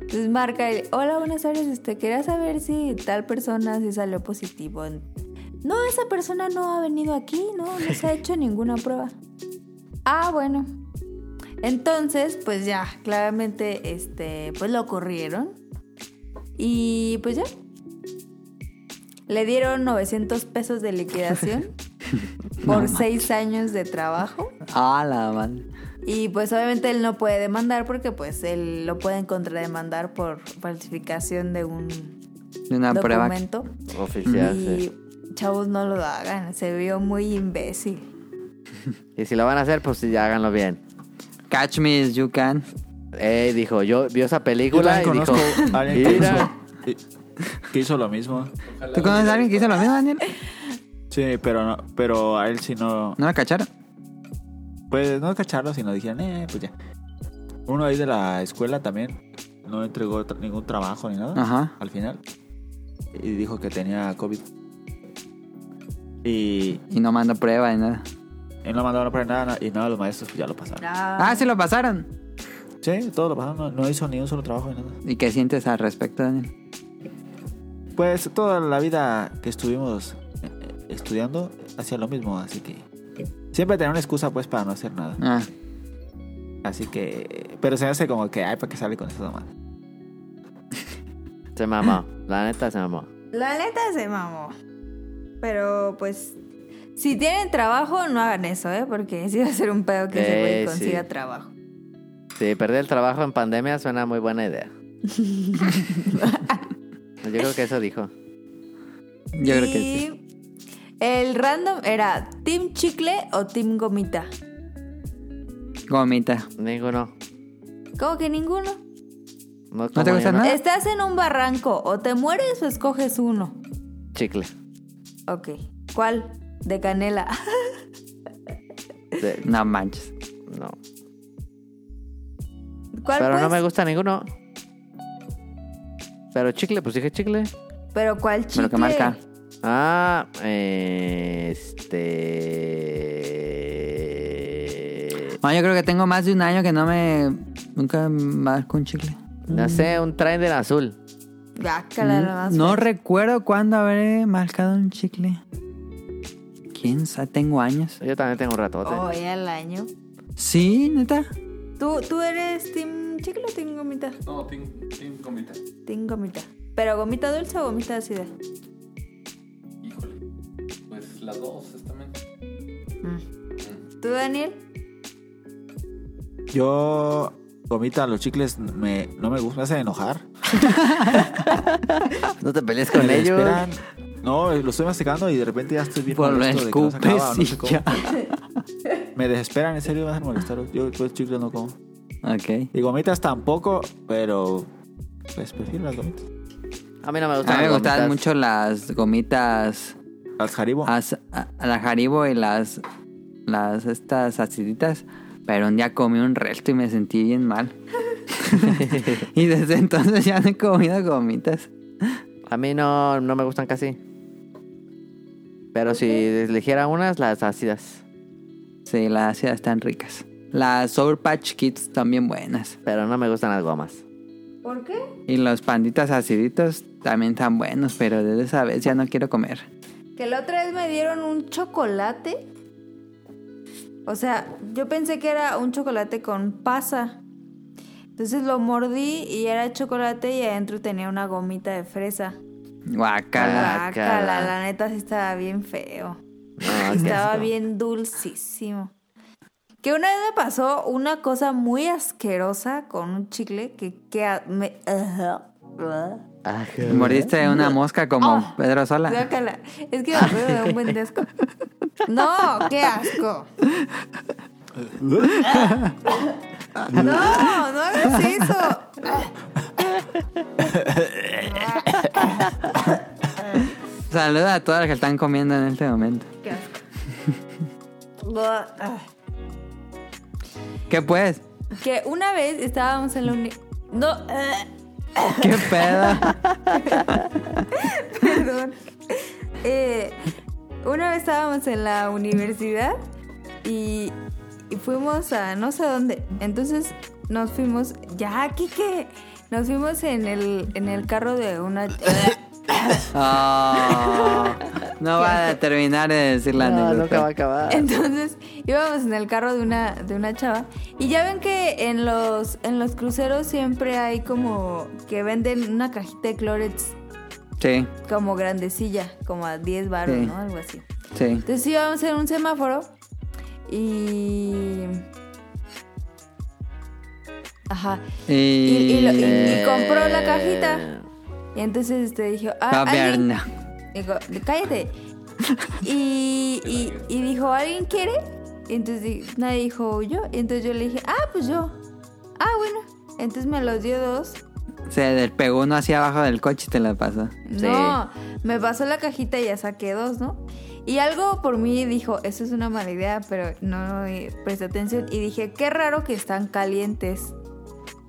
Entonces marca el: Hola, buenas tardes. Este, quería saber si tal persona sí salió positivo. No, esa persona no ha venido aquí, no, no se ha hecho ninguna prueba. Ah, bueno. Entonces, pues ya, claramente, este, pues lo corrieron. Y pues ya. Le dieron 900 pesos de liquidación por seis años de trabajo.
Ah, la madre.
Y pues obviamente él no puede demandar porque pues él lo pueden contrademandar por falsificación de un
De una prueba.
documento.
Oficial, sí.
Y chavos, no lo hagan, se vio muy imbécil.
Y si lo van a hacer, pues sí, háganlo bien.
Catch me if you can.
Eh, dijo, yo vio esa
Yo
película
también
y dijo,
conozco a alguien que hizo,
mira,
que hizo lo mismo.
¿Tú conoces a alguien que hizo lo mismo, Daniel?
Sí, pero, no, pero a él sí no...
¿No la cacharon?
Pues no cacharlo, sino dijeron, eh, pues ya. Uno ahí de la escuela también no entregó tra- ningún trabajo ni nada
Ajá.
al final. Y dijo que tenía COVID. Y,
Y no mandó prueba ni nada.
y no mandaron para nada y nada, los maestros pues, ya lo pasaron.
Ah, sí lo pasaron.
Sí, todo lo pasaron, no, no hizo ni un solo trabajo ni nada.
¿Y qué sientes al respecto, Daniel?
Pues toda la vida que estuvimos eh, eh, estudiando hacía lo mismo, así que... Siempre tenía una excusa pues para no hacer nada.
Ah,
Así que... Pero se me hace como que, ay, ¿para qué sale con esa mamá?
se mamó. La neta se mamó.
La neta se mamó. Pero pues Si tienen trabajo, no hagan eso, ¿eh? Porque sí va a ser un pedo que ese
Eh,
güey
sí.
consiga trabajo.
Sí, perder el trabajo en pandemia suena muy buena idea. Yo creo que eso dijo.
Yo creo que sí.
y el random era Team Chicle o Team Gomita.
Gomita.
Ninguno.
Como que ninguno.
No,
te gusta
como ni uno.
nada?
Estás en un barranco, o te mueres o escoges uno.
Chicle.
Ok. ¿Cuál? De canela.
De-
No manches.
no.
¿Cuál
Pero no
pues?
me gusta ninguno. Pero chicle, pues dije chicle.
Pero ¿cuál chicle?
Pero que marca.
Ah, este.
No, yo creo que tengo más de un año que no me. Nunca marco un chicle.
No sé, un tren del azul.
Ya, cala, la Ah, más
Mm, No recuerdo cuándo habré marcado un chicle. ¿Quién sabe? Tengo años.
Yo también tengo un ratote.
Hoy al Oh, año.
Sí, neta.
¿Tú, ¿Tú eres Team Chicle o Team Gomita?
No, team, team Gomita.
Team Gomita. ¿Pero gomita dulce o gomita ácida?
Híjole. Pues las dos, también.
¿Tú, Daniel?
Yo, gomita, los chicles me, no me gustan, me hacen enojar.
No te pelees
Me
con ellos.
desesperan. No, lo estoy masticando y de repente ya estoy bien
Por lo
molesto de que no se
escupes
acaba, no
y
sé cómo.
ya.
Me desesperan, en serio, me hacen molestar. Yo pues, chicles no como.
Ok.
Y gomitas tampoco, pero pues prefiero las gomitas.
A mí no me
A
gustan.
mí me
las
gustaban
gomitas.
mucho las gomitas.
Las jaribo.
as- a- a la jaribo y las. Las estas aciditas. Pero un día comí un resto y me sentí bien mal. y desde entonces ya no he comido gomitas.
A mí no, no me gustan casi. Pero si eligiera unas, las ácidas.
Sí, las ácidas están ricas. Las Sour Patch Kids también buenas.
Pero no me gustan las gomas.
¿Por qué?
Y los panditas aciditos también están buenos, pero desde esa vez ya no quiero comer.
Que la otra vez me dieron un chocolate. O sea, yo pensé que era un chocolate con pasa. Entonces lo mordí y era chocolate y adentro tenía una gomita de fresa.
Guacala.
Guácala.
Guácala, la neta sí estaba bien feo.
No, Ah, qué
Estaba
asco.
bien dulcísimo. Que una vez me pasó una cosa muy asquerosa con un chicle que, que a- me...
Ajá.
Mordiste una mosca como
Oh.
Pedro Sola.
Guácala. Es que me acuerdo de un buen de asco. No, qué asco. No, no hagas eso.
Saluda a todas las que están comiendo en este momento.
Qué asco.
¿Qué pues?
Que una vez estábamos en la uni... No, eh,
¿Qué pedo?
perdón. Eh, una vez estábamos en la universidad y, y fuimos a no sé dónde. Entonces nos fuimos, ya, Kike, nos fuimos en el, en el carro de una...
Oh, no va a terminar de decir la
No, nunca va
anécdota.
a acabar.
Entonces íbamos en el carro de una, de una chava y ya ven que en los, en los cruceros siempre hay como que venden una cajita de clorets
Sí,
como grandecilla, como a 10 baros,
Sí.
¿no? Algo así.
sí.
Entonces íbamos en un semáforo y... Ajá.
Y,
Y, y lo- y- y compró la
Eh,
cajita. Y entonces este, dije, ah, ¿alguien?
Caverna.
Digo, cállate. Y, y- y dijo, ¿alguien quiere? Y entonces di- nadie dijo yo. Y entonces yo le dije, ah, pues yo. Ah, bueno. Entonces me los dio dos.
Se despegó uno hacia abajo del coche y te la pasó.
Sí.
No, me pasó la cajita y ya saqué dos, ¿no? Y algo por mí dijo, eso es una mala idea, pero no eh, presté atención. Y dije, qué raro que están calientes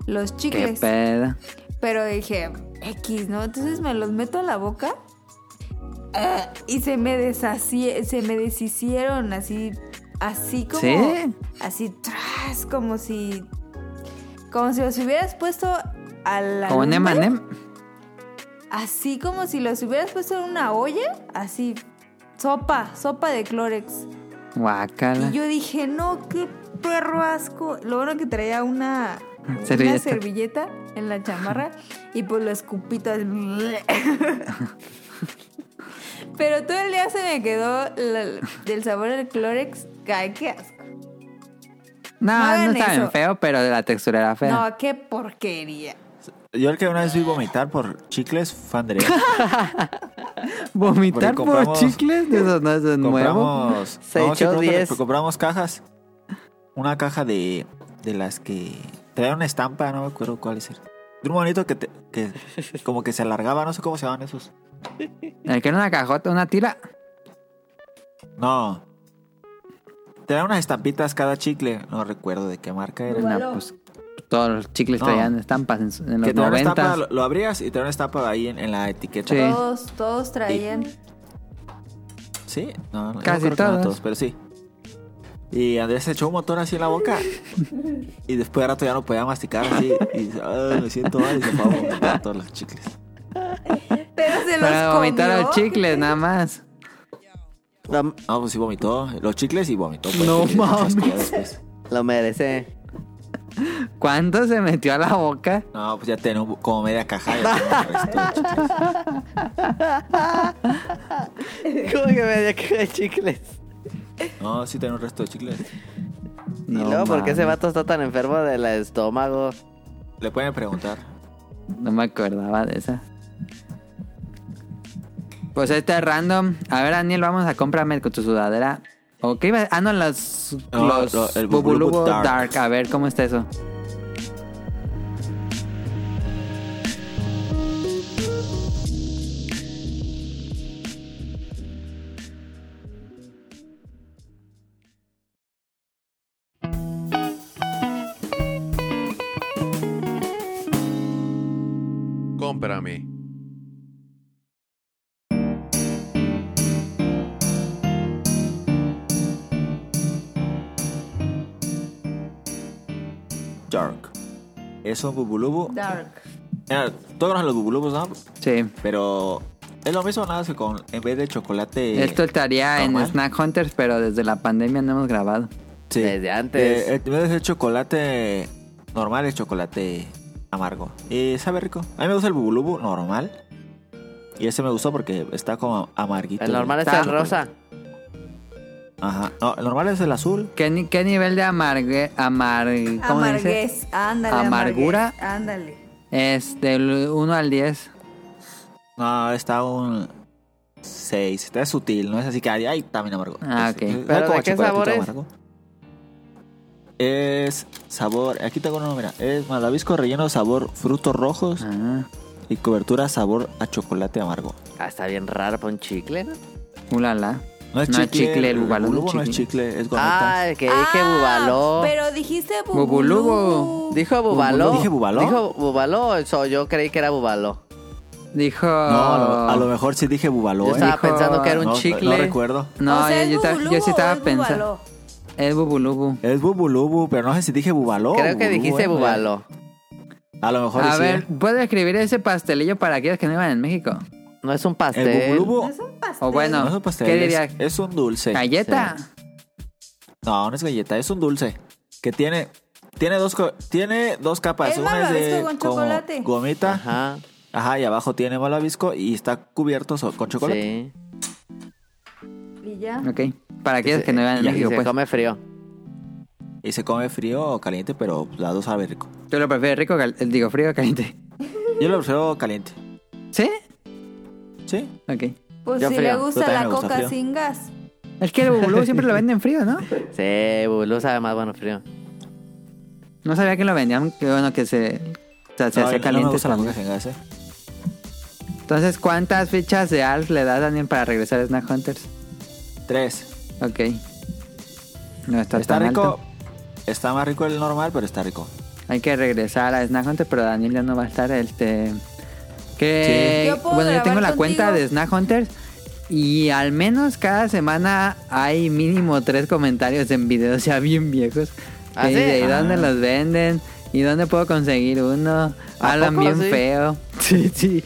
los
¿Qué
chicles.
pedo?
Pero dije, X, ¿no? Entonces me los meto a la boca eh, y se me deshaci- se me deshicieron así, así como,
¿Sí?
así tras, como si, como si los hubieras puesto a la
¿Como un
lumbre,
Emanem?
así como si los hubieras puesto en una olla, así sopa, sopa de Clórex.
Guacala.
Y yo dije, no, qué perro asco. Lo bueno que traía una una
Servilleta.
servilleta en la chamarra y pues lo escupito. Pero todo el día se me quedó la- del sabor del Clorex. Ay, qué asco.
No,
No
no,
hagan
está bien
eso.
feo, pero de la textura era fea.
No, qué porquería.
Yo el que una vez vi vomitar por chicles, fan de
Vomitar
Porque
por
compramos-
chicles de esos no es de nuevo.
Compramos.
Se
no, sí,
echó
creo que
10.
le- compramos cajas. Una caja de, de las que traían una estampa, no me acuerdo cuál es. el- De un bonito que, te- que como que se alargaba, no sé cómo se llaman esos.
El que era una cajota, una tira.
No. Traían unas estampitas cada chicle. No recuerdo de qué marca era.
Una, pues, todos los chicles
No.
traían estampas en, su- en los
Que traían una estampa,
noventas.
lo, lo abrías y traían una estampa ahí en, en la etiqueta.
Sí.
Todos, todos traían.
Sí, no, no,
Casi
yo creo que no
todas.
pero sí. Y Andrés se echó un motor así en la boca. y después de rato ya no podía masticar así. Y dice, "Ay, me siento mal. Y se fue a vomitar todos los chicles.
Pero se los
Pero vomitar
comió.
los chicles nada más.
Lo,
No, pues sí vomitó. Los chicles y vomitó. pues,
No
y le dio un chasco ya
mames.
después.
lo merece.
¿Cuánto se metió a la boca?
No, pues ya tenía un- como media caja. ya tenía el resto de chicles.
¿Cómo que me dio que de chicles?
No, sí tenía un resto de chicles.
No
y luego, ¿por qué ese
mames,
vato está tan enfermo del estómago?
Le pueden preguntar.
No me acordaba de esa. Pues este es random. A ver, Daniel, vamos a comprarme con tu sudadera. ¿O qué iba? Ah, no, los,
No,
los
no, el
Bubulubu
Bubulubu
dark.
Dark.
A ver, ¿cómo está eso?
Cómprame.
Dark. Es un bubulubu.
Dark.
Mira, todos conocen los bubulubus, ¿no?
Sí.
Pero es lo mismo, nada más que con, en vez de chocolate.
Esto estaría en
normal.
Snack Hunters, pero desde la pandemia no hemos grabado.
Sí.
Desde antes.
Eh, eh, debe ser chocolate normal, es chocolate amargo. Y sabe rico. A mí me gusta el bubulubu normal. Y ese me gustó porque está como amarguito.
El normal es
Está-
el rosa.
Ajá. No, el normal es el azul.
¿Qué, ni- qué nivel de amargue, amar, ¿cómo se dice?
Amarguez. Ándale.
Amargura.
amarguez, Ándale.
Es del 1 Este, al 10.
No, está un 6. Está sutil, no es así que ay, ay, también amargo.
Ah,
Es-
ok.
sabe
¿Pero
como
de qué
chocolatito
sabor es?
amargo. Es sabor, aquí tengo uno, mira, es malabisco relleno sabor frutos rojos
Ah,
y cobertura sabor a chocolate amargo.
Ah, está bien raro para un chicle, ¿no?
ulala.
No es
No
chicle,
es chicle, el bubalú no es
bubalú no es chicle, es gomita.
Ah, el que dije
Ah,
bubaló.
Pero dijiste
Bubulubu.
bubulú.
Dijo bubaló.
¿Dije bubaló?
Dijo bubaló, o sea, yo creí que era bubaló.
Dijo.
No, a lo, a lo mejor sí dije bubaló.
Yo
¿eh?
estaba
dijo-
pensando que era un
no, no-
chicle.
No, recuerdo.
No,
O sea, ¿es
yo, yo ta-
bubulubu
yo
o
sí estaba
es
pensando.
bubaló?
Es bubulubu.
Es bubulubu, pero no sé si dije bubaló. o
Creo que
bubulú,
dijiste
¿eh?
bubaló.
A lo mejor
A
sí.
ver,
¿eh?
¿puedo escribir ese pastelillo para aquellos que no iban en México?
No es un pastel.
El
No
bubulubu
es un pastel.
O bueno,
no es un pastel,
¿qué
es- este,
diría?
Es, un dulce.
¿Galleta?
No, no es galleta, es un dulce que tiene tiene dos co- tiene dos capas,
Es
una es de
malvavisco con
como
chocolate.
gomita, ajá.
Ajá.
y abajo tiene malabisco y está cubierto so- con chocolate.
Sí.
Y ya.
Ok. Para aquellos que no iban en
Y
México,
se
pues.
come frío.
Y se come frío o caliente, pero las dos sabe rico.
¿Tú lo prefieres rico, o cal- digo frío o caliente?
Yo lo prefiero caliente.
¿Sí?
Sí.
Ok.
Pues
Yo
si
frío.
le gusta
Yo también
la
me gusta
coca
frío.
sin gas.
Es que el bubulú siempre lo venden frío, ¿no?
Sí, bubaló sabe más bueno frío.
No sabía que lo vendían, que bueno, que se, o sea, se hacía
No, no me
caliente.
gusta la
también.
coca sin gas, ¿eh?
Entonces, ¿cuántas fichas de ALF le das, Daniel, para regresar a Snack Hunters?
Tres.
Ok. No está,
Está,
tan
rico.
alto.
Está más rico el normal, pero está rico.
Hay que regresar a Snack Hunter, pero Daniel ya no va a estar. Este. Que.
Sí. Yo puedo
bueno, yo tengo la
grabar
cuenta
contigo.
de Snack Hunters. Y al menos cada semana hay mínimo tres comentarios en videos ya bien viejos.
¿Ah,
Que
sí?
dice, ¿Y
Ah.
dónde los venden? ¿Y dónde puedo conseguir uno?
¿A
Hablan
poco
bien
sí?
feo. Sí, sí.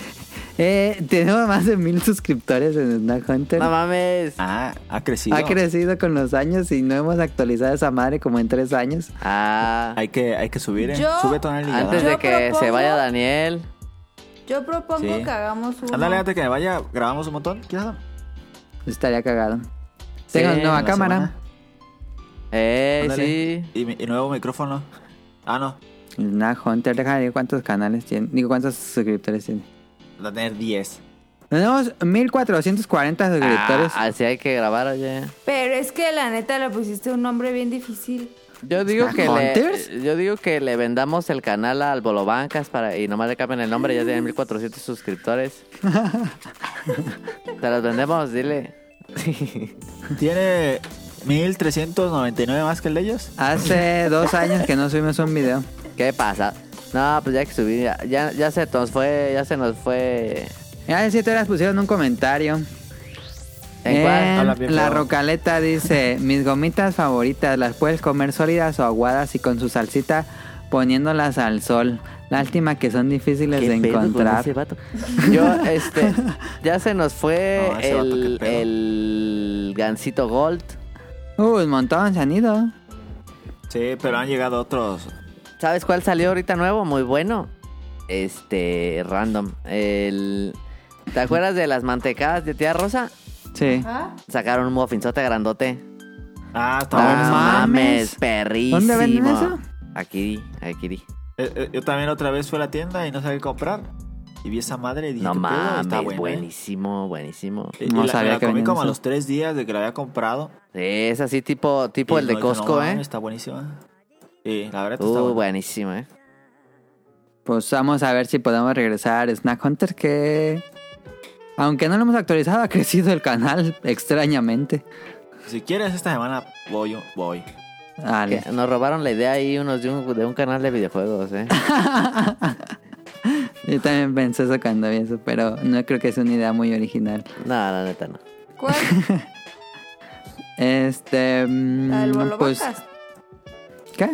Eh, tenemos más de mil suscriptores en Snack Hunter.
No mames.
Ah, ha crecido.
ha crecido con los años y no hemos actualizado esa madre como en tres años.
Ah,
Hay que, hay que subir, ¿eh?
Yo-
Sube todo el
antes
Yo
de que se
propongo-
vaya Daniel.
Yo propongo
Sí.
que hagamos un.
Ándale, antes que me vaya, grabamos un montón. ¿Quieres?
Estaría cagado.
Sí,
Tengo nueva
la
cámara.
semana.
Eh,
Ándale.
sí.
Y, mi- y nuevo micrófono. Ah, no.
Nah, Hunter, déjame ver cuántos canales tiene. Digo, cuántos suscriptores tiene.
Va a tener 10.
Tenemos 1440 suscriptores.
Ah, así hay que grabar, oye.
Pero es que la neta le pusiste un nombre bien difícil.
Yo digo que
¿Hunters?
le, yo digo que le vendamos el canal al Bolobancas para y nomás le cambian el nombre, ya tienen 1400 suscriptores. Te los vendemos, dile.
Tiene 1399 más que el de ellos.
ah.
Hace dos años que no subimos un video.
¿Qué pasa? No, pues ya que subí, ya, ya, ya se nos fue, ya se nos fue.
Ya si te las pusieron un comentario.
¿En
En
cuál?
Habla bien
la
feo.
rocaleta dice, mis gomitas favoritas las puedes comer sólidas o aguadas y con su salsita poniéndolas al sol. Lástima que son difíciles
¿Qué
de
pedo con
encontrar.
ese vato? Yo, este, ya se nos fue
No, ese vato,
el,
qué pedo.
el Gancito Gold.
Uh, un montón se han ido.
Sí, pero han llegado otros.
¿Sabes cuál salió ahorita nuevo? Muy bueno. Este, random. El, ¿Te acuerdas de las mantecadas de tía Rosa?
Sí.
Ah.
¿Ah?
Sacaron un muffinzote grandote.
Ah, está
No
bueno.
mames,
mames.
perrísimo.
¿Dónde venden eso?
Aquí, aquí. di.
Eh, eh, yo también otra vez fui a la tienda y no sabía qué comprar. Y vi esa madre y dije,
No
"¿Qué pedo?
mames,
está buena. ¿eh?".
buenísimo, buenísimo.
Y- y
No
la,
sabía
me la
que
comí
vendían
como a
eso.
los tres días de que la había comprado.
Sí, es así tipo, tipo
Y
el de
no, dije, "No
Costco,
mames,
¿eh?
Está buenísima. Sí, la verdad está
Uh,
buena.
buenísimo, ¿eh?
Pues vamos a ver si podemos regresar. Snack Hunter que... Aunque no lo hemos actualizado, ha crecido el canal extrañamente.
Si quieres esta semana voy, yo- voy.
Dale.
Que Nos robaron la idea ahí unos de un, de un canal de videojuegos, ¿eh?
Yo también pensé eso cuando vi eso, pero no creo que sea una idea muy original.
no, la neta no.
¿Cuál?
Este... mm,
La del
pues,
Bolobacas.
¿Qué?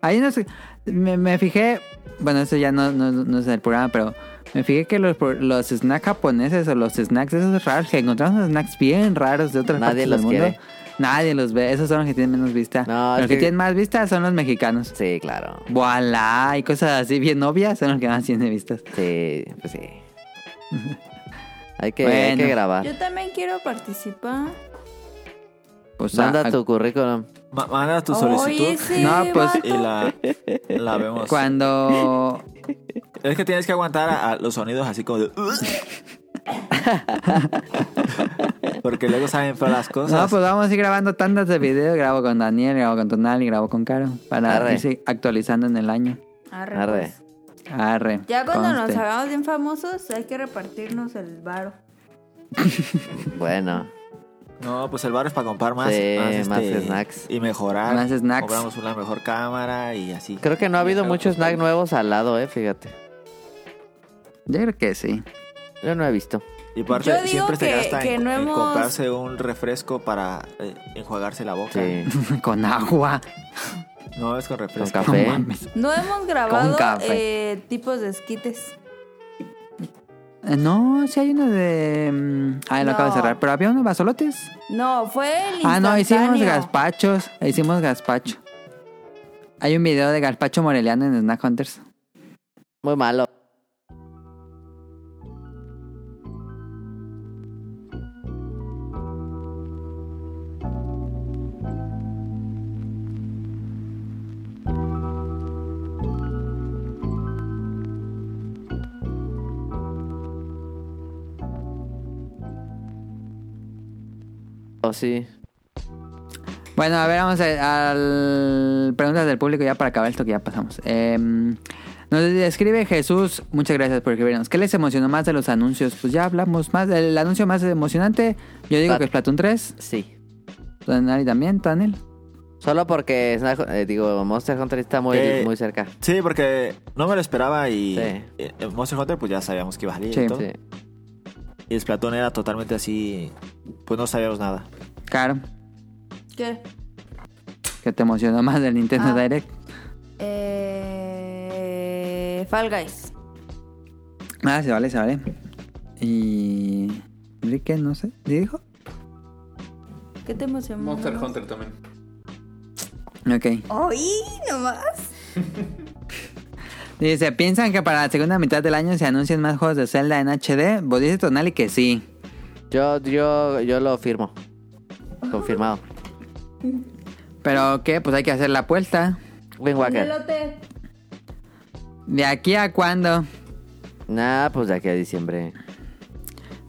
Ahí no sé. Me, me fijé. Bueno, eso ya no, no, no es en el programa, pero me fijé que los, pro- los snacks japoneses o los snacks esos raros, que encontramos unos snacks bien raros de otras
Nadie
partes
los
del mundo.
quiere.
Nadie los ve. Esos son los que tienen menos vista.
No, es
los que...
que-
tienen más vista son los mexicanos.
Sí, claro.
Voilà, y cosas así bien obvias son los que más tienen vistas.
Sí, pues sí. Hay que, hay que
Bueno.
grabar.
Yo también quiero participar.
Pues
Manda
a-
tu currículum.
Ma- manda tu
Oye,
solicitud
sí,
No, pues-
y la, la vemos.
cuando
Es que tienes que aguantar a, a los sonidos así como de... Porque luego saben feo las
No,
cosas.
pues vamos a ir grabando tandas de videos. Grabo con Daniel, grabo con Tonal y grabo con Caro. Para
Arre.
irse actualizando en el año.
Arre,
Arre.
pues.
Arre.
Ya cuando nos
conste.
hagamos bien famosos, hay que repartirnos el varo.
Bueno,
No, pues el bar es para comprar más, este,
Sí, más snacks.
Y mejorar.
Más snacks.
Compramos una mejor cámara y así.
creo que no ha habido muchos snack nuevos al lado, ¿eh? Fíjate.
Yo creo que sí.
Yo no he visto.
Y aparte,
Yo digo
siempre se
que-
gasta
que
en,
no
en
hemos-
comprarse un refresco para eh, enjuagarse la boca.
Sí.
Con agua.
No es con
Con
refresco.
café.
No mames.
No hemos grabado
café.
eh, tipos de esquites.
Eh, No, sí hay uno de. mm, Ah, lo acabo de
No.
cerrar. Pero había unos basolotes.
No, fue el
Ah, no, hicimos
instantáneo.
gazpachos. Hicimos gazpacho. Hay un video de gazpacho moreliano en Snack Hunters.
Muy malo. Oh, sí.
Bueno, a ver, vamos a, al preguntas del público ya para acabar esto que ya pasamos. Eh, nos escribe Jesús, muchas gracias por escribirnos. ¿Qué les emocionó más de los anuncios? Pues ya hablamos más. El anuncio más emocionante, yo digo
Plat-
que es Platón 3.
Sí.
Tonali también, Tonel.
Solo porque, Snack- eh, digo, Monster Hunter está muy,
Eh,
muy cerca.
Sí, porque no me lo esperaba y
Sí.
eh, eh, Monster Hunter pues ya sabíamos que iba a salir.
Sí.
y, todo.
Sí.
Y Splatoon era totalmente así, pues no sabíamos nada.
Caro,
¿Qué?
que te emocionó más del Nintendo
Ah.
Direct.
Eh, Fall Guys.
Ah, se vale, se vale. Y. Enrique, no sé, ¿sí dijo?
¿Qué te emocionó?
Monster Hunter también.
Ok.
¡Oí! Nomás.
Dice, ¿piensan que para la segunda mitad del año se anuncian más juegos de Zelda en HD? Vos dice Tonali que sí.
Yo, yo, yo lo firmo. Confirmado.
Pero qué, pues hay que hacer la apuesta.
Wind Waker.
Elote.
¿De aquí a cuándo?
Nah, pues de aquí a diciembre.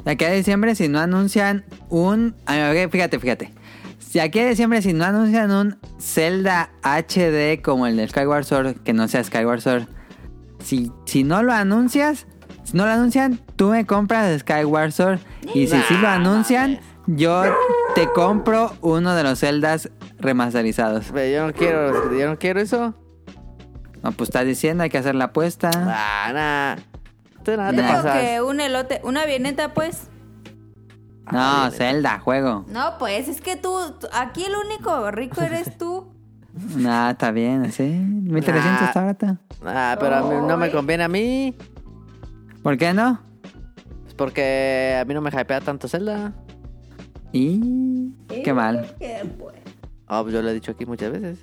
De aquí a diciembre si no anuncian un... ah, ok, Fíjate, fíjate. Si aquí a diciembre si no anuncian un Zelda HD como el de Skyward Sword, que no sea Skyward Sword. Si, si no lo anuncias, si no lo anuncian, tú me compras Skyward Sword. Y si sí lo anuncian, yo te compro uno de los Zeldas remasterizados.
Pero yo no quiero, yo no quiero eso.
No, pues estás diciendo, hay que hacer la apuesta.
Ah, nah. Tú nada te
Yo digo
pasas.
que un elote, una avioneta, pues.
No, Zelda, juego.
No, pues, es que tú, tú- aquí el único rico eres tú.
Nah, está bien, sí. 1300 está barata.
Ah, pero a mí no me
Ay.
conviene a mí.
¿Por qué no?
Es porque a mí no me hypea tanto Zelda.
Y qué mal.
¿Qué, pues?
Ah, pues yo lo he dicho aquí muchas veces.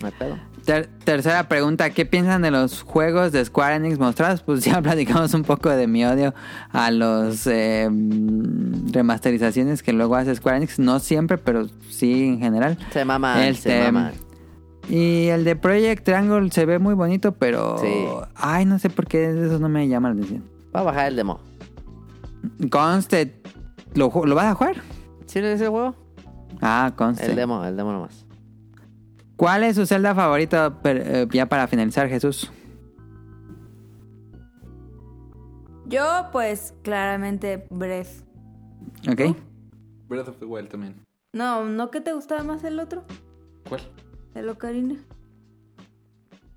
No hay pedo.
Ter- tercera pregunta, ¿qué piensan de los juegos de Square Enix mostrados? Pues ya platicamos un poco de mi odio a los eh, mm, remasterizaciones que luego hace Square Enix, no siempre, pero sí en general.
Se maman, se
Este,
maman.
Y el de Project Triangle se ve muy bonito, pero
Sí.
ay, no sé por qué eso no me llama la atención.
Va a bajar el demo.
Conste, ¿lo, ju- lo vas a jugar?
¿Sí le dice huevo?
Ah, conste.
El demo, el demo nomás.
¿Cuál es su celda favorita per- eh, ya para finalizar, Jesús?
Yo, pues, claramente, bref.
¿Ok?
Oh,
Breath of the Wild también.
No, ¿no que te gustaba más el otro?
¿Cuál?
El Ocarina.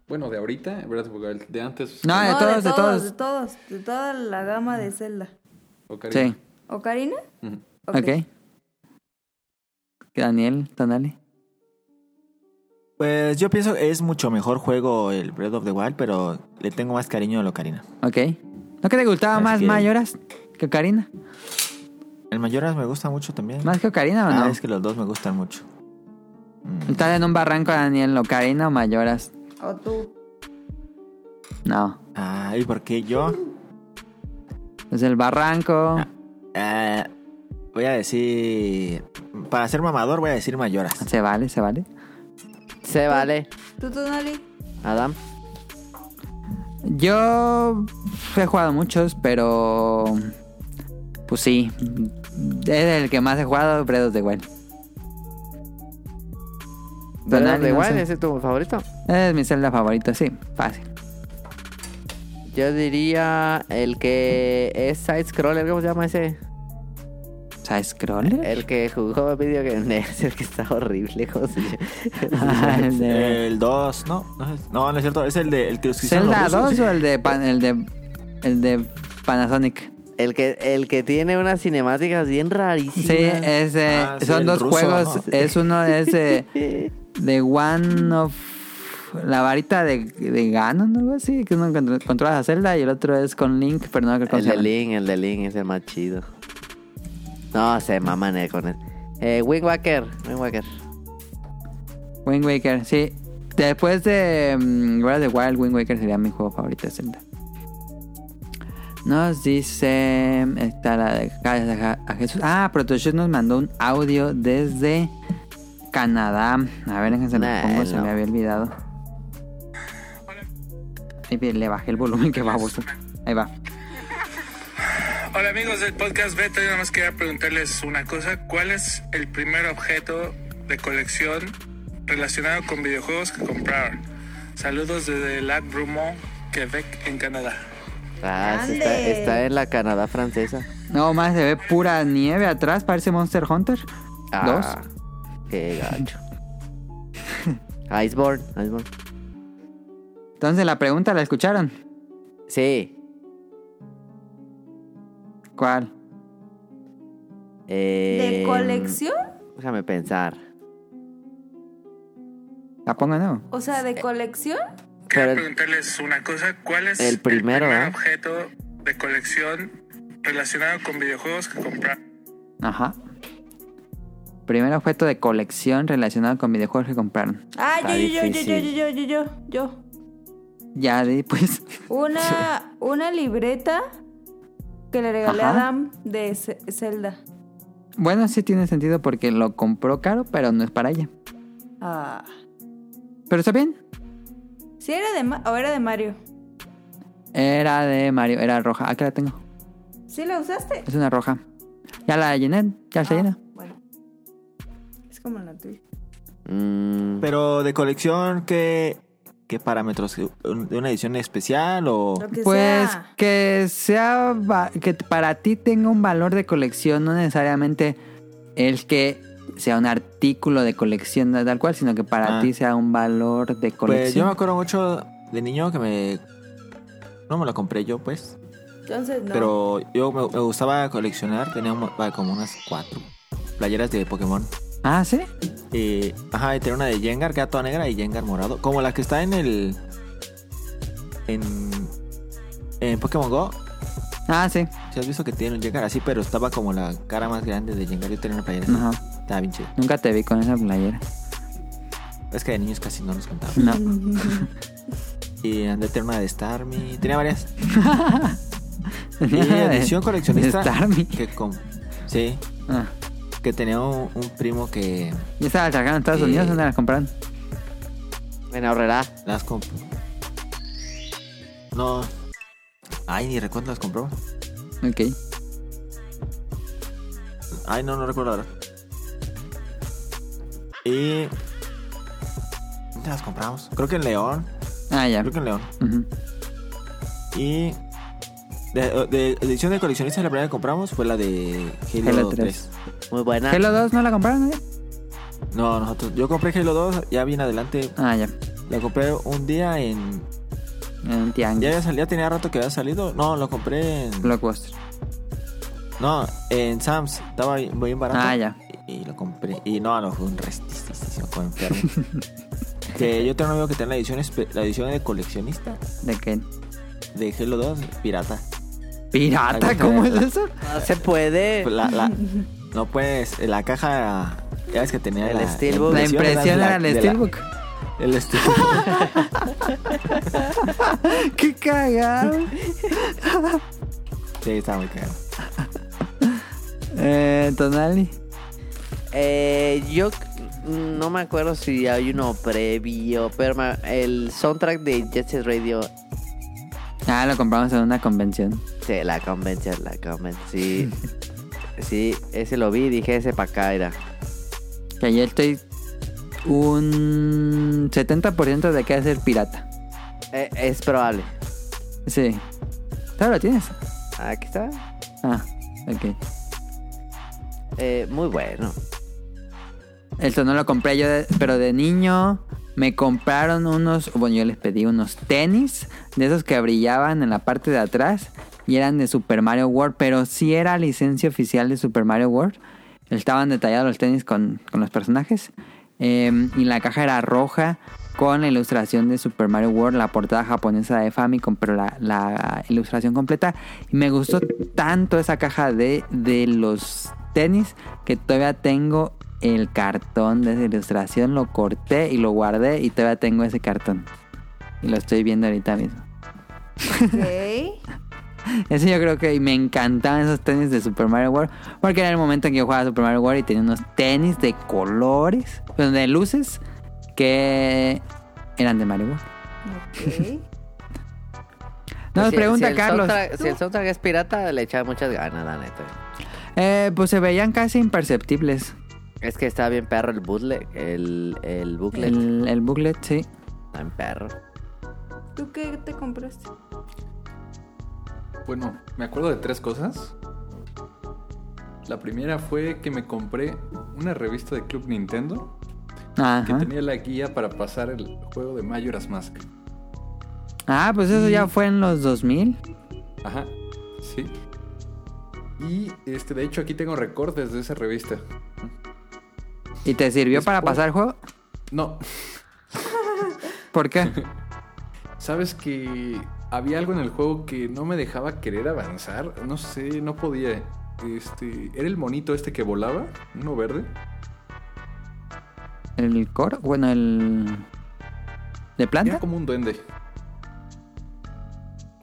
Bueno, de ahorita, Breath of the Wild. De antes.
No, Ah, de todos, de todos.
de todos, de toda la gama de Zelda.
Ocarina.
Sí.
¿Ocarina?
Ujú.
Ok.
Ok. Daniel, Tonali.
Pues yo pienso que es mucho mejor juego el Breath of the Wild, pero le tengo más cariño a Locarina.
Ok. ¿No que te gustaba
Así
más
que-
Mayoras que Ocarina?
El Mayoras me gusta mucho también.
¿Más que Ocarina o
Ah,
no?
es que los dos me gustan mucho.
Estás en un barranco, Daniel, Ocarina o Mayoras.
O tú.
No.
Ay, Ah, ¿por qué yo?
Es el barranco.
Eh, voy a decir. Para ser mamador, voy a decir Mayoras.
Se vale, se vale.
Se vale,
¿Tú, Tonali?
Adam.
Yo he jugado muchos, pero. Pues sí. Es el que más he jugado, Breath of the Wild.
Pero
Tonali,
de
no
igual,
sé.
ese es tu favorito.
Es mi celda favorita, sí. Fácil.
Yo diría el que es side scroller, ¿cómo se llama ese?
¿Sabes scroller?
El que jugó video que es el que está horrible, ¿cómo se llama?
Ah, el de-
El 2, no, no es, no, no es cierto, es el de el que los que hicieron
¿Zelda
los rusos.
2 o el de, Pan- el de el de Panasonic?
El que, el que tiene unas cinemáticas bien rarísimas.
Sí, es, eh,
Ah, sí,
son
el
dos
ruso,
juegos.
¿no?
Es uno es de, de One of la varita de, de Ganon algo así, que uno contro- controla a Zelda y el otro es con Link, pero no creo que
El de Link, el de Link es el más chido. No, se maman eh, con él. Eh, Wind Waker, Wind Waker.
Wind Waker, sí. Después de mm, Breath of the Wild, Wind Waker sería mi juego favorito de Zelda. Nos dice. Está la de gracias a- a Jesús. Ah, Protoshoot nos mandó un audio desde Canadá. A ver, déjense
Nah,
pongo, se
no.
me había olvidado. Ay, bien, le bajé el volumen que baboso. Ahí va.
Hola amigos del podcast Beta, yo nada más quería preguntarles una cosa. ¿Cuál es el primer objeto de colección relacionado con videojuegos que compraron? Saludos desde Lac Brumont, Quebec, en Canadá.
Ah, sí,
Ande.
está, está en la Canadá francesa.
No, más se ve pura nieve atrás, parece Monster Hunter.
Ah, Qué gacho. Iceborne,
Dos.
Iceborne.
Entonces la pregunta la escucharon.
Sí.
¿Cuál?
eh,
¿De colección?
Déjame pensar.
La pongo de nuevo.
O sea, ¿de colección?
Quería
Pero-
preguntarles una cosa. ¿Cuál es
El primero,
primer
¿eh?
objeto de colección relacionado con videojuegos que compraron?
Ajá. Primer objeto de colección relacionado con videojuegos que compraron.
Ah, yo, yo,
Está
yo, yo, yo, yo, yo, yo, yo, yo.
Ya di, pues.
Una, una libreta que le regalé
Ajá.
a Adam de Ce- Zelda.
Bueno, sí tiene sentido porque lo compró caro, pero no es para ella.
Ah.
Pero está bien.
¿Sí era de, Ma- o era de Mario?
Era de Mario, era roja. Aquí la tengo.
¿Sí la usaste?
Es una roja. Ya la llené, ya se
Ah,
llena.
Bueno. Es como la tuya.
Mm,
Pero de colección, ¿qué, qué parámetros? ¿De una edición especial o...?
Lo que
Pues
sea.
que sea va- que para ti tenga un valor de colección, no necesariamente el que sea un artículo de colección tal cual, sino que para
Ah.
ti sea un valor de
Pues yo me
colección.
acuerdo mucho de niño que me... No me la compré yo, pues.
Entonces no.
Pero yo me, me gustaba coleccionar. Tenía un- como unas cuatro playeras de Pokémon.
Ah, sí.
Eh, ajá, y tenía una de Jengar, que era toda negra, y Jengar morado. Como la que está en el... En... En Pokémon Go.
Ah, sí.
Si has visto que tiene un Jengar así, pero estaba como la cara más grande de Jengar. Yo tenía una playera así.
Ajá.
Estaba bien chido.
Nunca te vi con esa playera.
Es que de niños casi no nos contaban.
No.
Y andé a tener una de Starmie. Tenía varias. Y
De-
edición coleccionista.
de Starmie.
Que con, sí,
Ah.
que tenía un, un primo que
¿Y esa la sacaron en Estados
Eh.
Unidos? ¿Dónde la compraron?
en ahorrará.
las compró. No. Ay, ni recuerdo las compró.
Ok.
Ay, no, no recuerdo ahora. Y. ¿Dónde las compramos? Creo que en León.
Ah, ya.
Creo que en León.
Ujú.
Y. De, de edición de coleccionista, la primera que compramos fue la de Halo,
Halo
3.
tres.
Muy buena.
¿Halo 2 no la compraron? eh?
No, nosotros. Yo compré Halo 2, ya bien adelante.
Ah, ya.
La compré un día en.
En
Ya
Tianguis.
había salido, tenía rato que había salido. No, lo compré en.
Blockbuster.
No, en Sam's. Estaba bien bien barato.
Ah, ya.
Y lo compré. Y no, no, fue un restistísimo con enfermo. que yo tengo un amigo que tiene la edición, espe- la edición de coleccionista
¿De qué?
de Halo 2, pirata.
¿Pirata?
Algo
¿Cómo es
que-
eso?
No se puede.
La, la- no puedes, la caja. Ya ves que tenía
El
la,
Steelbook.
La impresión
era
era
la-
el
de la-
Steelbook.
el Steelbook.
¡Qué cagado!
sí, estaba muy cagado.
eh, Tonali.
Eh, yo c- no me acuerdo si hay uno previo, pero me- el soundtrack de Jet Set Radio
Ah, lo compramos en una convención.
Sí, la convención, la convención. Sí. sí, ese lo vi y dije, ese para acá era.
Que ayer estoy un 70% de que hacer pirata.
Eh, es probable.
Sí. ¿Tú lo tienes?
Aquí está.
Ah, ok.
Eh, muy bueno.
Esto no lo compré yo, de- pero de niño me compraron unos, bueno, yo les pedí unos tenis, de esos que brillaban en la parte de atrás y eran de Super Mario World, pero sí era licencia oficial de Super Mario World. Estaban detallados los tenis con, con los personajes eh, y la caja era roja con la ilustración de Super Mario World, la portada japonesa de Famicom, pero la, la ilustración completa. Y me gustó tanto esa caja de, de los tenis que todavía tengo el cartón de esa ilustración, lo corté y lo guardé y todavía tengo ese cartón. Y lo estoy viendo ahorita mismo.
Ok.
Ese yo creo que y me encantaban esos tenis de Super Mario World. Porque era el momento en que yo jugaba Super Mario World y tenía unos tenis de colores, bueno, de luces, que eran de Mario World.
Ok.
Nos
Si-
pregunta
si el
Carlos.
soundtrack- si el soundtrack es pirata, le echaba muchas ganas, la neta.
Eh, pues se veían casi imperceptibles.
Es que está bien perro el bootleg. El, el booklet.
El, el booklet, sí.
Está bien perro.
¿Tú qué te compraste?
Bueno, me acuerdo de tres cosas. La primera fue que me compré una revista de Club Nintendo que
Ajá.
tenía la guía para pasar el juego de Majora's Mask.
Ah, pues eso ya fue en los 2000.
Ajá, sí. Y este, de hecho, aquí tengo recortes de esa revista.
¿Y te sirvió para
Después-
pasar el juego?
No,
¿Por qué?
sabes que había algo en el juego que no me dejaba querer avanzar. No sé, no podía. Este, era el monito este que volaba, uno verde.
¿El coro? Bueno, el... ¿De
Era
planta?
como un duende.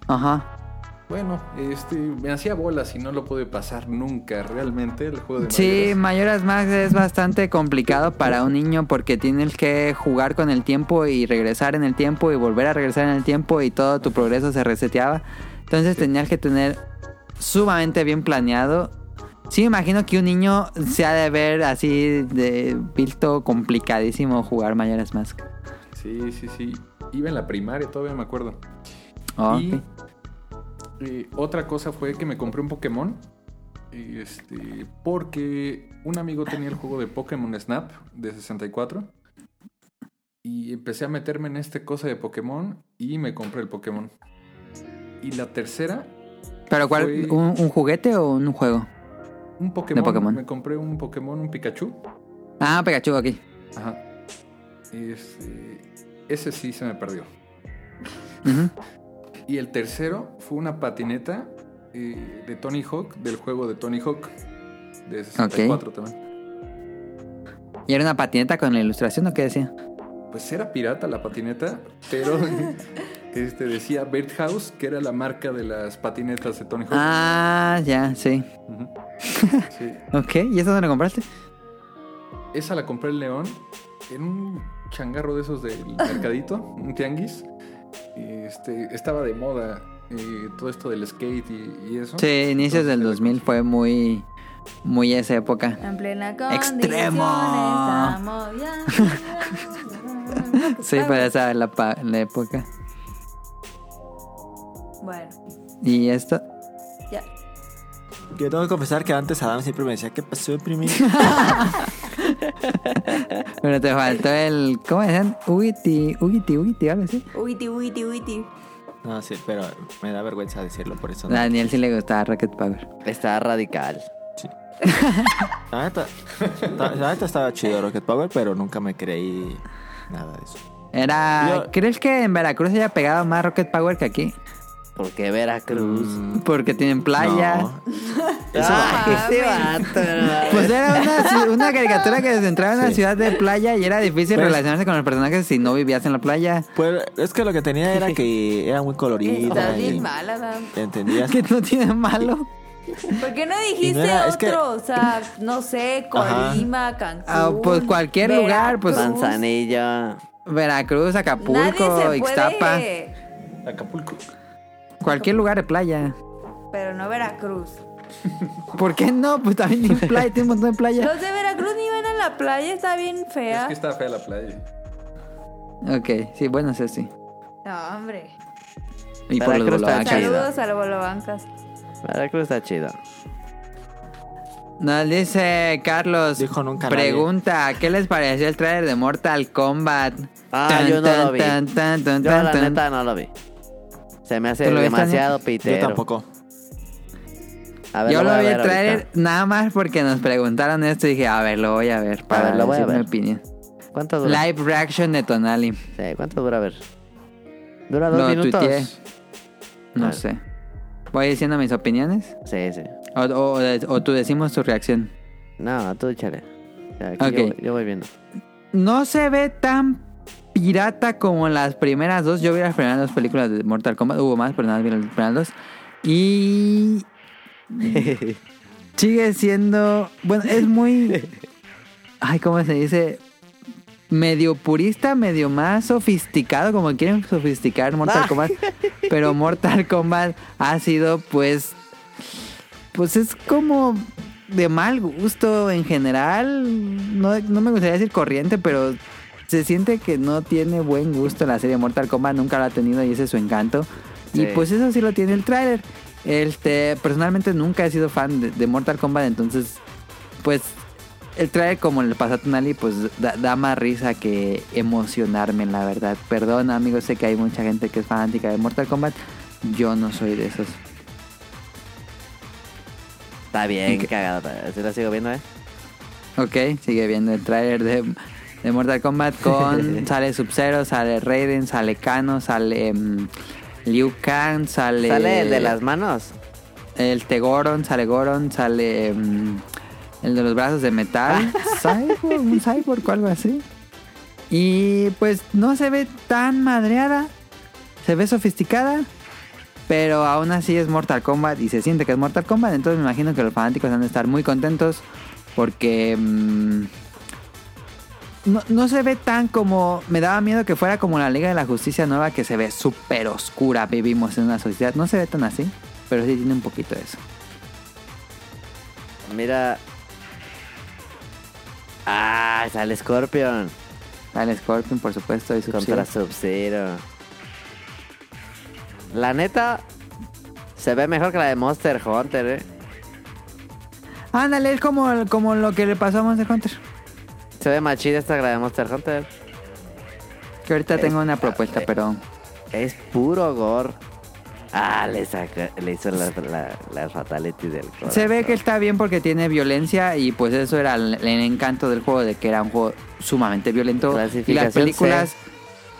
Ajá.
Bueno, este, me hacía bolas y no lo pude pasar nunca realmente el juego de
Sí,
maderas.
Mayoras Max es bastante complicado para un niño porque tienes que jugar con el tiempo y regresar en el tiempo y volver a regresar en el tiempo y todo tu progreso se reseteaba. Entonces tenías que tener sumamente bien planeado. Sí, me imagino que un niño se ha de ver así de visto complicadísimo jugar Mayoras Mask.
Sí, sí, sí. Iba en la primaria, todavía me acuerdo.
Ah, Ok.
Y eh, otra cosa fue que me compré un Pokémon. y, Este, porque un amigo tenía el juego de Pokémon Snap de 64. Y empecé a meterme en esta cosa de Pokémon y me compré el Pokémon. Y la tercera,
¿Pero cuál?
fue-
Un, un juguete o un juego?
un Pokémon.
Pokémon.
Me compré un Pokémon, un Pikachu.
Ah, Pikachu aquí.
Ajá. Este, ese sí se me perdió.
Ujú.
Y el tercero fue una patineta eh, de Tony Hawk, del juego de Tony Hawk, de 64 también.
¿Y era una patineta con la ilustración o qué decía?
Pues era pirata la patineta, pero este, decía Birdhouse, que era la marca de las patinetas de Tony Hawk.
Ah, ya, sí.
Ujú. Sí.
Ok, ¿y eso dónde lo compraste?
Esa la compré en León, en un changarro de esos del mercadito, un tianguis. Este, estaba de moda eh, todo esto del skate y, y eso.
Sí, inicios
Entonces,
del
la
2000 fue muy, muy esa época.
En plena condición
¡Extremo!
estamos ya.
Sí, pues. para esa la, pa- la época.
Bueno,
Y esto.
ya.
Yo tengo que confesar que antes Adam siempre me decía, ¿qué pasó, primi?
Bueno, te faltó el. ¿Cómo decían? Uiti, Uiti, Uiti, algo así.
Uiti, uiti, uiti.
No, sí, pero me da vergüenza decirlo por eso.
A
no.
Daniel sí le gustaba Rocket Power.
Está radical.
La neta, la- la neta estaba chido Rocket Power, pero nunca me creí nada de eso.
Era.
Yo-
¿Crees que en Veracruz haya pegado más Rocket Power que aquí?
Porque Veracruz.
Porque tienen playa.
No.
Ay, ese vato.
Pues era una, ci- una caricatura que se centraba en una
Sí.
ciudad de playa y era difícil
Pues-
relacionarse con los personajes si no vivías en la playa.
Pues es que lo que tenía era que era muy colorida.
Estás
y-
bien mal, Adam.
¿Entendías?
Que no tiene malo.
¿Por qué no dijiste
era-
otro?
es que-
O sea, no sé,
Ajá.
Colima, Cancún.
Ah, pues cualquier lugar, pues-
Veracruz.
Manzanilla.
Veracruz, Acapulco,
Nadie se
Ixtapa.
puede,
Acapulco.
Cualquier lugar de playa.
pero no Veracruz.
¿Por qué no? Pues también tiene playa, tiene un montón de playa.
Los de Veracruz ni van a la playa, está bien
Es
fea.
que está fea la playa.
Ok, sí, bueno, eso sí.
No, hombre.
Y por los
Veracruz está
bolobacas.
chido.
Saludos a los bolobancas.
Veracruz está chido.
Nos dice Carlos.
Dijo nunca nadie.
Pregunta, ¿qué les pareció el trailer de Mortal Kombat?
Ah,
Tan,
yo no
tan,
lo vi.
tan, tan, tan,
Yo
tan,
la
tan.
neta no lo vi. Se me hace
¿Tú lo este viste,
demasiado
Yo
pitero.
tampoco.
A ver,
Yo
lo
lo
voy
vi
a
el
ver
trailer
ahorita.
nada más porque nos preguntaron esto y dije, a ver, lo voy a ver para
ver, lo voy a
decir mi
ver.
opinión.
¿Cuánto dura?
Live reaction de Tonali.
Sí, ¿cuánto dura? A ver. ¿Dura dos
Lo
minutos?
tuiteé. No
Ah.
sé. ¿Voy diciendo mis opiniones?
Sí, sí.
¿O, o, o tú decimos tu reacción?
No, tú échale. Aquí
Ok.
yo, yo voy viendo.
no se ve tan pirata como las primeras dos. Yo vi las primeras dos películas de Mortal Kombat. Hubo más, pero nada, más vi las primeras dos. Y sigue siendo... Bueno, es muy... Ay, ¿cómo se dice? Medio purista, medio más sofisticado, como quieren sofisticar Mortal Kombat. Pero Mortal Kombat ha sido, pues... Pues es como de mal gusto en general. No, no me gustaría decir corriente, pero se siente que no tiene buen gusto la serie Mortal Kombat. Nunca la ha tenido y ese es su encanto. Y
Sí.
pues eso sí lo tiene el tráiler. Este, personalmente nunca he sido fan de, de Mortal Kombat, entonces pues el tráiler como le pasó a Tonali pues da, da más risa que emocionarme, la verdad. Perdón amigos, sé que hay mucha gente que es fanática de Mortal Kombat. Yo no soy de esos.
Está bien, cagado. pero Sí la sigo viendo, ¿eh?
Ok, sigue viendo el tráiler de, de Mortal Kombat con... sale Sub-Zero, sale Raiden, sale Kano, sale em, Liu Kang, sale...
¿Sale el de las manos?
El Tegoron, sale Goron, sale... em, el de los brazos de metal. Ah, Cyborg, un cyborg o algo así. Y pues no se ve tan madreada. Se ve sofisticada. Pero aún así es Mortal Kombat y se siente que es Mortal Kombat. Entonces me imagino que los fanáticos han de estar muy contentos porque... mm, no, no se ve tan como... Me daba miedo que fuera como la Liga de la Justicia Nueva que se ve súper oscura. Vivimos en una sociedad. No se ve tan así, pero sí tiene un poquito de eso.
Mira. Ah, sale Scorpion.
Al Scorpion, por supuesto, y Sub-Zero.
Contra Sub-Zero. La neta, se ve mejor que la de Monster Hunter, eh.
Ándale, es como, como lo que le pasó a Monster Hunter.
Se ve más chida esta que la de Monster Hunter.
Que ahorita tengo una
Esta,
propuesta,
güey.
pero...
Es puro gore. Ah, le, saca, le hizo la, la, la fatality del gore.
Se ve que está bien porque tiene violencia y pues eso era el, el encanto del juego, de que era un juego sumamente violento. Y las
Clasificación
películas,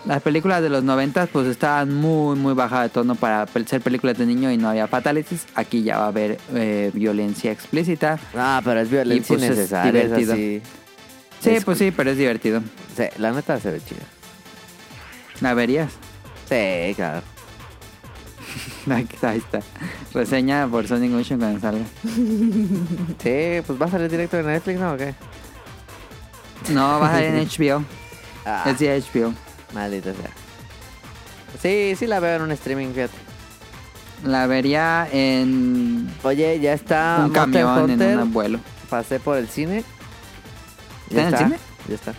las películas de los noventas pues estaban muy, muy baja de tono para pel- ser películas de niño y no había fatalities. Aquí ya va a haber eh, violencia explícita.
Ah, pero es violencia
Y, pues, es
innecesaria. Es
divertido.
así.
Sí,
Es-
pues sí, pero es divertido.
Se- la neta se ve chida.
¿La verías?
Sí, claro.
Ahí está, ahí está. Reseña por Sonic Motion cuando salga.
Sí, pues va a salir directo de Netflix, ¿no? ¿O qué?
No, va a salir en HBO.
Ah,
Es de HBO.
maldita sea. Sí, sí la veo en un streaming, fíjate.
La vería en
Oye, ya está
un
Monster
camión, en
Hunter.
un vuelo.
Pasé por el cine.
¿Está en el cine?
Ya está.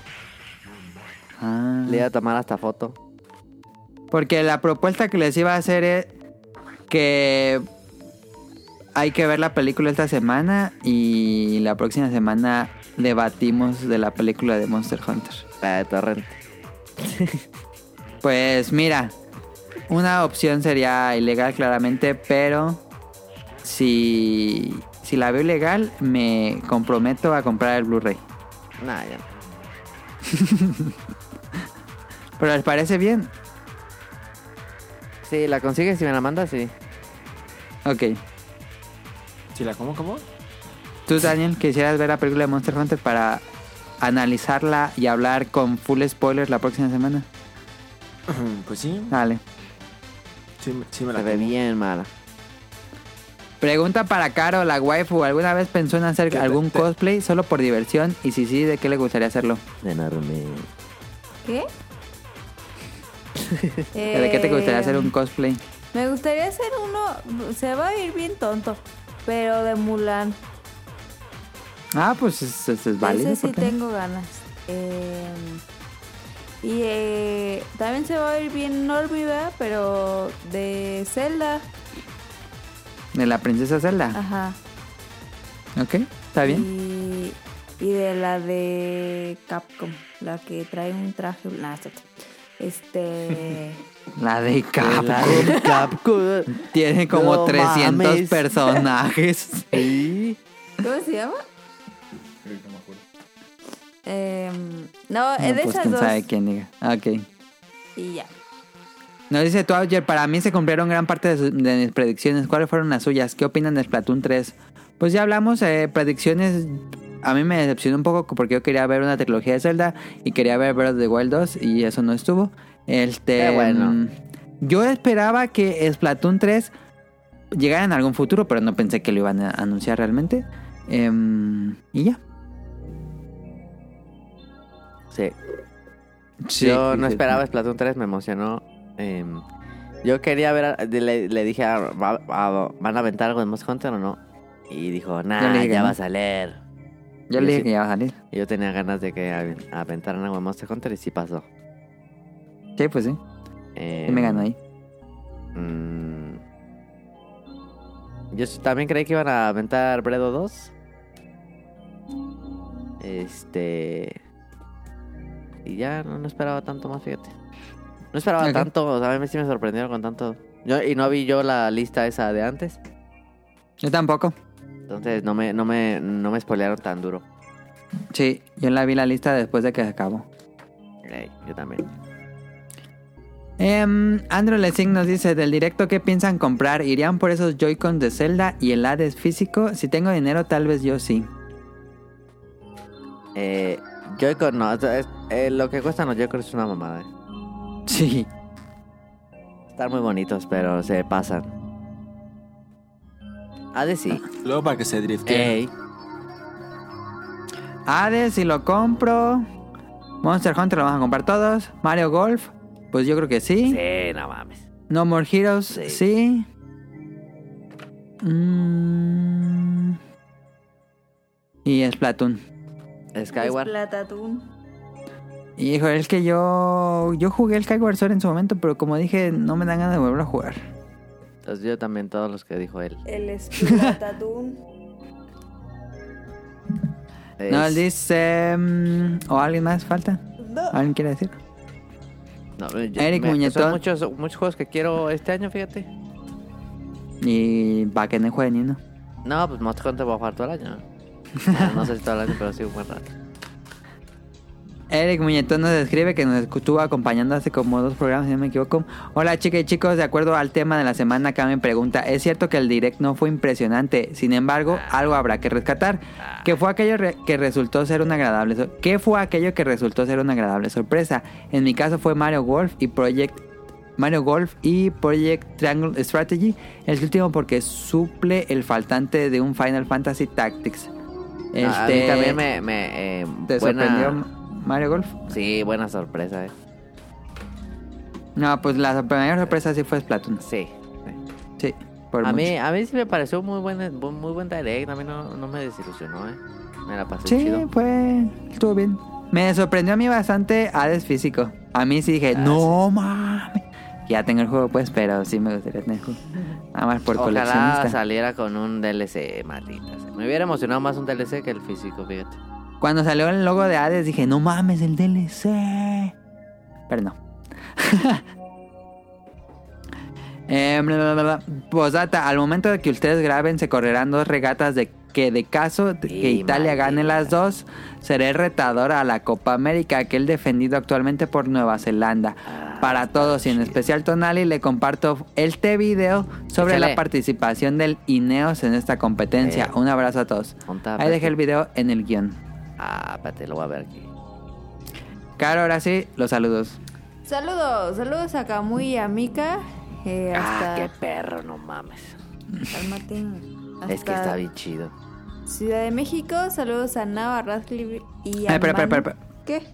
Ah.
Le iba a tomar hasta foto.
Porque la propuesta que les iba a hacer es que hay que ver la película esta semana y la próxima semana debatimos de la película de Monster Hunter.
La de Torrent.
Pues mira, una opción sería ilegal claramente, pero si, si la veo ilegal me comprometo a comprar el Blu-ray.
Nah, ya no.
Pero les parece bien.
Sí, la consigues si me la mandas, sí.
Ok.
Si la como, ¿cómo?
¿Tú, Daniel, quisieras ver la película de Monster Hunter para analizarla y hablar con full spoilers la próxima semana?
Pues sí,
Dale.
sí, sí me la
Ah, Se ve
como.
bien mala.
Pregunta para Caro, la waifu. ¿Alguna vez pensó en hacer
¿Qué te-
algún
te-
cosplay solo por diversión? Y si sí, ¿de qué le gustaría hacerlo?
Enorme.
¿Qué?
¿De qué te gustaría
Eh,
hacer un cosplay?
Me gustaría hacer uno. Se va a ir bien tonto. Pero de Mulan.
Ah, pues es, es- es válido.
Ese sí
¿por qué?
tengo ganas. Eh, y eh, también se va a ir bien Normie, ¿verdad? Pero de Zelda.
De la princesa Zelda.
Ajá.
Ah.
Ok, está bien.
Y, y de la de Capcom. La que trae un traje. nah, es cierto. Este.
La de
La
Capcom.
de Capcom.
Tiene como
No
300
mames.
personajes.
Sí.
¿Cómo se llama?
Ahorita me acuerdo.
Em, no,
No,
es de
pues
esas
quién
dos.
sabe quién diga. Ok.
Y ya.
Nos dice tu Outger, para mí se cumplieron gran parte de, su- de mis predicciones. ¿Cuáles fueron las suyas? ¿Qué opinan de Splatoon 3? Pues ya hablamos, eh, predicciones. A mí me decepcionó un poco porque yo quería ver una trilogía de Zelda y quería ver Breath of the Wild 2 y eso no estuvo. Este,
Qué bueno.
mm, Yo esperaba que Splatoon 3 llegara en algún futuro, pero no pensé que lo iban a anunciar realmente. Em, y ya.
Sí.
Sí,
Yo no
sí,
esperaba Splatoon 3, me emocionó. Em, yo quería ver, a- le, le dije, a- va- va- ¿van a aventar algo de Monster Hunter o no? Y dijo,
Yo
nah,
le
ya,
dije que
va
no.
a salir.
Yo le dije
sí.
que ya va a salir.
Y yo tenía ganas de que aven- aventaran algo de Monster Hunter y sí pasó.
Sí, pues sí.
Em,
sí me ganó ahí.
mm, yo s- también creí que iban a aventar Bredo 2. Este... Y ya no, no esperaba tanto más, fíjate. No esperaba
Ok.
tanto, o sea, a mí sí me sorprendieron con tanto... Yo, y no vi yo la lista esa de antes.
Yo tampoco.
Entonces no me, no me, no me spoilearon tan duro.
Sí, yo la vi la lista después de que se acabó.
Ey, yo también.
Em, Andrew Lessing nos dice, del directo, ¿qué piensan comprar? ¿Irían por esos Joy-Cons de Zelda y el Hades físico? Si tengo dinero, tal vez yo sí.
Eh, Joy-Con no, o sea, es- eh, lo que cuestan los Joy-Con es una mamada. eh.
Sí.
Están muy bonitos, pero se pasan. Hades sí.
Luego para que se drifte.
Ey.
Hades, si lo compro. Monster Hunter lo vamos a comprar todos. Mario Golf, pues yo creo que sí.
Sí, no mames.
No More Heroes,
Sí.
sí. Mm. Y Splatoon.
Skyward.
Splatatún.
Hijo, es que yo yo jugué el Skyward Sword en su momento, pero como dije, no me dan ganas de volver a jugar.
Entonces yo también todos los que dijo él.
El Splatatún.
No, él
Es-
dice... mm, ¿O alguien más falta? ¿Alguien quiere decir?
no, yo-
Eric Muñetón.
Son muchos, muchos juegos que quiero este año, fíjate.
Y para que no juegue ni uno.
No, pues Monster Hunter voy a jugar todo el año. Bueno, no sé si todo el año, pero sí un buen rato. Ah,
Eric Muñetón nos describe que nos estuvo acompañando hace como dos programas, si no me equivoco. Hola chicas y chicos, de acuerdo al tema de la semana, acá me pregunta, es cierto que el direct no fue impresionante, sin embargo, algo habrá que rescatar. ¿Qué fue aquello re- que resultó ser una agradable sor- ¿Qué fue aquello que resultó ser una agradable sorpresa? En mi caso fue Mario Golf y Project Mario Golf y Project Triangle Strategy, el último porque suple el faltante de un Final Fantasy Tactics.
Ah, a mí
Este,
también me... me, eh,
¿Te
buena-
sorprendió Mario Golf?
Sí, buena sorpresa, eh.
No, pues la sor- mayor sorpresa sí fue Splatoon.
Sí.
Sí, por
A
mucho.
mí, ah, a mí sí me pareció muy buen, bu- muy buen direct. A mí no, no me desilusionó, eh. Me la pasé
Sí,
chido.
fue... Estuvo bien. Me sorprendió a mí bastante Hades físico. A mí sí
Ah,
dije, no mames. Ya tengo el juego, pues, pero sí me gustaría tener el juego. Nada más por
Ojalá
coleccionista.
saliera con un DLC, maldita. sea. Me hubiera emocionado más un DLC que el físico, fíjate.
Cuando salió el logo de Hades dije, no mames, el DLC. Pero no. Eh, bla, bla, bla, bla. Posdata, al momento de que ustedes graben se correrán dos regatas de que de caso de que
Y
Italia gane
maldita.
las dos, seré retador a la Copa América, que el defendido actualmente por Nueva Zelanda.
Ah,
Para todos y en especial Tonali le comparto este video sobre
Échale.
la participación del Ineos en esta competencia.
Eh.
Un abrazo a todos.
Ponta,
Ahí
espérate.
dejé el video en el guión.
Ah, espérate, lo voy a ver aquí.
Caro, ahora sí, los saludos.
Saludos, saludos a Kamui y a Mika. Eh,
Ah,
hasta
qué perro, no mames.
Cálmate.
Es que
Hasta
está bien chido.
Ciudad de México, saludos a Nava, Radcliffe y a.
Ay, espera, espera,
Manu.
espera, espera.
¿Qué?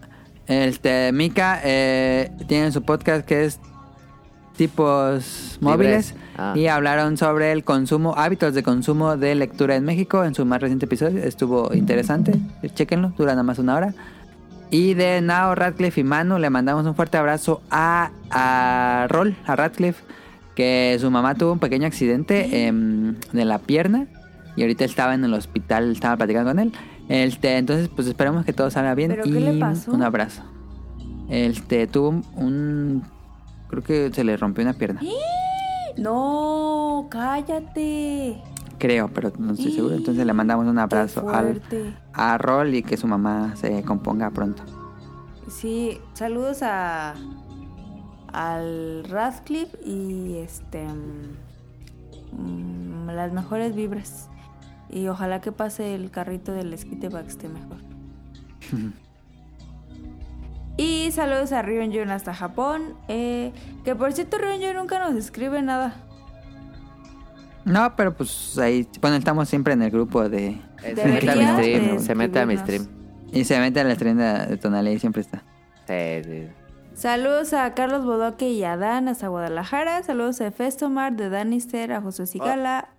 Este, Mika eh, tiene su podcast que es Tipos Móviles
Ah.
y hablaron sobre el consumo, hábitos de consumo de lectura en México en su más reciente episodio. Estuvo interesante, chequenlo, dura nada más una hora. Y de Nao, Radcliffe y Manu le mandamos un fuerte abrazo a, a Rol, a Radcliffe, que su mamá tuvo un pequeño accidente em, de la pierna y ahorita estaba en el hospital, estaba platicando con él. Este, entonces, pues esperemos que todo salga bien
¿Pero
y
qué le pasó?
un abrazo. Este, tuvo un, un- Creo que se le rompió una pierna.
¿Eh? No, cállate.
Creo, pero no estoy seguro. Entonces le mandamos un abrazo
¿Eh? Qué
al,
fuerte.
a Rol y que su mamá se componga pronto.
Sí, saludos a al Radcliffe y este mm, las mejores vibras. Y ojalá que pase el carrito del esquite para que esté mejor. y saludos a Rion Jun hasta Japón. eh, que por cierto, Rion Jun nunca nos escribe nada.
No, pero pues ahí, bueno, estamos siempre en el grupo de...
Eh, Se
Debería
mete a mi stream,
de
se mete a mi stream.
escribirnos.
Y se mete a la stream de, de Tonali y siempre está.
Sí, sí.
Saludos a Carlos Bodoque y a Dan hasta Guadalajara. Saludos a Festomar, de Danister, a José Cigala,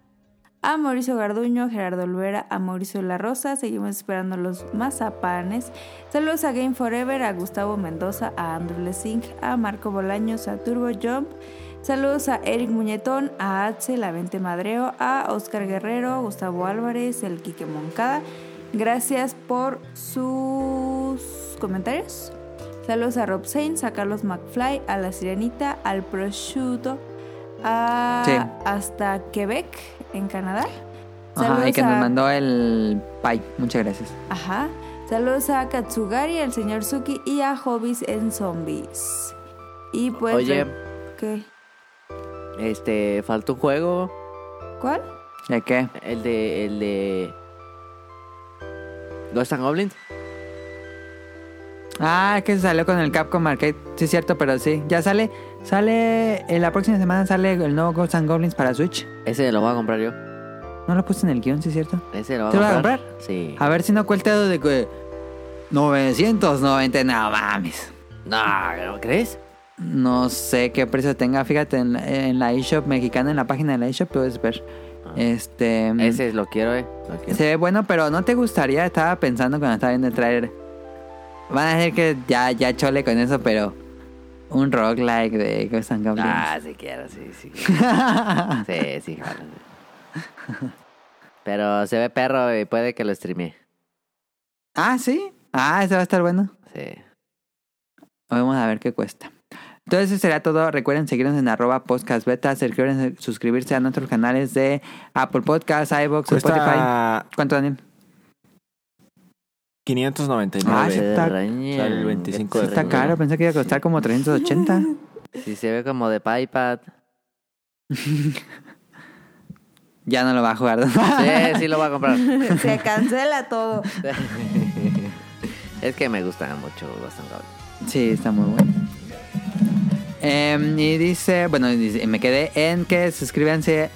a Mauricio Garduño, Gerardo Olvera, a Mauricio La Rosa. Seguimos esperando los mazapanes. Saludos a Game Forever, a Gustavo Mendoza, a Andrew Lessing, a Marco Bolaños, a Turbo Jump. Saludos a Eric Muñetón, a Axel, a Vente Madreo, a Oscar Guerrero, Gustavo Álvarez, el Quique Moncada. Gracias por sus comentarios. Saludos a Rob Sainz, a Carlos McFly, a La Sirenita, al Prosciutto, a-
Sí.
hasta Quebec, en Canadá.
Ajá, y que
a-
nos mandó el pie. Muchas gracias.
Ajá. Saludos a Katsugari, al señor Suki y a Hobbies en Zombies. Y pues.
Oye.
¿Qué?
Este, falta un juego.
¿Cuál?
¿De qué?
El de. El de. Ghost and Goblins.
Ah, es que se salió con el Capcom Arcade. Sí, es cierto, pero sí. Ya sale. Sale. En la próxima semana sale el nuevo Ghosts and Goblins para Switch.
Ese lo voy a comprar yo.
No lo puse en el guión, ¿sí es cierto?
¿Ese lo va
¿Te lo
a
vas a
comprar?
comprar? Ah.
Sí.
A ver si no cuelta de que... 990, no mames.
No, ¿crees?
No sé qué precio tenga, fíjate, en, la- en la eShop mexicana, en la página de la eShop puedes ver. Este...
Ese lo quiero, eh. Lo quiero.
Se ve bueno, pero ¿no te gustaría? Estaba pensando cuando estaba viendo el trailer. Van a decir que ya, ya chole con eso, pero... Un roguelike de Ghost and Goblins.
Ah, sí quiero, sí, sí. sí, sí, jalo. Pero se ve perro y puede que lo streame.
Ah, sí. Ah, ese va a estar bueno.
Sí.
Vamos a ver qué cuesta. Entonces eso será todo. Recuerden seguirnos en arroba podcastbeta. Recuerden suscribirse a nuestros canales de Apple Podcasts, iVoox, Spotify.
Cuesta
¿Cuánto, Daniel?
599.
Ah, sí. está-
Extraño.
sale el 25 de
Sí está
Pero-
caro. Pensé que iba a costar como 380.
Sí, se ve como de iPad.
ya no lo va a jugar.
Sí, sí lo voy a comprar.
Se cancela todo.
es que me gusta mucho Boston Goblin.
Sí, está muy bueno. Em, y dice... Bueno, dice- me quedé en que suscríbanse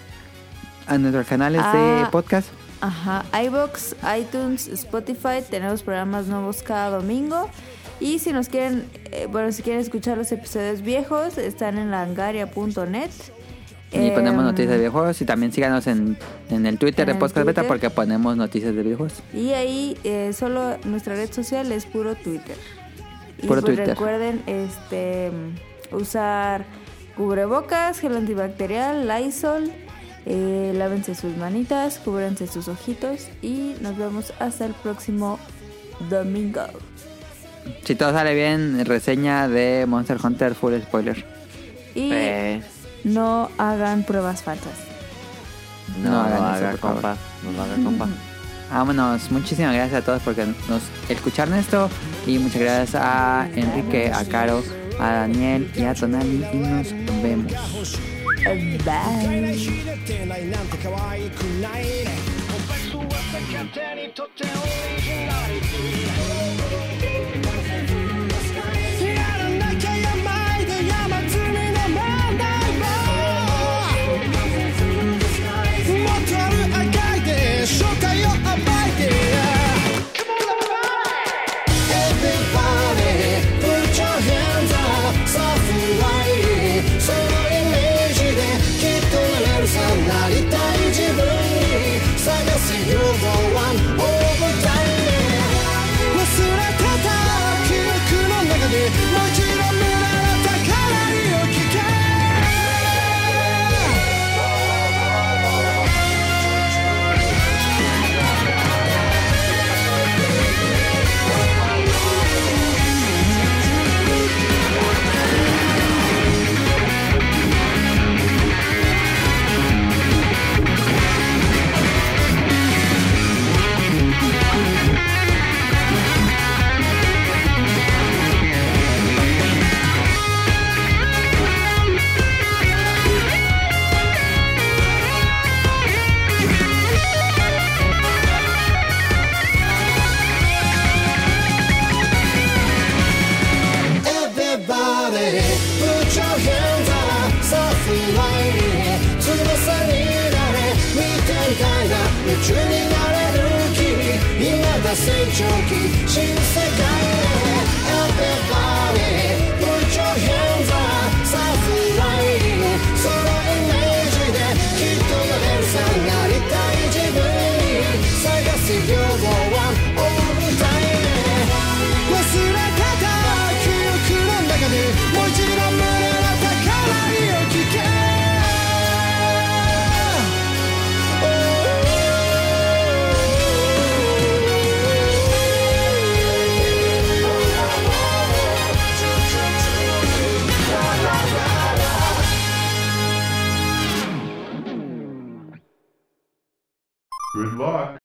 a nuestros canales de
Ah.
podcast.
Ajá, iBox, iTunes, Spotify, tenemos programas nuevos cada domingo. Y si nos quieren, eh, bueno, si quieren escuchar los episodios viejos, están en langaria.net.
Y ponemos
Em,
noticias de videojuegos. Y también síganos en, en el Twitter
en
de
el
Podcast Beta
Twitter.
porque ponemos noticias de videojuegos.
Y ahí eh, solo nuestra red social es puro Twitter. Y
Puro
pues
Twitter.
recuerden este usar cubrebocas, gel antibacterial, Lysol, eh, lávense sus manitas, cúbranse sus ojitos y nos vemos hasta el próximo domingo.
Si todo sale bien, reseña de Monster Hunter full spoiler.
Y
Eh,
no hagan pruebas falsas.
No
no, no
hagan eso,
haga
por favor.
compa. No lo haga compa.
Vámonos, muchísimas gracias a todos por nos escucharon esto y muchas gracias a Enrique, a Caro, a Daniel y a Tonali y nos vemos.
Bye.
'em. Good luck.